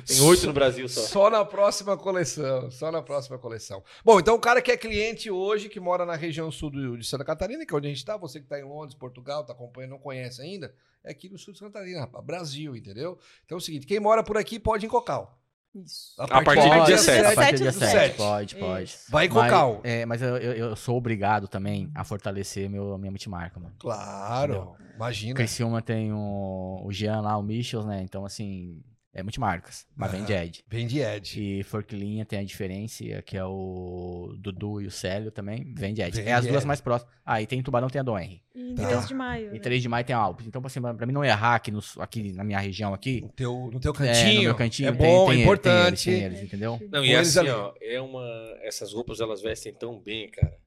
Speaker 2: tem oito no Brasil só.
Speaker 1: Só na próxima coleção, só na próxima coleção. Bom, então o cara que é cliente hoje, que mora na região sul do- de Santa Catarina, que é onde a gente tá, você que tá em Londres, Portugal, tá acompanhando, não conhece ainda, é aqui no sul de Santa Catarina, rapaz, Brasil, entendeu? Então é o seguinte, quem mora por aqui pode ir em Cocal.
Speaker 3: Isso.
Speaker 1: A
Speaker 2: partir do dia sete.
Speaker 4: é, A partir do dia
Speaker 3: do
Speaker 4: 7,
Speaker 1: sete.
Speaker 4: pode, pode.
Speaker 3: Isso.
Speaker 1: Vai em
Speaker 4: Mas-
Speaker 1: Cocal.
Speaker 4: É, mas eu, eu- eu sou obrigado também a fortalecer meu, minha multimarca, mano.
Speaker 1: Claro, imagina.
Speaker 4: Criciúma tem o, o Jean lá, o Michels, né? Então, assim, é multimarcas, mas vem de Ed.
Speaker 1: Vem de Ed.
Speaker 4: E Forquilinha tem a diferença, que é o Dudu e o Célio também, vem de Ed.
Speaker 1: Vem
Speaker 4: É as
Speaker 1: de
Speaker 4: duas
Speaker 1: Ed.
Speaker 4: mais próximas. Ah, e tem Tubarão, tem a Dom Henry.
Speaker 3: E
Speaker 1: Tá.
Speaker 3: 13 de maio.
Speaker 4: E
Speaker 3: né?
Speaker 4: 3 de maio tem a Alpes. Então, assim, pra mim não errar aqui, no, aqui na minha região aqui,
Speaker 1: No teu, no teu
Speaker 4: é,
Speaker 1: cantinho.
Speaker 4: no meu cantinho,
Speaker 1: é
Speaker 4: tem-
Speaker 1: bom,
Speaker 4: tem,
Speaker 1: é
Speaker 4: ele-
Speaker 1: importante.
Speaker 4: Tem eles, tem eles, entendeu?
Speaker 2: Não,
Speaker 1: Com
Speaker 2: e
Speaker 1: eles
Speaker 2: assim,
Speaker 1: ali.
Speaker 2: ó, é uma. Essas roupas elas vestem tão bem, cara,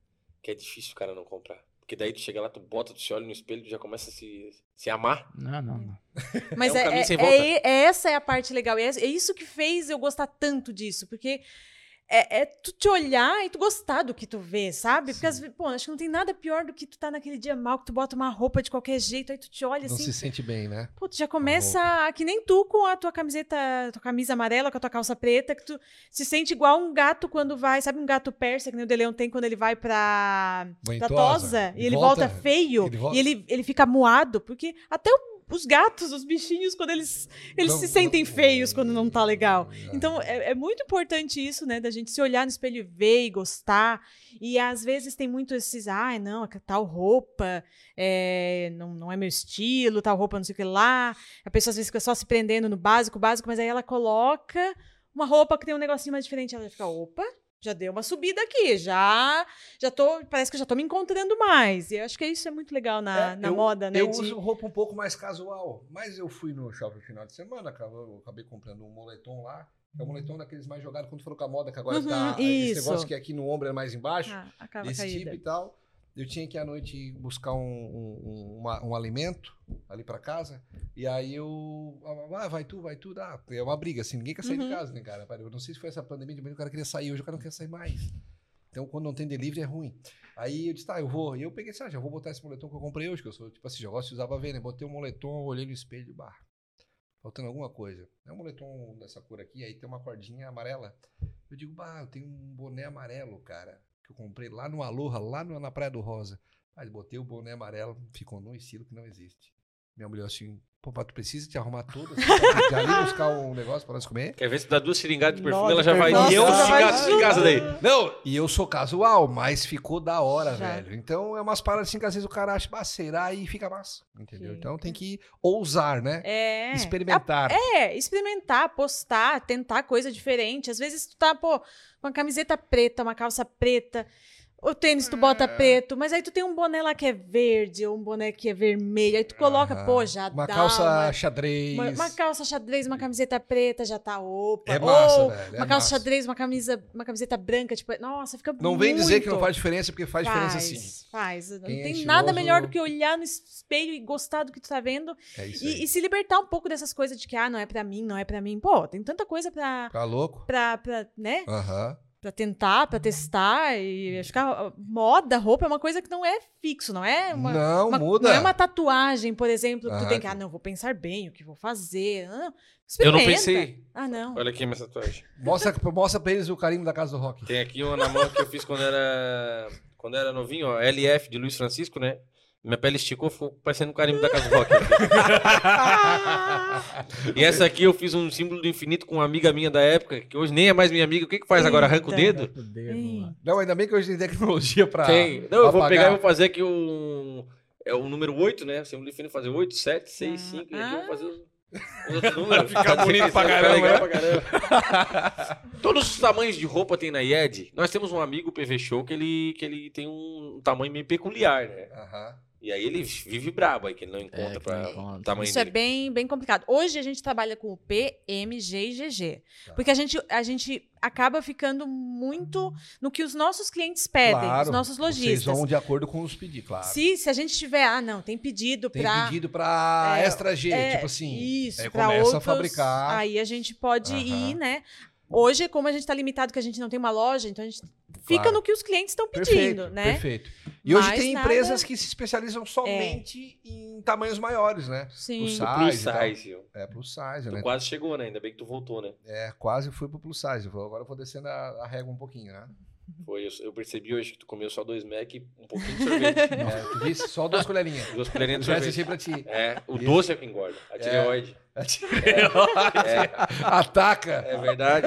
Speaker 2: que é difícil o cara não comprar. Porque daí tu chega lá, tu bota, tu se olha no espelho, tu já começa a se, se amar.
Speaker 4: Não, não, não.
Speaker 3: Mas
Speaker 2: É um
Speaker 3: é,
Speaker 2: caminho
Speaker 3: é-
Speaker 2: sem
Speaker 3: é-
Speaker 2: volta.
Speaker 3: é- essa é a parte legal. E é, é isso que fez eu gostar tanto disso, porque é, é tu te olhar e tu gostar do que tu vê, sabe? Porque às vezes, pô, acho que não tem nada pior do que tu tá naquele dia mal, que tu bota uma roupa de qualquer jeito, aí tu te olha
Speaker 1: Não
Speaker 3: assim.
Speaker 1: se sente bem, né?
Speaker 3: Pô, tu já começa a- que nem tu com a tua camiseta, tua camisa amarela, com a tua calça preta, que tu se sente igual um gato quando vai, sabe um gato persa que nem o De Leon tem quando ele vai pra, pra Tosa e ele volta, feio
Speaker 1: ele volta.
Speaker 3: e ele, ele fica moado, porque até o- os gatos, os bichinhos, quando eles, eles
Speaker 1: Não-
Speaker 3: se sentem
Speaker 1: não-
Speaker 3: feios quando não tá legal.
Speaker 1: É.
Speaker 3: Então é, é muito importante isso, né? Da gente se olhar no espelho e ver e gostar. E às vezes tem muito esses, ai, não, aquela tal roupa é, não, não é meu estilo, tal roupa não sei o que lá. A pessoa às vezes fica só se prendendo no básico, básico, mas aí ela coloca uma roupa que tem um negocinho mais diferente. Ela fica, opa, já deu uma subida aqui, já, já tô, parece que eu já tô me encontrando mais. E eu acho que isso é muito legal na,
Speaker 1: É,
Speaker 3: na moda, né?
Speaker 1: Eu
Speaker 3: de-
Speaker 1: uso roupa um pouco mais casual, mas eu fui no shopping no final de semana, acabei, eu acabei comprando um moletom lá. É um moletom daqueles mais jogados quando for com a moda, que agora
Speaker 3: Uhum,
Speaker 1: tá esse
Speaker 3: isso.
Speaker 1: negócio que aqui no ombro é mais embaixo.
Speaker 3: Ah, acaba
Speaker 1: esse
Speaker 3: caída.
Speaker 1: tipo e tal. eu tinha que à noite buscar um, um- um- uma- um alimento ali pra casa. E aí eu. Ah, vai tu, vai tu. Ah, é uma briga, assim, ninguém quer sair
Speaker 3: Uhum.
Speaker 1: de casa, né, cara? Eu não sei se foi essa pandemia, de manhã o cara queria sair, hoje o cara não quer sair mais. Então, quando não tem delivery, é ruim. Aí eu disse, tá, eu vou. E eu peguei, assim, ah, já vou botar esse moletom que eu comprei hoje, que eu sou, tipo assim, já gosto de usar pra ver, né? Botei um moletom, olhei no espelho, bah, faltando alguma coisa. É um moletom dessa cor aqui, aí tem uma cordinha amarela. Eu digo, bah, eu tenho um boné amarelo, cara, que eu comprei lá no Aloha, lá no- na Praia do Rosa. Aí botei o boné amarelo, ficou num estilo que não existe. Minha mulher assim, pô, mas tu precisa te arrumar toda, assim, pra- já ali buscar um negócio pra nós comer?
Speaker 2: Quer ver se dá duas seringadas de perfume,
Speaker 4: Nossa,
Speaker 2: ela já vai.
Speaker 3: nossa,
Speaker 2: e eu
Speaker 3: já
Speaker 2: se
Speaker 3: vai-
Speaker 2: casa, se casa daí.
Speaker 1: Não, e eu sou casual, mas ficou da hora,
Speaker 3: Já.
Speaker 1: velho. Então é umas paradas assim que às vezes o cara acha, "Bah, será e fica massa. Entendeu?
Speaker 3: Fica.
Speaker 1: Então tem que ousar, né?
Speaker 3: É.
Speaker 1: Experimentar.
Speaker 3: É, experimentar, postar, tentar coisa diferente. Às vezes tu tá, pô, com uma camiseta preta, uma calça preta, o tênis tu
Speaker 1: É.
Speaker 3: bota preto, mas aí tu tem um boné lá que é verde, ou um boné que é vermelho, aí tu coloca,
Speaker 1: Aham.
Speaker 3: pô, já
Speaker 1: Uma
Speaker 3: dá
Speaker 1: calça
Speaker 3: uma-
Speaker 1: xadrez.
Speaker 3: uma, uma calça xadrez, uma camiseta preta, já tá opa.
Speaker 1: É massa,
Speaker 3: Ou
Speaker 1: velho. é
Speaker 3: Uma calça
Speaker 1: massa.
Speaker 3: xadrez, uma camisa, uma camiseta branca, tipo, nossa, fica
Speaker 1: Não vem dizer que não
Speaker 3: muito.
Speaker 1: faz diferença, porque faz, diferença sim.
Speaker 3: Faz, Não
Speaker 1: Quem é
Speaker 3: tem
Speaker 1: estiloso-
Speaker 3: nada melhor do que olhar no espelho e gostar do que tu tá vendo
Speaker 1: É isso aí.
Speaker 3: e, e se libertar um pouco dessas coisas de que, ah, não é pra mim, não é pra mim. Pô, tem tanta coisa pra,
Speaker 1: Tá louco?
Speaker 3: pra, pra, né?
Speaker 1: Aham.
Speaker 3: pra tentar,
Speaker 1: Uhum.
Speaker 3: pra testar. E acho que a moda, roupa é uma coisa que não é fixo, não é uma.
Speaker 1: não,
Speaker 3: uma-
Speaker 1: muda.
Speaker 3: Não é uma tatuagem, por exemplo, que tu
Speaker 1: Ah,
Speaker 3: tem que, ah,
Speaker 1: cara.
Speaker 3: não, vou pensar bem o que vou fazer. ah, Não,
Speaker 2: Eu
Speaker 3: não.
Speaker 2: não
Speaker 3: Experimenta.
Speaker 2: pensei.
Speaker 3: Ah, não.
Speaker 2: Olha aqui minha tatuagem.
Speaker 1: Mostra, mostra pra eles o carinho da casa do rock.
Speaker 2: Tem aqui uma na mão que eu fiz quando era, quando era novinho, ó. LF de Luiz Francisco, né? Minha pele esticou, ficou parecendo um carimbo da Casa do Rock. e essa aqui eu fiz um símbolo do infinito com uma amiga minha da época, que hoje nem é mais minha amiga. O que que faz agora? Arranca o
Speaker 3: Eita.
Speaker 2: dedo?
Speaker 4: Arranca o dedo, lá.
Speaker 1: Não, ainda bem que hoje tem tecnologia pra.
Speaker 2: Tem. Não, eu vou
Speaker 1: Tá. apagar.
Speaker 2: pegar e vou fazer aqui um... É o número 8, né? Símbolo do infinito fazer 8, 7, 6,
Speaker 3: Ah.
Speaker 2: 5. E aqui eu vou fazer os... os outros
Speaker 7: Vai
Speaker 2: números.
Speaker 7: ficar
Speaker 2: Fazer
Speaker 7: bonito
Speaker 2: que
Speaker 7: pra
Speaker 2: vai ficar
Speaker 7: caramba,
Speaker 2: legal pra caramba. Todos os tamanhos de roupa tem na IED. Nós temos um amigo, o PV Show, que ele, que ele tem um tamanho meio peculiar, né?
Speaker 1: Aham.
Speaker 2: E aí ele vive brabo aí, que ele não
Speaker 4: É,
Speaker 2: encontra
Speaker 4: que
Speaker 2: pra
Speaker 4: não encontra.
Speaker 2: tamanho
Speaker 3: Isso é
Speaker 2: dele.
Speaker 3: bem, bem complicado. Hoje a gente trabalha com o P, M, G e GG.
Speaker 1: Tá.
Speaker 3: Porque a gente, a gente acaba ficando muito no que os nossos clientes pedem, É, os nossos
Speaker 1: Vocês
Speaker 3: lojistas.
Speaker 1: vão de acordo com os pedidos, claro.
Speaker 3: Se, se a gente tiver, ah, não, tem pedido
Speaker 1: Tem
Speaker 3: pra.
Speaker 1: pedido pra
Speaker 3: É,
Speaker 1: extra G,
Speaker 3: é,
Speaker 1: tipo assim. aí
Speaker 3: Isso, pra
Speaker 1: começa a
Speaker 3: outros,
Speaker 1: fabricar.
Speaker 3: Aí a gente pode
Speaker 1: Aham.
Speaker 3: ir, né? Hoje, como a gente tá limitado, que a gente não tem uma loja, então a gente fica
Speaker 1: Claro.
Speaker 3: no que os clientes estão pedindo,
Speaker 1: perfeito,
Speaker 3: né?
Speaker 1: perfeito. E hoje
Speaker 3: Mas
Speaker 1: tem
Speaker 3: nada-
Speaker 1: empresas que se especializam somente em tamanhos maiores, né?
Speaker 3: Sim.
Speaker 1: Sabe?
Speaker 2: Plus
Speaker 1: size e tal.
Speaker 2: size, ó.
Speaker 1: É plus size,
Speaker 2: Tu
Speaker 1: né?
Speaker 2: quase chegou, né? Ainda bem que tu voltou, né?
Speaker 1: É, quase fui pro plus size. Eu vou- Agora eu vou descendo a, a régua um pouquinho, né?
Speaker 2: Foi, eu, eu percebi hoje que tu comeu só dois Mac e um pouquinho de sorvete.
Speaker 1: É, tu disse, só duas colherinhas.
Speaker 2: Duas colherinhas de
Speaker 1: Já assisti
Speaker 2: sorvete.
Speaker 1: pra ti.
Speaker 2: É, o doce é que engorda. A tireoide.
Speaker 1: Ataca!
Speaker 2: É verdade.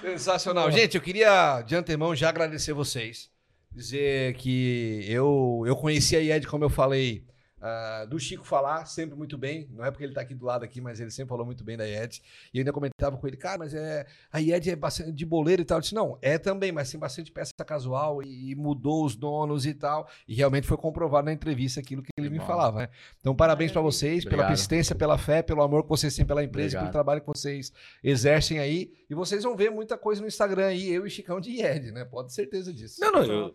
Speaker 1: Sensacional. Gente, eu queria de antemão já agradecer vocês. Dizer que eu, eu conheci a IED, como eu falei, ah, do Chico falar sempre muito bem. Não é porque ele tá aqui do lado aqui, mas ele sempre falou muito bem da IED. E eu ainda comentava com ele, cara, mas é, a IED é bastante de boleiro e tal. Eu disse, não, é também, mas tem bastante peça casual e, e mudou os donos e tal. E realmente foi comprovado na entrevista aquilo que ele me
Speaker 4: Bom.
Speaker 1: falava, né? Então, parabéns para vocês pela
Speaker 4: Obrigado.
Speaker 1: persistência, pela fé, pelo amor que vocês têm pela empresa, e pelo
Speaker 4: Obrigado.
Speaker 1: trabalho que vocês exercem aí. E vocês vão ver muita coisa no Instagram aí, eu e Chicão de Ied, né? Pode ter certeza disso.
Speaker 2: não, não, eu,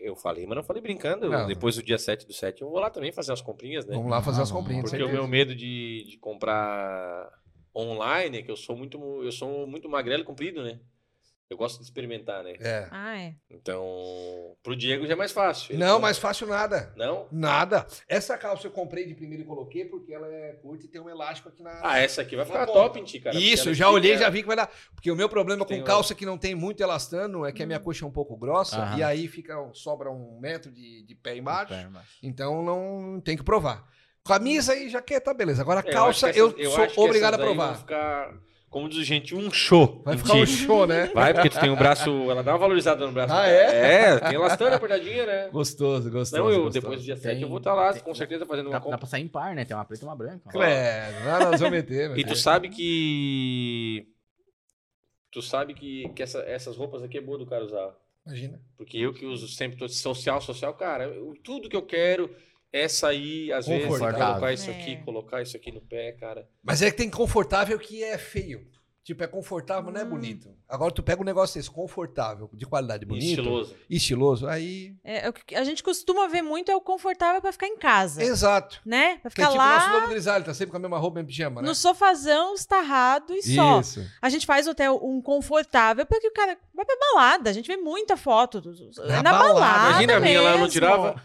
Speaker 2: eu falei, mas não falei brincando. Eu-
Speaker 1: Não.
Speaker 2: Depois do dia 7 do 7, eu vou lá também fazer as comprinhas, né?
Speaker 1: Vamos lá fazer
Speaker 4: Ah,
Speaker 1: as
Speaker 4: vamos.
Speaker 1: comprinhas.
Speaker 2: Porque o meu medo de, de comprar online é que eu sou muito eu sou muito magrelo e comprido, né? Eu gosto de experimentar, né?
Speaker 1: É.
Speaker 3: Ah, é.
Speaker 2: Então, pro Diego já é mais fácil. Ele
Speaker 1: Não,
Speaker 2: compra.
Speaker 1: mas fácil nada.
Speaker 2: Não?
Speaker 1: Nada. Essa calça eu comprei de primeiro e coloquei porque ela é curta e tem um elástico aqui na.
Speaker 2: Ah, essa aqui vai
Speaker 1: Tá
Speaker 2: ficar
Speaker 1: bom.
Speaker 2: top em ti, cara. porque
Speaker 1: Isso,
Speaker 2: ela é
Speaker 1: eu já olhei,
Speaker 2: fica-
Speaker 1: já vi que vai dar. Porque o meu problema
Speaker 2: Tem Hum.
Speaker 1: com
Speaker 2: um-
Speaker 1: calça que não tem muito elastano é que a minha coxa é um pouco grossa
Speaker 4: Aham.
Speaker 1: e aí fica, sobra um metro de, de pé embaixo.
Speaker 4: Super, mas-
Speaker 1: Então não tem que provar. Camisa e jaqueta, tá, beleza. Agora
Speaker 2: É,
Speaker 1: calça,
Speaker 2: acho
Speaker 1: eu,
Speaker 2: que essas- acho que
Speaker 1: sou obrigado a
Speaker 2: essas daí
Speaker 1: provar.
Speaker 2: Vão ficar, como diz o gente, um show.
Speaker 1: Vai
Speaker 2: em
Speaker 1: ficar
Speaker 2: ti.
Speaker 1: um show, né?
Speaker 2: Vai, porque tu tem o braço. Ela dá uma valorizada no braço.
Speaker 1: Ah,
Speaker 2: cara.
Speaker 1: é?
Speaker 2: É, tem elastana apertadinha, né?
Speaker 1: Gostoso, gostoso.
Speaker 2: Não, eu
Speaker 1: gostoso.
Speaker 2: depois do dia 7 eu
Speaker 4: Tem-
Speaker 2: vou estar lá,
Speaker 4: tem- né?
Speaker 2: com certeza, fazendo
Speaker 4: Dá,
Speaker 2: uma
Speaker 4: dá
Speaker 2: compra.
Speaker 4: pra sair em par, né? Tem uma preta e uma branca. ó.
Speaker 1: É, lá nós vamos meter.
Speaker 2: E tu sabe que. Tu sabe que, que essa- essas roupas aqui é boa do cara usar.
Speaker 1: Imagina.
Speaker 2: Porque eu que uso sempre tô de social, social, cara, eu- tudo que eu quero é sair, às vezes,
Speaker 1: Confortável.
Speaker 2: colocar isso
Speaker 3: É.
Speaker 2: aqui, colocar isso aqui no pé, cara.
Speaker 1: Mas é que tem confortável que é feio. Tipo, é confortável,
Speaker 2: Hum.
Speaker 1: não é bonito. Agora tu pega um negócio desse, confortável, de qualidade bonita.
Speaker 2: Estiloso.
Speaker 1: Estiloso. Aí.
Speaker 3: É, o que a gente costuma ver muito é o confortável pra ficar em casa,
Speaker 1: Exato.
Speaker 3: né? Pra
Speaker 1: Que é
Speaker 3: ficar
Speaker 1: tipo o nosso
Speaker 3: lá
Speaker 1: novo grisalho, tá sempre com a mesma roupa, mesmo pijama, né?
Speaker 3: no sofazão, estarrado e só.
Speaker 1: Isso.
Speaker 3: A gente faz hotel um confortável pra que o cara vai pra balada. A gente vê muita foto. dos- dos-
Speaker 1: Na
Speaker 3: é na
Speaker 1: balada.
Speaker 3: balada.
Speaker 2: Imagina a minha lá, eu não
Speaker 3: mesmo.
Speaker 2: tirava.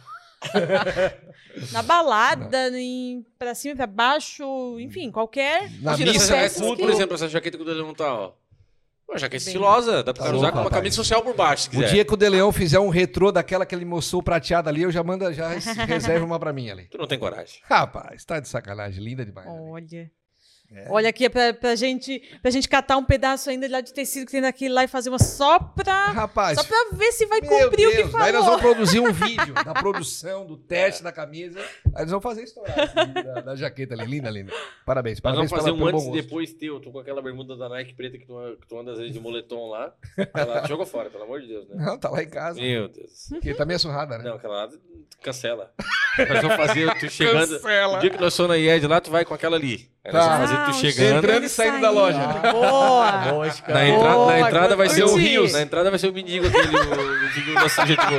Speaker 3: Na balada, em, pra cima e pra
Speaker 1: Hum.
Speaker 3: baixo, enfim, qualquer.
Speaker 1: Na
Speaker 2: Imagina,
Speaker 1: missa,
Speaker 2: essa,
Speaker 3: né?
Speaker 2: é cool, por
Speaker 3: Que-
Speaker 2: exemplo, essa jaqueta que o Daniel não tá, ó. Uma jaqueta
Speaker 3: Bem-
Speaker 2: estilosa, dá pra
Speaker 1: Tá
Speaker 2: usar
Speaker 1: louco,
Speaker 2: com uma
Speaker 1: rapaz.
Speaker 2: camisa social por baixo, se
Speaker 1: O
Speaker 2: quiser.
Speaker 1: dia que o De Leão fizer um retrô daquela que ele mostrou prateada ali, eu já manda, já res- reserva uma pra mim ali.
Speaker 2: Tu não tem coragem.
Speaker 1: Rapaz, tá de sacanagem, linda demais. né?
Speaker 3: Olha.
Speaker 1: É.
Speaker 3: Olha aqui, é pra, pra, gente, pra gente catar um pedaço ainda lá de tecido que tem naquele lá e fazer uma só pra,
Speaker 1: Rapaz,
Speaker 3: só pra ver se vai
Speaker 1: meu
Speaker 3: cumprir o que
Speaker 1: Deus,
Speaker 3: falou.
Speaker 1: Aí nós vamos produzir um vídeo da produção, do teste da camisa. Aí nós vamos fazer estourar assim, da, da jaqueta ali. Linda, linda. Parabéns,
Speaker 2: Mas
Speaker 1: parabéns
Speaker 2: vamos
Speaker 1: pela,
Speaker 2: fazer um
Speaker 1: pelo
Speaker 2: antes
Speaker 1: bom
Speaker 2: e
Speaker 1: gosto.
Speaker 2: depois teu. Tu com aquela bermuda da Nike preta que tu, que tu anda às vezes de moletom lá. Ela jogou fora, pelo amor de Deus, né?
Speaker 1: Não, tá lá em casa.
Speaker 2: Meu Deus.
Speaker 1: Porque tá meio surrada, né?
Speaker 2: Não, aquela lá tu cancela. Nós vamos fazer tu chegando. O
Speaker 1: Cancela.
Speaker 2: dia que nós somos na IED lá, tu vai com aquela ali. Aí nós
Speaker 1: Tá.
Speaker 2: vamos fazer tu
Speaker 3: Não,
Speaker 2: chegando.
Speaker 1: Entrando e saindo da loja. É
Speaker 3: Boa!
Speaker 4: Lógica.
Speaker 2: Na entrada,
Speaker 3: Boa,
Speaker 2: na entrada vai ser o
Speaker 3: curti.
Speaker 2: Rios. Na entrada vai ser o mendigo aquele, o mendigo nosso jeito bom.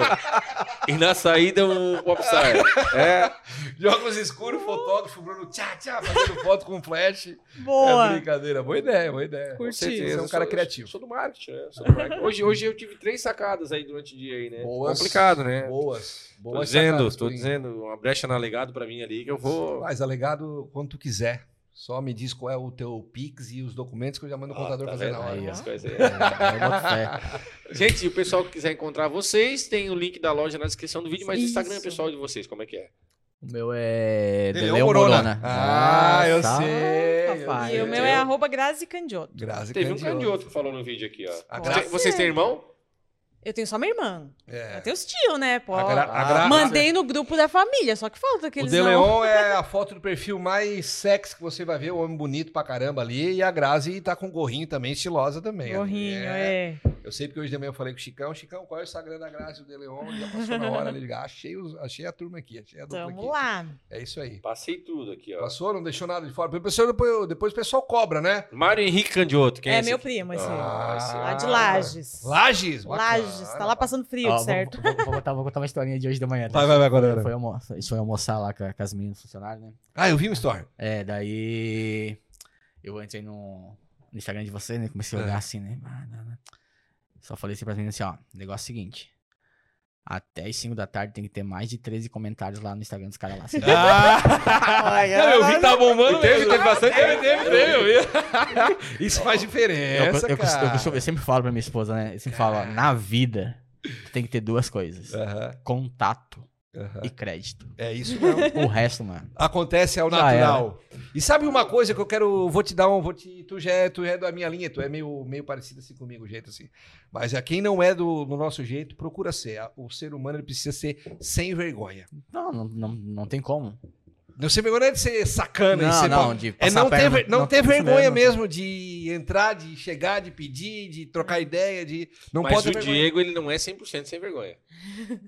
Speaker 2: E na saída o Popstar. É,
Speaker 1: De óculos escuros, fotógrafo, Bruno tchá, tchá, fazendo foto com flash. É
Speaker 3: Boa!
Speaker 1: brincadeira, boa ideia, boa ideia.
Speaker 2: com certeza.
Speaker 1: Você é um cara
Speaker 2: Sou-
Speaker 1: criativo.
Speaker 2: Sou do marketing, né? Sou do marketing. Hoje, hoje eu tive três sacadas aí durante o dia aí, né?
Speaker 1: Boas.
Speaker 2: Complicado, né?
Speaker 1: Boas, boas.
Speaker 2: Tô dizendo,
Speaker 1: sacadas,
Speaker 2: tô
Speaker 1: Turinho.
Speaker 2: dizendo, uma brecha na legado pra mim ali que eu vou.
Speaker 1: Faz alegado quando tu quiser. Só me diz qual é o teu Pix e os documentos que eu já mando o contador
Speaker 2: Ah, tá
Speaker 1: fazer
Speaker 2: vendo
Speaker 1: na hora.
Speaker 2: aí
Speaker 4: ó.
Speaker 2: as coisas aí?
Speaker 4: É, eu boto fé.
Speaker 2: Gente, e o pessoal que quiser encontrar vocês, tem o link da loja na descrição do vídeo, mas o Instagram é
Speaker 3: Isso.
Speaker 2: pessoal de vocês, como é que é?
Speaker 4: O meu é.
Speaker 1: Ele é
Speaker 4: De
Speaker 1: o
Speaker 4: Leão
Speaker 1: Corona.
Speaker 4: Corona.
Speaker 1: Ah, eu
Speaker 4: Nossa.
Speaker 1: sei.
Speaker 4: rapaz.
Speaker 3: E
Speaker 1: eu
Speaker 3: o meu
Speaker 1: sei.
Speaker 3: é arroba Grazi Candioto.
Speaker 1: Grazi
Speaker 2: Teve um
Speaker 1: Candioto.
Speaker 2: candidato que falou no vídeo aqui, ó.
Speaker 1: A
Speaker 3: Ó.
Speaker 1: Grazi.
Speaker 2: Tem- Vocês têm irmão?
Speaker 3: Eu tenho só minha irmã.
Speaker 1: É.
Speaker 3: Eu tenho os tios, né? Pô.
Speaker 1: A Gra- a
Speaker 4: Ah,
Speaker 1: Gra-
Speaker 3: Mandei no grupo da família, só que
Speaker 1: O
Speaker 3: falta aqueles
Speaker 1: De
Speaker 3: não.
Speaker 1: Leon é a foto do perfil mais sexy que você vai ver, o homem bonito pra caramba ali. E a Grazi tá com um gorrinho também, estilosa também. ali.
Speaker 3: Gorrinho, é.
Speaker 1: Eu sei porque hoje de manhã eu falei com o Chicão, Chicão, qual é o Instagram da Grazi o De Leon? Já passou na hora ali. ele, "Ah, Achei, os- achei a turma aqui, achei a dupla
Speaker 3: Tamo
Speaker 1: aqui.
Speaker 3: lá.
Speaker 1: É isso aí.
Speaker 2: Passei tudo aqui, ó.
Speaker 1: Passou, não deixou nada de fora. Porque o pessoal Depois, depois o pessoal cobra, né?
Speaker 2: Mário Henrique Candioto, quem é,
Speaker 3: é
Speaker 2: esse
Speaker 3: meu
Speaker 2: aqui?
Speaker 3: primo, esse.
Speaker 1: Ah,
Speaker 3: lá de
Speaker 1: ah,
Speaker 3: Lages.
Speaker 1: Lages! bacana.
Speaker 3: Lages, tá lá passando frio,
Speaker 4: Ó,
Speaker 3: de certo?
Speaker 4: Vou, vou- vou botar, vou contar uma historinha de hoje da manhã. tá?
Speaker 1: Vai, vai, vai, agora.
Speaker 4: A gente
Speaker 1: agora.
Speaker 4: foi almoçar, a gente foi almoçar lá com, a- com as meninas funcionárias, né?
Speaker 1: Ah, eu vi uma história.
Speaker 4: É, daí eu entrei no, no Instagram de vocês, né? Comecei a
Speaker 1: É.
Speaker 4: olhar assim, né? Ah, não, não. Só falei assim pras meninas assim, ó, negócio é o seguinte. Até as 5 da tarde tem que ter mais de 13 comentários lá no Instagram dos caras lá. assim.
Speaker 1: Não, eu vi que tava bombando. Ah. Teve, teve bastante. Teve, teve, Isso faz
Speaker 4: Eu,
Speaker 1: diferença,
Speaker 4: eu- eu- eu-
Speaker 1: cara.
Speaker 4: eu- eu sempre falo pra minha esposa, né? Eu sempre falo, ó, na vida tu tem que ter duas coisas.
Speaker 1: Aham,
Speaker 4: Contato
Speaker 1: aham.
Speaker 4: e crédito.
Speaker 1: É isso mesmo.
Speaker 4: O resto, mano.
Speaker 1: Acontece ao
Speaker 4: Já
Speaker 1: natural. E sabe uma coisa que eu quero. Vou te dar um. Vou te, tu, já é, tu já é da minha linha, tu é meio, meio parecido assim comigo, o jeito assim. Mas a quem não é do, do nosso jeito, procura ser. A- O ser humano ele precisa ser sem vergonha.
Speaker 4: Não, não, não, não tem como.
Speaker 1: Não sem vergonha é de ser sacana e
Speaker 4: não,
Speaker 1: ser
Speaker 4: não, de
Speaker 1: É
Speaker 4: passar
Speaker 1: não
Speaker 4: a
Speaker 1: ter,
Speaker 4: perna.
Speaker 1: ver- não ter
Speaker 4: isso
Speaker 1: vergonha
Speaker 4: não.
Speaker 1: mesmo de entrar, de chegar, de pedir, de trocar ideia, de. Não
Speaker 2: Mas
Speaker 1: pode
Speaker 2: o
Speaker 1: ter vergonha.
Speaker 2: Diego, ele não é 100% sem vergonha.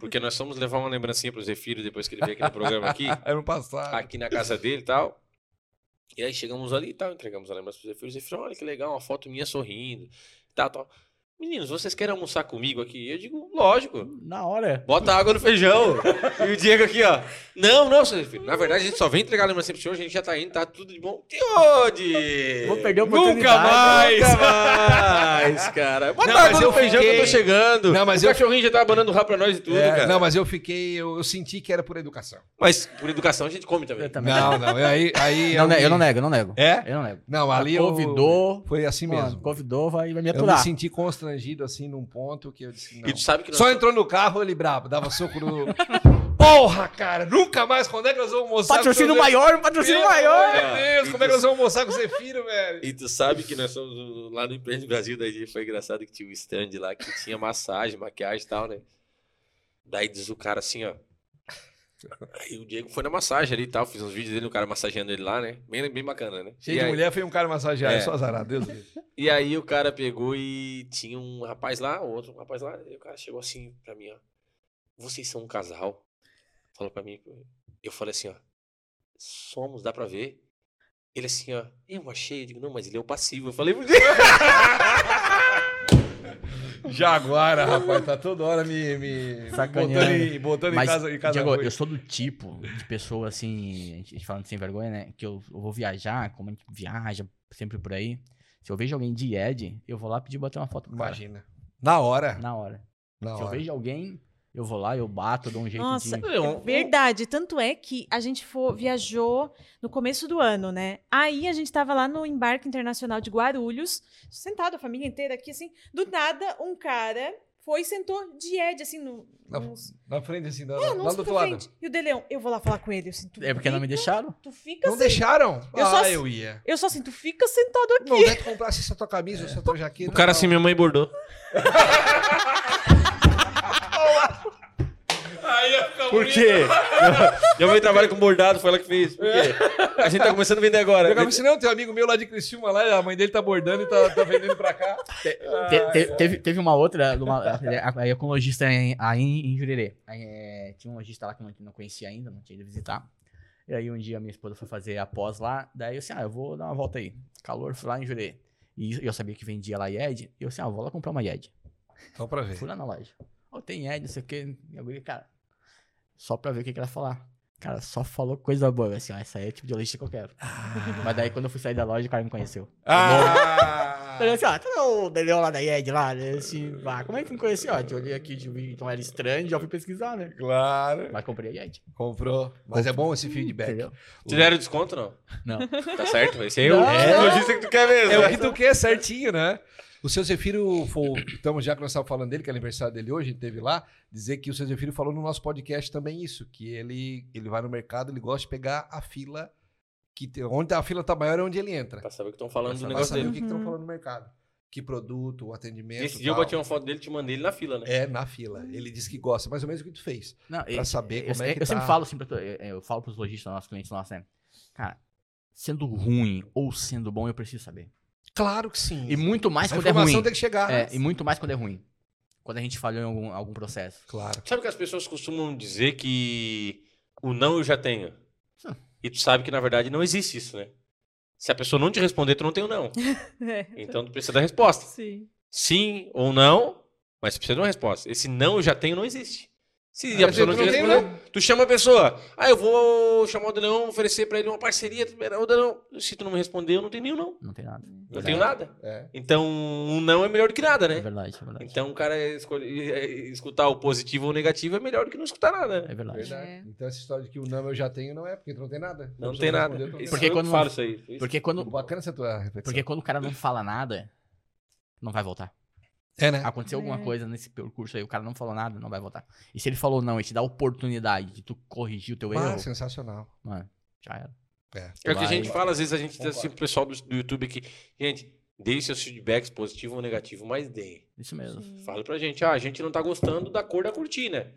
Speaker 2: Porque nós fomos levar uma lembrancinha pro Zefiro depois que ele veio aqui no programa aqui,
Speaker 1: Ano passado.
Speaker 2: aqui na casa dele e tal. E aí chegamos ali e tal, entregamos a lembrança pro Zefiro. O Zefiro, olha que legal, uma foto minha sorrindo. Tal, tal. Meninos, vocês querem almoçar comigo aqui? Eu digo, lógico.
Speaker 4: Na hora.
Speaker 2: Bota água no feijão. e o Diego aqui, ó. Não, não, seu filho. Na verdade, a gente só vem entregar a lembrança pro senhor, a gente já tá indo, tá tudo de bom. Ô, Diego!
Speaker 4: Vou perder a
Speaker 2: Nunca
Speaker 4: oportunidade.
Speaker 2: mais! Nunca mais, cara. Bota
Speaker 1: né?" Não, mas
Speaker 2: água
Speaker 1: eu
Speaker 2: no feijão que eu tô
Speaker 1: fiquei-
Speaker 2: chegando.
Speaker 1: Não, mas
Speaker 2: o
Speaker 1: eu-
Speaker 2: cachorrinho já tá abanando o rabo pra nós e tudo,
Speaker 1: É,
Speaker 2: cara.
Speaker 1: não, mas eu fiquei, eu, eu senti que era por educação.
Speaker 2: Mas por educação a gente come também.
Speaker 4: Eu também. Não,
Speaker 1: Não, não, eu- aí, aí
Speaker 4: não, ne- eu não né.
Speaker 1: me-
Speaker 4: nego, eu não nego.
Speaker 1: É?
Speaker 4: Eu não nego.
Speaker 1: Não, ali eu
Speaker 4: Convidou.
Speaker 1: foi assim
Speaker 4: mano,
Speaker 1: mesmo.
Speaker 4: Convidou, vai, vai me
Speaker 1: Eu me
Speaker 4: aturar.
Speaker 1: senti constrangido assim num ponto que eu disse não.
Speaker 2: E tu sabe que nós...
Speaker 1: Só entrou no carro ele brabo, dava soco no Porra, cara, nunca mais quando é que nós vamos almoçar?
Speaker 4: Patrocínio
Speaker 1: com o Zé-
Speaker 4: maior, patrocínio maior.
Speaker 1: Meu Deus, como é que nós vamos almoçar com o Zefiro, velho?
Speaker 2: E tu sabe que nós somos um- lá no Empresa do Brasil, daí foi engraçado que tinha um stand lá que tinha massagem, maquiagem e tal, né? Daí diz o cara assim, ó. Aí o Diego foi na massagem ali e tal, fiz uns vídeos dele, o cara massageando ele lá, né? Bem, bem bacana, né?
Speaker 1: Cheio
Speaker 2: e,
Speaker 1: de
Speaker 2: aí,
Speaker 1: mulher, foi um cara massagear,
Speaker 2: É.
Speaker 1: é. só azarado, Deus do céu.
Speaker 2: e aí o cara pegou e tinha um rapaz lá, outro rapaz lá, e o cara chegou assim pra mim, ó. Vocês são um casal? Falou pra mim. Eu falei assim, ó. Somos, dá pra ver. Ele assim, ó, eu achei, eu digo, não, mas ele é o passivo. Eu falei, "Meu Deus."
Speaker 1: Jaguara, rapaz, tá toda hora me, me
Speaker 4: Sacaneando.
Speaker 1: botando, em, botando em
Speaker 4: Mas,
Speaker 1: casa, em casa
Speaker 4: Diego,
Speaker 1: ruim.
Speaker 4: eu sou do tipo de pessoa assim, a gente- a gente falando sem vergonha, né? Que eu, eu vou viajar, como a gente viaja sempre por aí. Se eu vejo alguém de Ed, eu vou lá pedir bater uma foto com o um cara.
Speaker 1: Imagina. Na hora.
Speaker 4: Na hora.
Speaker 1: Na
Speaker 4: Se eu
Speaker 1: hora.
Speaker 4: vejo alguém, eu vou lá, eu bato, eu dou um jeito
Speaker 3: Nossa,
Speaker 4: de.
Speaker 3: é verdade. Tanto é que a gente fo- viajou no começo do ano, né? Aí a gente tava lá no embarque internacional de Guarulhos, sentado, a família inteira aqui, assim. Do nada, um cara foi e sentou de Ed, assim, no,
Speaker 1: Na-
Speaker 3: nos-
Speaker 1: Na frente, assim, da,
Speaker 3: é,
Speaker 1: lá
Speaker 3: nos
Speaker 1: do outro
Speaker 3: pra
Speaker 1: lado.
Speaker 3: frente. E o De Leon, eu vou lá falar com ele. Eu, assim, tu
Speaker 4: É porque não me
Speaker 3: fica-
Speaker 4: deixaram?
Speaker 3: Tu fica
Speaker 1: Não
Speaker 3: assim.
Speaker 1: deixaram?
Speaker 3: Eu
Speaker 1: ah,
Speaker 3: só-
Speaker 1: eu ia.
Speaker 3: Eu só assim, tu fica sentado aqui.
Speaker 1: Não, onde é que comprasse essa tua camisa, essa tua jaqueta?
Speaker 2: O cara
Speaker 1: tal?
Speaker 2: assim, minha mãe bordou. Por quê? Minha mãe trabalha com bordado, foi ela que fez. Por quê? A gente tá começando a vender agora.
Speaker 1: Eu acabei assim, não, tem um amigo meu lá de Criciúma, lá, a mãe dele tá bordando e tá, tá vendendo pra cá. Ah,
Speaker 4: Te- te- teve, teve uma outra, uma, aí eu com um lojista em- aí em, em Jurerê. Aí, é, tinha um lojista lá que eu não, não conhecia ainda, não tinha ido visitar. E aí um dia minha esposa foi fazer a pós lá, daí eu assim, ah, eu vou dar uma volta aí. Calor, fui lá em Jurerê. E eu sabia que vendia lá IED, e eu assim, ah, eu vou lá comprar uma IED.
Speaker 1: Só pra ver.
Speaker 4: Fui lá na loja. Ó, tem Ed, não sei o que. E a guria, cara, só pra ver o que, que ela ia falar. Cara, só falou coisa boa. Eu Assim, ó, essa aí é o tipo de lojista que eu quero. Mas daí, quando eu fui sair da loja, o cara me conheceu.
Speaker 1: Ah!
Speaker 4: Daí, eu assim, ó, tá o Daniel lá da Ed lá, né? Assim, ah, como é que me conheceu? Ó, te olhei aqui, te vi, então era estranho, já fui pesquisar, né?
Speaker 1: Claro.
Speaker 4: Mas comprei a Ed.
Speaker 1: Comprou. Mas é bom esse feedback.
Speaker 4: Entendeu?
Speaker 2: Te deram desconto, não?
Speaker 4: Não.
Speaker 2: Tá certo, esse aí é o
Speaker 4: Não,
Speaker 2: é o
Speaker 4: não.
Speaker 2: lojista que tu quer mesmo.
Speaker 1: É o que tu quer, certinho, né? O seu Zefiro, fo- estamos já que nós estávamos falando dele, que é aniversário dele hoje, a gente teve lá, dizer que o seu Zefiro falou no nosso podcast também isso, que ele, ele vai no mercado, ele gosta de pegar a fila, que tem- onde a fila tá maior é onde ele entra.
Speaker 2: Pra saber o que estão falando do
Speaker 1: Pra
Speaker 2: negócio
Speaker 1: saber
Speaker 2: dele.
Speaker 1: o que estão
Speaker 3: Uhum.
Speaker 1: falando no mercado. Que produto, o atendimento.
Speaker 2: Esse dia eu
Speaker 1: tal.
Speaker 2: bati um- uma foto dele e te mandei ele na fila, né?
Speaker 1: É, na fila. Ele disse que gosta, mais ou menos o que tu fez.
Speaker 4: Não,
Speaker 1: Pra saber
Speaker 4: eu,
Speaker 1: como é que
Speaker 4: eu sempre
Speaker 1: tá.
Speaker 4: falo assim pra tu- eu, eu falo pros lojistas nossos clientes nossos, né? Cara, sendo ruim ou sendo bom, eu preciso saber.
Speaker 1: Claro que sim.
Speaker 4: E muito mais
Speaker 1: a
Speaker 4: quando é ruim.
Speaker 1: informação tem que chegar.
Speaker 4: É, e muito mais quando é ruim. Quando a gente falhou em algum, algum processo.
Speaker 1: Claro.
Speaker 2: Sabe que as pessoas costumam dizer que o não eu já tenho.
Speaker 4: Sim.
Speaker 2: E tu sabe que na verdade não existe isso, né? Se a pessoa não te responder, tu não tem o não. Então tu precisa da resposta.
Speaker 3: É, Sim.
Speaker 2: Sim ou não, mas tu precisa de uma resposta. Esse não eu já tenho não existe. Se a
Speaker 1: Aí,
Speaker 2: pessoa não
Speaker 1: tu
Speaker 2: te
Speaker 1: não tem, né?
Speaker 2: responder, tu chama a pessoa. Ah, eu vou chamar o Daniel, oferecer pra ele uma parceria. O Daniel, se tu não me responder, eu não tenho nenhum não.
Speaker 4: Não tem nada.
Speaker 2: Não tenho nada.
Speaker 1: É.
Speaker 2: Então, um não é melhor do que nada,
Speaker 4: É
Speaker 2: né?
Speaker 4: verdade, é verdade.
Speaker 2: Então, o cara escolhe- é, escutar o positivo ou o negativo é melhor do que não escutar nada. né?
Speaker 4: É verdade.
Speaker 1: Verdade. Então essa história de que o não eu já tenho não é, porque tu não tem nada.
Speaker 2: Não
Speaker 1: Você
Speaker 2: tem nada.
Speaker 1: respondeu, tu não tem
Speaker 2: Porque
Speaker 4: Porque
Speaker 2: quando
Speaker 4: quando-
Speaker 2: falo isso aí. Isso-
Speaker 4: Porque quando,
Speaker 1: nada. Bacana essa tua reflexão.
Speaker 4: porque quando o cara não fala nada, não vai voltar.
Speaker 1: É, né?
Speaker 4: Aconteceu alguma
Speaker 3: É.
Speaker 4: coisa nesse percurso aí, o cara não falou nada, não vai voltar. E se ele falou não e te dá a oportunidade de tu corrigir o teu
Speaker 1: Ah,
Speaker 4: erro,
Speaker 1: sensacional.
Speaker 4: mano, já era.
Speaker 1: É.
Speaker 2: É o que a
Speaker 4: Vai.
Speaker 2: gente fala, às vezes a gente diz assim
Speaker 1: Concordo.
Speaker 2: pro pessoal do, do YouTube aqui, gente, deem seus feedbacks, positivo ou negativo, mas deem.
Speaker 4: Isso mesmo.
Speaker 2: Fala pra gente, ah, a gente não tá gostando da cor da cortina.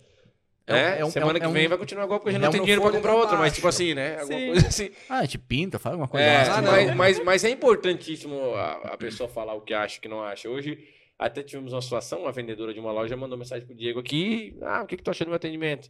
Speaker 4: É um-
Speaker 2: né?
Speaker 4: é um-
Speaker 2: Semana
Speaker 4: é um-
Speaker 2: que vem vai continuar igual porque a gente
Speaker 4: é
Speaker 2: não
Speaker 4: um
Speaker 2: tem
Speaker 1: no
Speaker 2: dinheiro pra
Speaker 1: folha
Speaker 2: comprar
Speaker 1: pra
Speaker 2: outra, mas
Speaker 1: baixo.
Speaker 2: tipo assim, né? Alguma
Speaker 3: Sim.
Speaker 2: coisa assim.
Speaker 4: Ah, te pinta, faz alguma coisa.
Speaker 2: É,
Speaker 4: lá,
Speaker 1: Ah,
Speaker 4: assim,
Speaker 1: não.
Speaker 2: mas, mas, mas é importantíssimo a, a pessoa falar o que acha e o que não acha. Hoje até tivemos uma situação, uma vendedora de uma loja mandou mensagem pro Diego aqui, ah, o que, que tu achou do meu atendimento?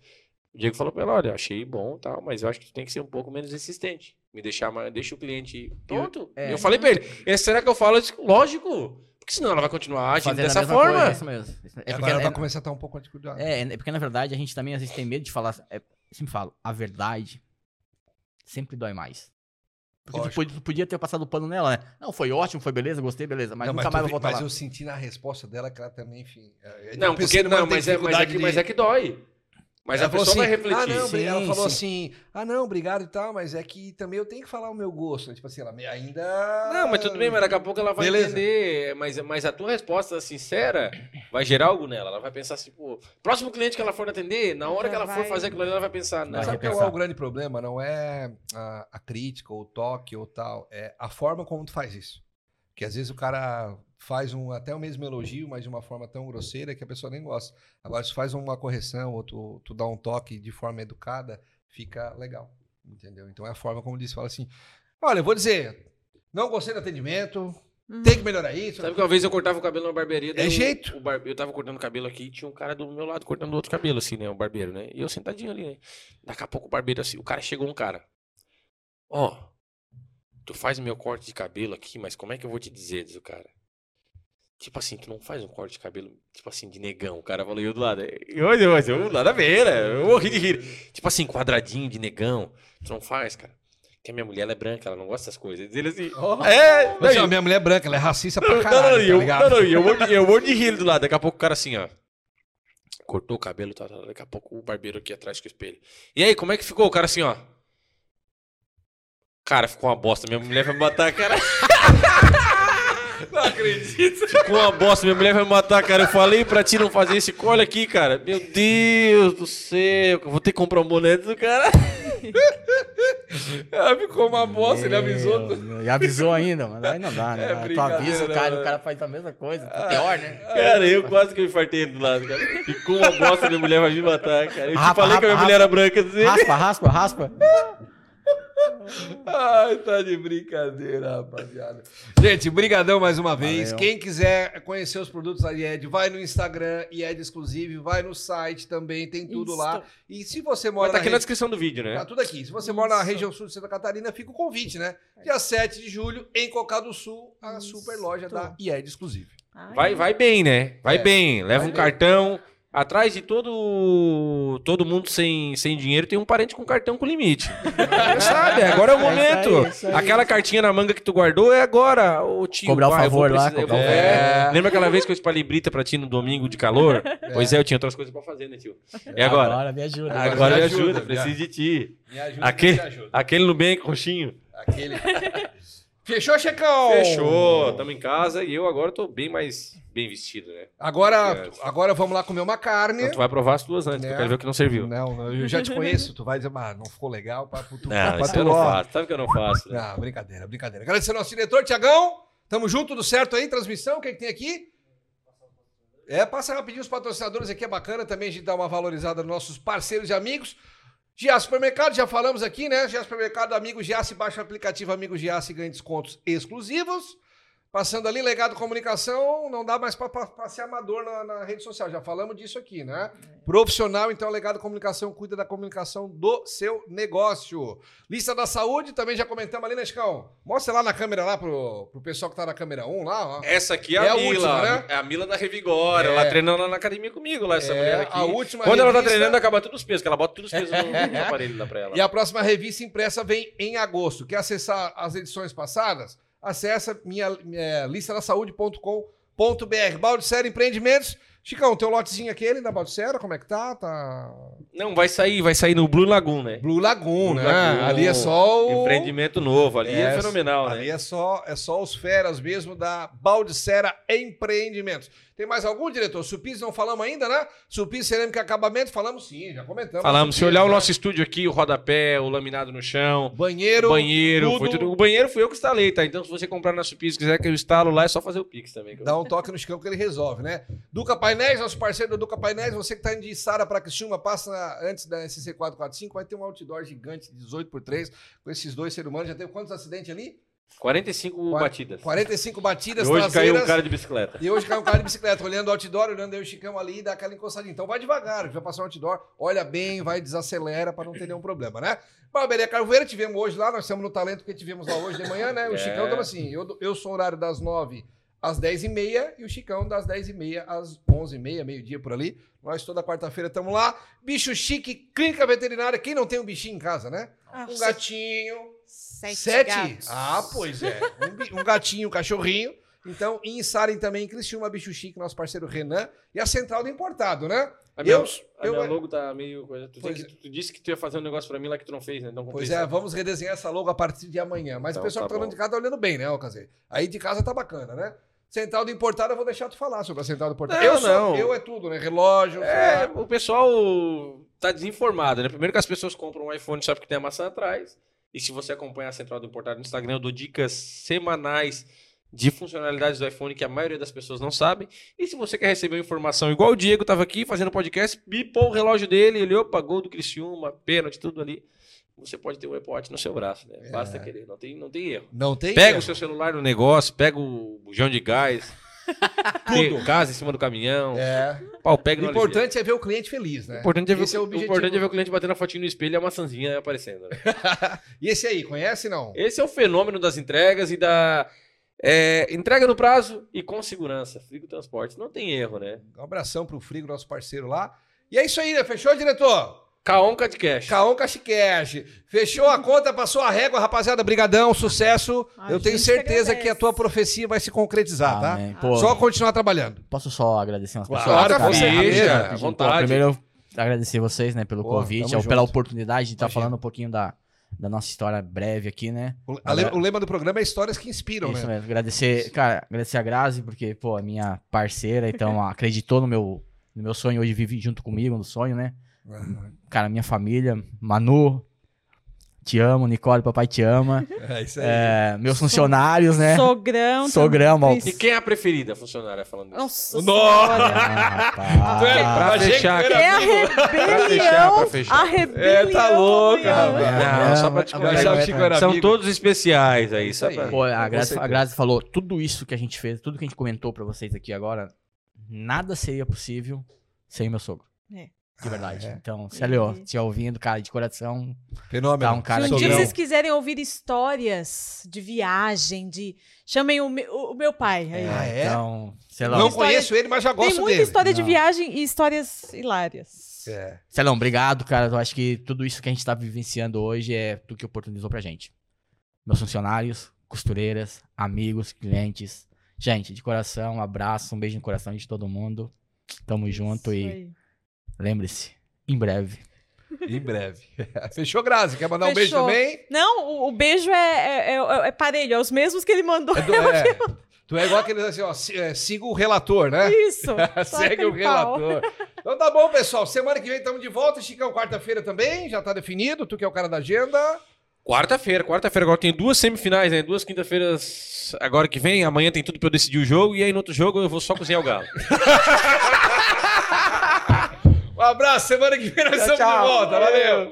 Speaker 2: O Diego falou pra ela, olha, achei bom e tal, mas eu acho que tu tem que ser um pouco menos insistente. Me deixar mais, deixa o cliente pronto. Eu,
Speaker 4: é.
Speaker 2: falei pra ele, "E será que eu falo? Eu disse, Lógico, porque senão ela vai continuar agindo
Speaker 4: fazendo a
Speaker 2: dessa
Speaker 4: mesma
Speaker 2: forma.
Speaker 4: coisa, isso mesmo. Isso- É porque,
Speaker 1: Agora vai
Speaker 4: é,
Speaker 1: começar a estar um pouco anticuidado.
Speaker 4: é, é porque, na verdade, a gente também às vezes tem medo de falar. É, eu sempre falo, a verdade sempre dói mais. Porque tu,
Speaker 1: Lógico.
Speaker 4: pod- tu podia ter passado o pano nela, né? Não, foi ótimo, foi beleza, gostei, beleza, mas
Speaker 1: Não,
Speaker 4: nunca mais
Speaker 1: tu
Speaker 4: vai
Speaker 1: vi-
Speaker 4: voltar
Speaker 1: mas
Speaker 4: lá.
Speaker 1: eu senti na resposta dela que ela também, enfim. é- é-
Speaker 2: Não,
Speaker 1: o ser
Speaker 2: porque
Speaker 1: humano
Speaker 2: não,
Speaker 1: tem
Speaker 2: mas é, mas, é
Speaker 1: dificuldade
Speaker 2: que,
Speaker 1: de-
Speaker 2: mas é que dói. Mas a
Speaker 1: Ela falou
Speaker 2: pessoa vai
Speaker 1: assim,
Speaker 2: refletir.
Speaker 1: Ah, não,
Speaker 4: Sim,
Speaker 1: ela falou assim, ah, não, obrigado e tal, mas é que também eu tenho que falar o meu gosto. né? Tipo assim, ela me- ainda.
Speaker 2: Não, mas tudo bem, mas daqui a pouco ela vai
Speaker 1: Beleza.
Speaker 2: entender. Mas, mas a tua resposta sincera vai gerar algo nela. Ela vai pensar assim, pô, próximo cliente que ela for atender, na hora
Speaker 3: Já
Speaker 2: que ela for
Speaker 3: vai-
Speaker 2: fazer aquilo ali, ela vai pensar, não.
Speaker 4: Né? Vai
Speaker 1: Sabe qual é
Speaker 4: repensar.
Speaker 1: o grande problema? Não é a, a crítica ou o toque ou tal, é a forma como tu faz isso. Porque às vezes o cara faz um até o mesmo elogio, mas de uma forma tão grosseira que a pessoa nem gosta. Agora, se tu faz uma correção ou tu, tu dá um toque de forma educada, fica legal. Entendeu? Então é a forma como diz, fala assim: olha, eu vou dizer, não gostei do atendimento,
Speaker 3: Hum.
Speaker 1: tem que melhorar isso. né?
Speaker 2: Sabe que uma vez eu cortava o cabelo numa barbearia. daí
Speaker 1: É
Speaker 2: o-
Speaker 1: jeito.
Speaker 2: o barbe- Eu tava cortando o cabelo aqui e tinha um cara do meu lado cortando outro cabelo, assim, né? O barbeiro, né? E eu sentadinho ali, né? Daqui a pouco o barbeiro, assim, o cara chegou um cara. Ó, tu faz meu corte de cabelo aqui, mas como é que eu vou te dizer, diz o cara. Tipo assim, tu não faz um corte de cabelo, tipo assim, de negão. O cara falou, eu do lado. Eu, eu, eu nada a ver, né? Eu morri de rir. Tipo assim, quadradinho de negão. Tu não faz, cara. Porque a minha mulher, ela é branca, ela não gosta dessas coisas. Diz ele assim, é...
Speaker 1: Oh. Mas, ó,
Speaker 2: não,
Speaker 1: minha mulher é branca, ela é racista pra
Speaker 2: não, não,
Speaker 1: caralho, tá
Speaker 2: eu, não,
Speaker 1: ligado?
Speaker 2: não, eu, vou de- eu vou de rir do lado. Daqui a pouco o cara assim, ó. Cortou o cabelo, tá, tá, daqui a pouco o barbeiro aqui atrás com o espelho. E aí, como é que ficou? O cara assim, ó. Cara, ficou uma bosta. Minha mulher vai me matar, cara. Não acredito. Ficou uma bosta. Minha mulher vai me matar, cara. Eu falei pra ti não fazer esse cole aqui, cara. Meu Deus do céu. Eu vou ter que comprar um boneco do cara. Ah, ficou uma bosta. Ele avisou.
Speaker 4: Meu, já avisou ainda, mas aí não dá,
Speaker 2: É
Speaker 4: né? tu
Speaker 2: brincadeira,
Speaker 4: avisa o cara,
Speaker 2: né?
Speaker 4: o cara faz a mesma coisa. pior, né?
Speaker 2: Cara, eu quase que eu infartei do lado, cara. Ficou uma bosta, minha mulher vai me matar, cara. Eu te
Speaker 4: Rapa,
Speaker 2: falei que a minha
Speaker 4: rapa,
Speaker 2: mulher era branca. Assim.
Speaker 4: Raspa, raspa, raspa.
Speaker 2: Ai, tá de brincadeira, rapaziada.
Speaker 1: Gente, brigadão mais uma vez.
Speaker 4: Valeu.
Speaker 1: Quem quiser conhecer os produtos da IED, vai no Instagram, IED Exclusive, vai no site também, tem tudo lá. E se você mora
Speaker 2: Mas tá
Speaker 1: na
Speaker 2: aqui na
Speaker 1: regi-
Speaker 2: descrição do vídeo, né?
Speaker 1: Tá tudo aqui. Se você mora na
Speaker 3: Isso.
Speaker 1: região sul de Santa Catarina, fica o convite, né? Dia 7 de julho, em Cocá do Sul, a
Speaker 3: Isso.
Speaker 1: super loja da IED Exclusive.
Speaker 3: Ai,
Speaker 2: Vai, vai bem, né? Vai
Speaker 1: É,
Speaker 2: bem. Leva
Speaker 1: vai
Speaker 2: um
Speaker 1: bem.
Speaker 2: cartão. Atrás de todo todo mundo sem, sem dinheiro tem um parente com cartão com limite. Você sabe, agora é o
Speaker 4: É isso aí,
Speaker 2: momento.
Speaker 4: é isso aí.
Speaker 2: Aquela cartinha na manga que tu guardou é agora. Ô, tio,
Speaker 4: Cobrar o
Speaker 2: pai, eu vou
Speaker 4: favor lá,
Speaker 2: precisar- eu
Speaker 4: cobrar o
Speaker 2: vou-
Speaker 1: favor.
Speaker 2: É. Lembra aquela vez que eu espalhei brita pra ti no domingo de calor? Pois é, eu tinha outras coisas pra fazer, né, tio? E agora?
Speaker 4: É. Agora me ajuda.
Speaker 2: Agora, me ajuda, preciso de ti.
Speaker 1: Me ajuda,
Speaker 2: Aquele,
Speaker 1: me ajuda.
Speaker 2: aquele Nubank roxinho.
Speaker 1: Aquele. Fechou, Checão?
Speaker 2: Fechou, tá- tamo em casa e eu agora tô bem mais bem vestido, né?
Speaker 1: Agora, agora vamos lá comer uma carne.
Speaker 2: Então tu vai provar as tuas antes, que eu
Speaker 1: É.
Speaker 2: quero ver o que não serviu.
Speaker 1: Não, eu já te conheço, tu vai dizer, mas não ficou legal pra tu. tá pra
Speaker 2: Não, isso
Speaker 1: tu-
Speaker 2: eu não
Speaker 1: ó,
Speaker 2: faço. Sabe que eu não faço, né?
Speaker 1: Não, brincadeira, brincadeira. Agradecer ao nosso diretor, Tiagão. Tamo junto, tudo certo aí, transmissão, o que, é que tem aqui? É, passa rapidinho os patrocinadores aqui, é bacana também a gente dar uma valorizada nos nossos parceiros e amigos. Gia Supermercado, já falamos aqui, né? Gia Supermercado, amigo Gia, se baixa o aplicativo Amigo Gia e ganha descontos exclusivos. Passando ali, legado comunicação, não dá mais pra- pra pra ser amador na, na rede social, já falamos disso aqui, né? Profissional, então, legado comunicação, cuida da comunicação do seu negócio. Lista da saúde, também já comentamos ali, né, Chicão? Mostra lá na câmera lá pro, pro pessoal que tá na câmera 1 lá, ó.
Speaker 2: Essa aqui
Speaker 1: É a última, né?
Speaker 2: É a Mila da Revigora.
Speaker 1: É.
Speaker 2: Ela treina lá na academia comigo, lá, essa
Speaker 1: É,
Speaker 2: mulher aqui.
Speaker 1: a última
Speaker 2: Quando ela tá
Speaker 1: revista-
Speaker 2: treinando, acaba todos os pesos, que ela bota todos os pesos no, no aparelho Tá lá pra ela.
Speaker 1: E a próxima revista impressa vem em agosto. Quer acessar as edições passadas? Acessa minha, é, minha listadasaúde.com.br. Baldicera Empreendimentos. Chicão, teu lotezinho aquele da Baldicera, como é que tá? Tá.
Speaker 2: Não, vai sair, vai sair no Blue Lagoon, né?
Speaker 1: Blue Lagoon,
Speaker 2: Blue
Speaker 1: né?
Speaker 2: Lagoon.
Speaker 1: Ali é só o.
Speaker 2: Empreendimento novo, ali é,
Speaker 1: É,
Speaker 2: fenomenal, né?
Speaker 1: Ali é só, é só os feras mesmo da Baldicera Empreendimentos. Tem mais algum, diretor? Supis não falamos ainda, né? Supis Cerâmica e Acabamento, falamos sim, já comentamos.
Speaker 2: Falamos, se
Speaker 1: Supis,
Speaker 2: olhar o
Speaker 1: né?
Speaker 2: nosso estúdio aqui, o rodapé, o laminado no chão,
Speaker 1: banheiro,
Speaker 2: banheiro,
Speaker 1: tudo.
Speaker 2: foi tudo. O banheiro fui eu que instalei, tá? Então, se você comprar na Supis e quiser que eu instalo lá, é só fazer o Pix também. que eu-
Speaker 1: Dá um toque no chão que ele resolve, né? Duca Painéis, nosso parceiro do Duca Painéis, você que tá indo de Sara para Criciúma, passa na- antes da SC 445, vai ter um outdoor gigante 18 por 3 com esses dois seres humanos. Já teve quantos acidentes ali?
Speaker 2: 45
Speaker 1: Quar-
Speaker 2: batidas.
Speaker 1: 45
Speaker 2: E
Speaker 1: batidas
Speaker 2: hoje caiu um
Speaker 1: traseiras.
Speaker 2: cara de bicicleta.
Speaker 1: E hoje caiu um cara de bicicleta, olhando o outdoor, olhando aí o Chicão ali e dá aquela encostadinha. Então vai devagar, vai passar o outdoor, olha bem, vai, desacelera para não ter nenhum problema, né? Barbearia Carveira, tivemos hoje lá, nós estamos no talento que tivemos lá hoje de manhã, né? O
Speaker 2: É.
Speaker 1: Chicão estava assim, eu, eu sou horário das nove às dez e meia e o Chicão das dez e meia às onze e meia, meio-dia por ali. Nós toda quarta-feira estamos lá. Bicho Chique, Clínica Veterinária, quem não tem um bichinho em casa, né?
Speaker 3: Ah,
Speaker 1: Um
Speaker 3: se-
Speaker 1: gatinho,
Speaker 3: Sete,
Speaker 1: Sete?
Speaker 3: gatos.
Speaker 1: Ah, pois é. Um, bi- um gatinho, um cachorrinho. Então, e em Sarem também, em Criciúma, Bicho Chique, nosso parceiro Renan. E a Central do Importado, né?
Speaker 2: A minha,
Speaker 1: Eu-
Speaker 2: a
Speaker 1: eu-
Speaker 2: minha logo tá meio. coisa. Tu, tem
Speaker 1: Pois é.
Speaker 2: que- tu disse que tu ia fazer um negócio pra mim lá que tu não fez, né? Então,
Speaker 1: Pois é, vamos redesenhar essa logo a partir de amanhã. Mas o
Speaker 2: Então,
Speaker 1: pessoal
Speaker 2: tá
Speaker 1: que tá olhando
Speaker 2: bom.
Speaker 1: de casa tá olhando bem, né, Alcazê? Aí de casa tá bacana, né? Central do Importado, eu vou deixar tu falar sobre a Central do Importado.
Speaker 2: Não,
Speaker 1: eu sou-
Speaker 2: não.
Speaker 1: eu é tudo, né? Relógio,
Speaker 2: É,
Speaker 1: celular.
Speaker 2: o pessoal tá desinformado, né? Primeiro que as pessoas compram um iPhone só porque tem a maçã atrás. E se você acompanhar a Central do Importado no Instagram, eu dou dicas semanais de funcionalidades do iPhone que a maioria das pessoas não sabe. E se você quer receber uma informação igual o Diego tava aqui fazendo podcast, pipou o relógio dele, ele opa, gol do Criciúma, pênalti, tudo ali. Você pode ter um Apple Watch no seu braço, né? Basta querer, não tem, não tem erro.
Speaker 1: Não tem?
Speaker 2: Pega
Speaker 1: erro.
Speaker 2: o seu celular no negócio, pega o bujão de gás, Tudo. Casa em cima do caminhão.
Speaker 1: É.
Speaker 2: Pau pega
Speaker 1: O
Speaker 2: na
Speaker 1: importante é ver o cliente feliz,
Speaker 2: O
Speaker 1: né?
Speaker 2: importante é ver,
Speaker 1: Esse é o
Speaker 2: o,
Speaker 1: objetivo.
Speaker 2: importante é ver o cliente batendo a fotinho no espelho e a maçãzinha aparecendo. né?
Speaker 1: E esse aí, conhece não?
Speaker 2: Esse é o fenômeno das entregas e da. é, entrega no prazo e com segurança. Frigo Transportes. Não tem erro, né?
Speaker 1: Um abração pro Frigo, nosso parceiro lá. E é isso aí, né? Fechou, diretor?
Speaker 2: Caonca um, de cash.
Speaker 1: Caon Cachiquege. Fechou a conta, passou a régua, rapaziada. Brigadão, sucesso.
Speaker 3: A
Speaker 1: Eu tenho
Speaker 3: gente
Speaker 1: certeza
Speaker 3: que
Speaker 1: que a tua profecia vai se concretizar, tá?
Speaker 4: Amém. Pô,
Speaker 1: Só continuar trabalhando.
Speaker 4: Posso só agradecer umas
Speaker 1: Claro,
Speaker 4: pessoas?
Speaker 1: com certeza,
Speaker 2: à
Speaker 4: Pô,
Speaker 2: vontade.
Speaker 4: Primeiro, eu agradecer vocês, né, pelo
Speaker 1: Pô,
Speaker 4: convite,
Speaker 1: tamo
Speaker 4: ou
Speaker 1: junto.
Speaker 4: pela oportunidade de estar
Speaker 1: Imagina.
Speaker 4: falando um pouquinho da, da nossa história breve aqui, né?
Speaker 1: O, a le- o lema do programa é histórias que inspiram,
Speaker 4: Isso
Speaker 1: né?
Speaker 4: mesmo. Agradecer, cara, agradecer a Grazi, porque, pô, é minha parceira, então acreditou no meu, no meu sonho hoje vive junto comigo, no sonho, né? Cara, minha família, Manu, te amo, Nicole, papai te ama.
Speaker 1: É isso
Speaker 4: É, meus funcionários, né?
Speaker 3: Sogrão.
Speaker 4: Sogrão, ó.
Speaker 1: um.
Speaker 2: E quem é a preferida funcionária falando isso?
Speaker 3: Nossa
Speaker 1: Nossa!
Speaker 3: senhora.
Speaker 4: Ah, rapaz.
Speaker 1: Tu é-
Speaker 2: pra
Speaker 1: achei que
Speaker 2: fechar,
Speaker 1: era-
Speaker 3: É a
Speaker 2: Pra fechar, pra
Speaker 3: rebelião.
Speaker 2: fechar.
Speaker 3: A rebelião.
Speaker 1: É, tá louco,
Speaker 3: Ian.
Speaker 1: rapaz.
Speaker 2: Não, só pra te
Speaker 4: Eu
Speaker 1: Eu achava que o
Speaker 2: conversar.
Speaker 1: Chico era
Speaker 2: São
Speaker 1: amigo.
Speaker 2: todos especiais aí,
Speaker 1: Isso
Speaker 2: só
Speaker 1: aí.
Speaker 2: pra-
Speaker 4: Pô, a
Speaker 1: Com
Speaker 4: Grazi, a
Speaker 1: certeza.
Speaker 4: Grazi falou, tudo isso que a gente fez, tudo que a gente comentou pra vocês aqui agora, nada seria possível sem o meu sogro.
Speaker 3: É.
Speaker 4: De verdade.
Speaker 1: Ah, é.
Speaker 4: Então, Célio, ó,
Speaker 3: E-
Speaker 4: te ouvindo, cara, de coração,
Speaker 1: Fenômeno.
Speaker 4: Tá um cara
Speaker 3: Se um
Speaker 4: que-
Speaker 3: dia
Speaker 1: Sogrão.
Speaker 3: vocês quiserem ouvir histórias de viagem, de. Chamem o, me- o- o meu pai. aí.
Speaker 1: Ah, é?
Speaker 4: Então, Celão,
Speaker 1: Não
Speaker 3: História-
Speaker 1: conheço ele, mas já
Speaker 3: Tem
Speaker 1: gosto
Speaker 3: muita
Speaker 1: dele.
Speaker 3: história de
Speaker 4: Não.
Speaker 3: viagem e histórias hilárias.
Speaker 1: É.
Speaker 4: Celão, obrigado, cara. Eu acho que tudo isso que a gente tá vivenciando hoje é tudo que oportunizou pra gente. Meus funcionários, costureiras, amigos, clientes. Gente, de coração, um abraço, um beijo no coração de todo mundo. Tamo junto
Speaker 3: Isso
Speaker 4: e
Speaker 3: aí.
Speaker 4: lembre-se, em breve.
Speaker 1: Em breve. Fechou, Grazi? Quer mandar um beijo
Speaker 3: Fechou.
Speaker 1: também?
Speaker 3: Não, o, o beijo é, é, é- é parelho, é os mesmos que ele mandou.
Speaker 1: É do- é. Tu é igual aqueles assim, ó. si- é, siga o relator, né?
Speaker 3: Isso. Só
Speaker 1: Segue o
Speaker 3: aquele pau.
Speaker 1: relator. Então tá bom, pessoal. Semana que vem estamos de volta. Chicão, quarta-feira também. Já tá definido. Tu que é o cara da agenda.
Speaker 2: Quarta-feira, quarta-feira. Agora tem duas semifinais, né? Duas quinta-feiras agora que vem. Amanhã tem tudo pra eu decidir o jogo. E aí no outro jogo eu vou só cozinhar o galo.
Speaker 1: Um abraço. Semana que vem nós estamos de volta. Valeu.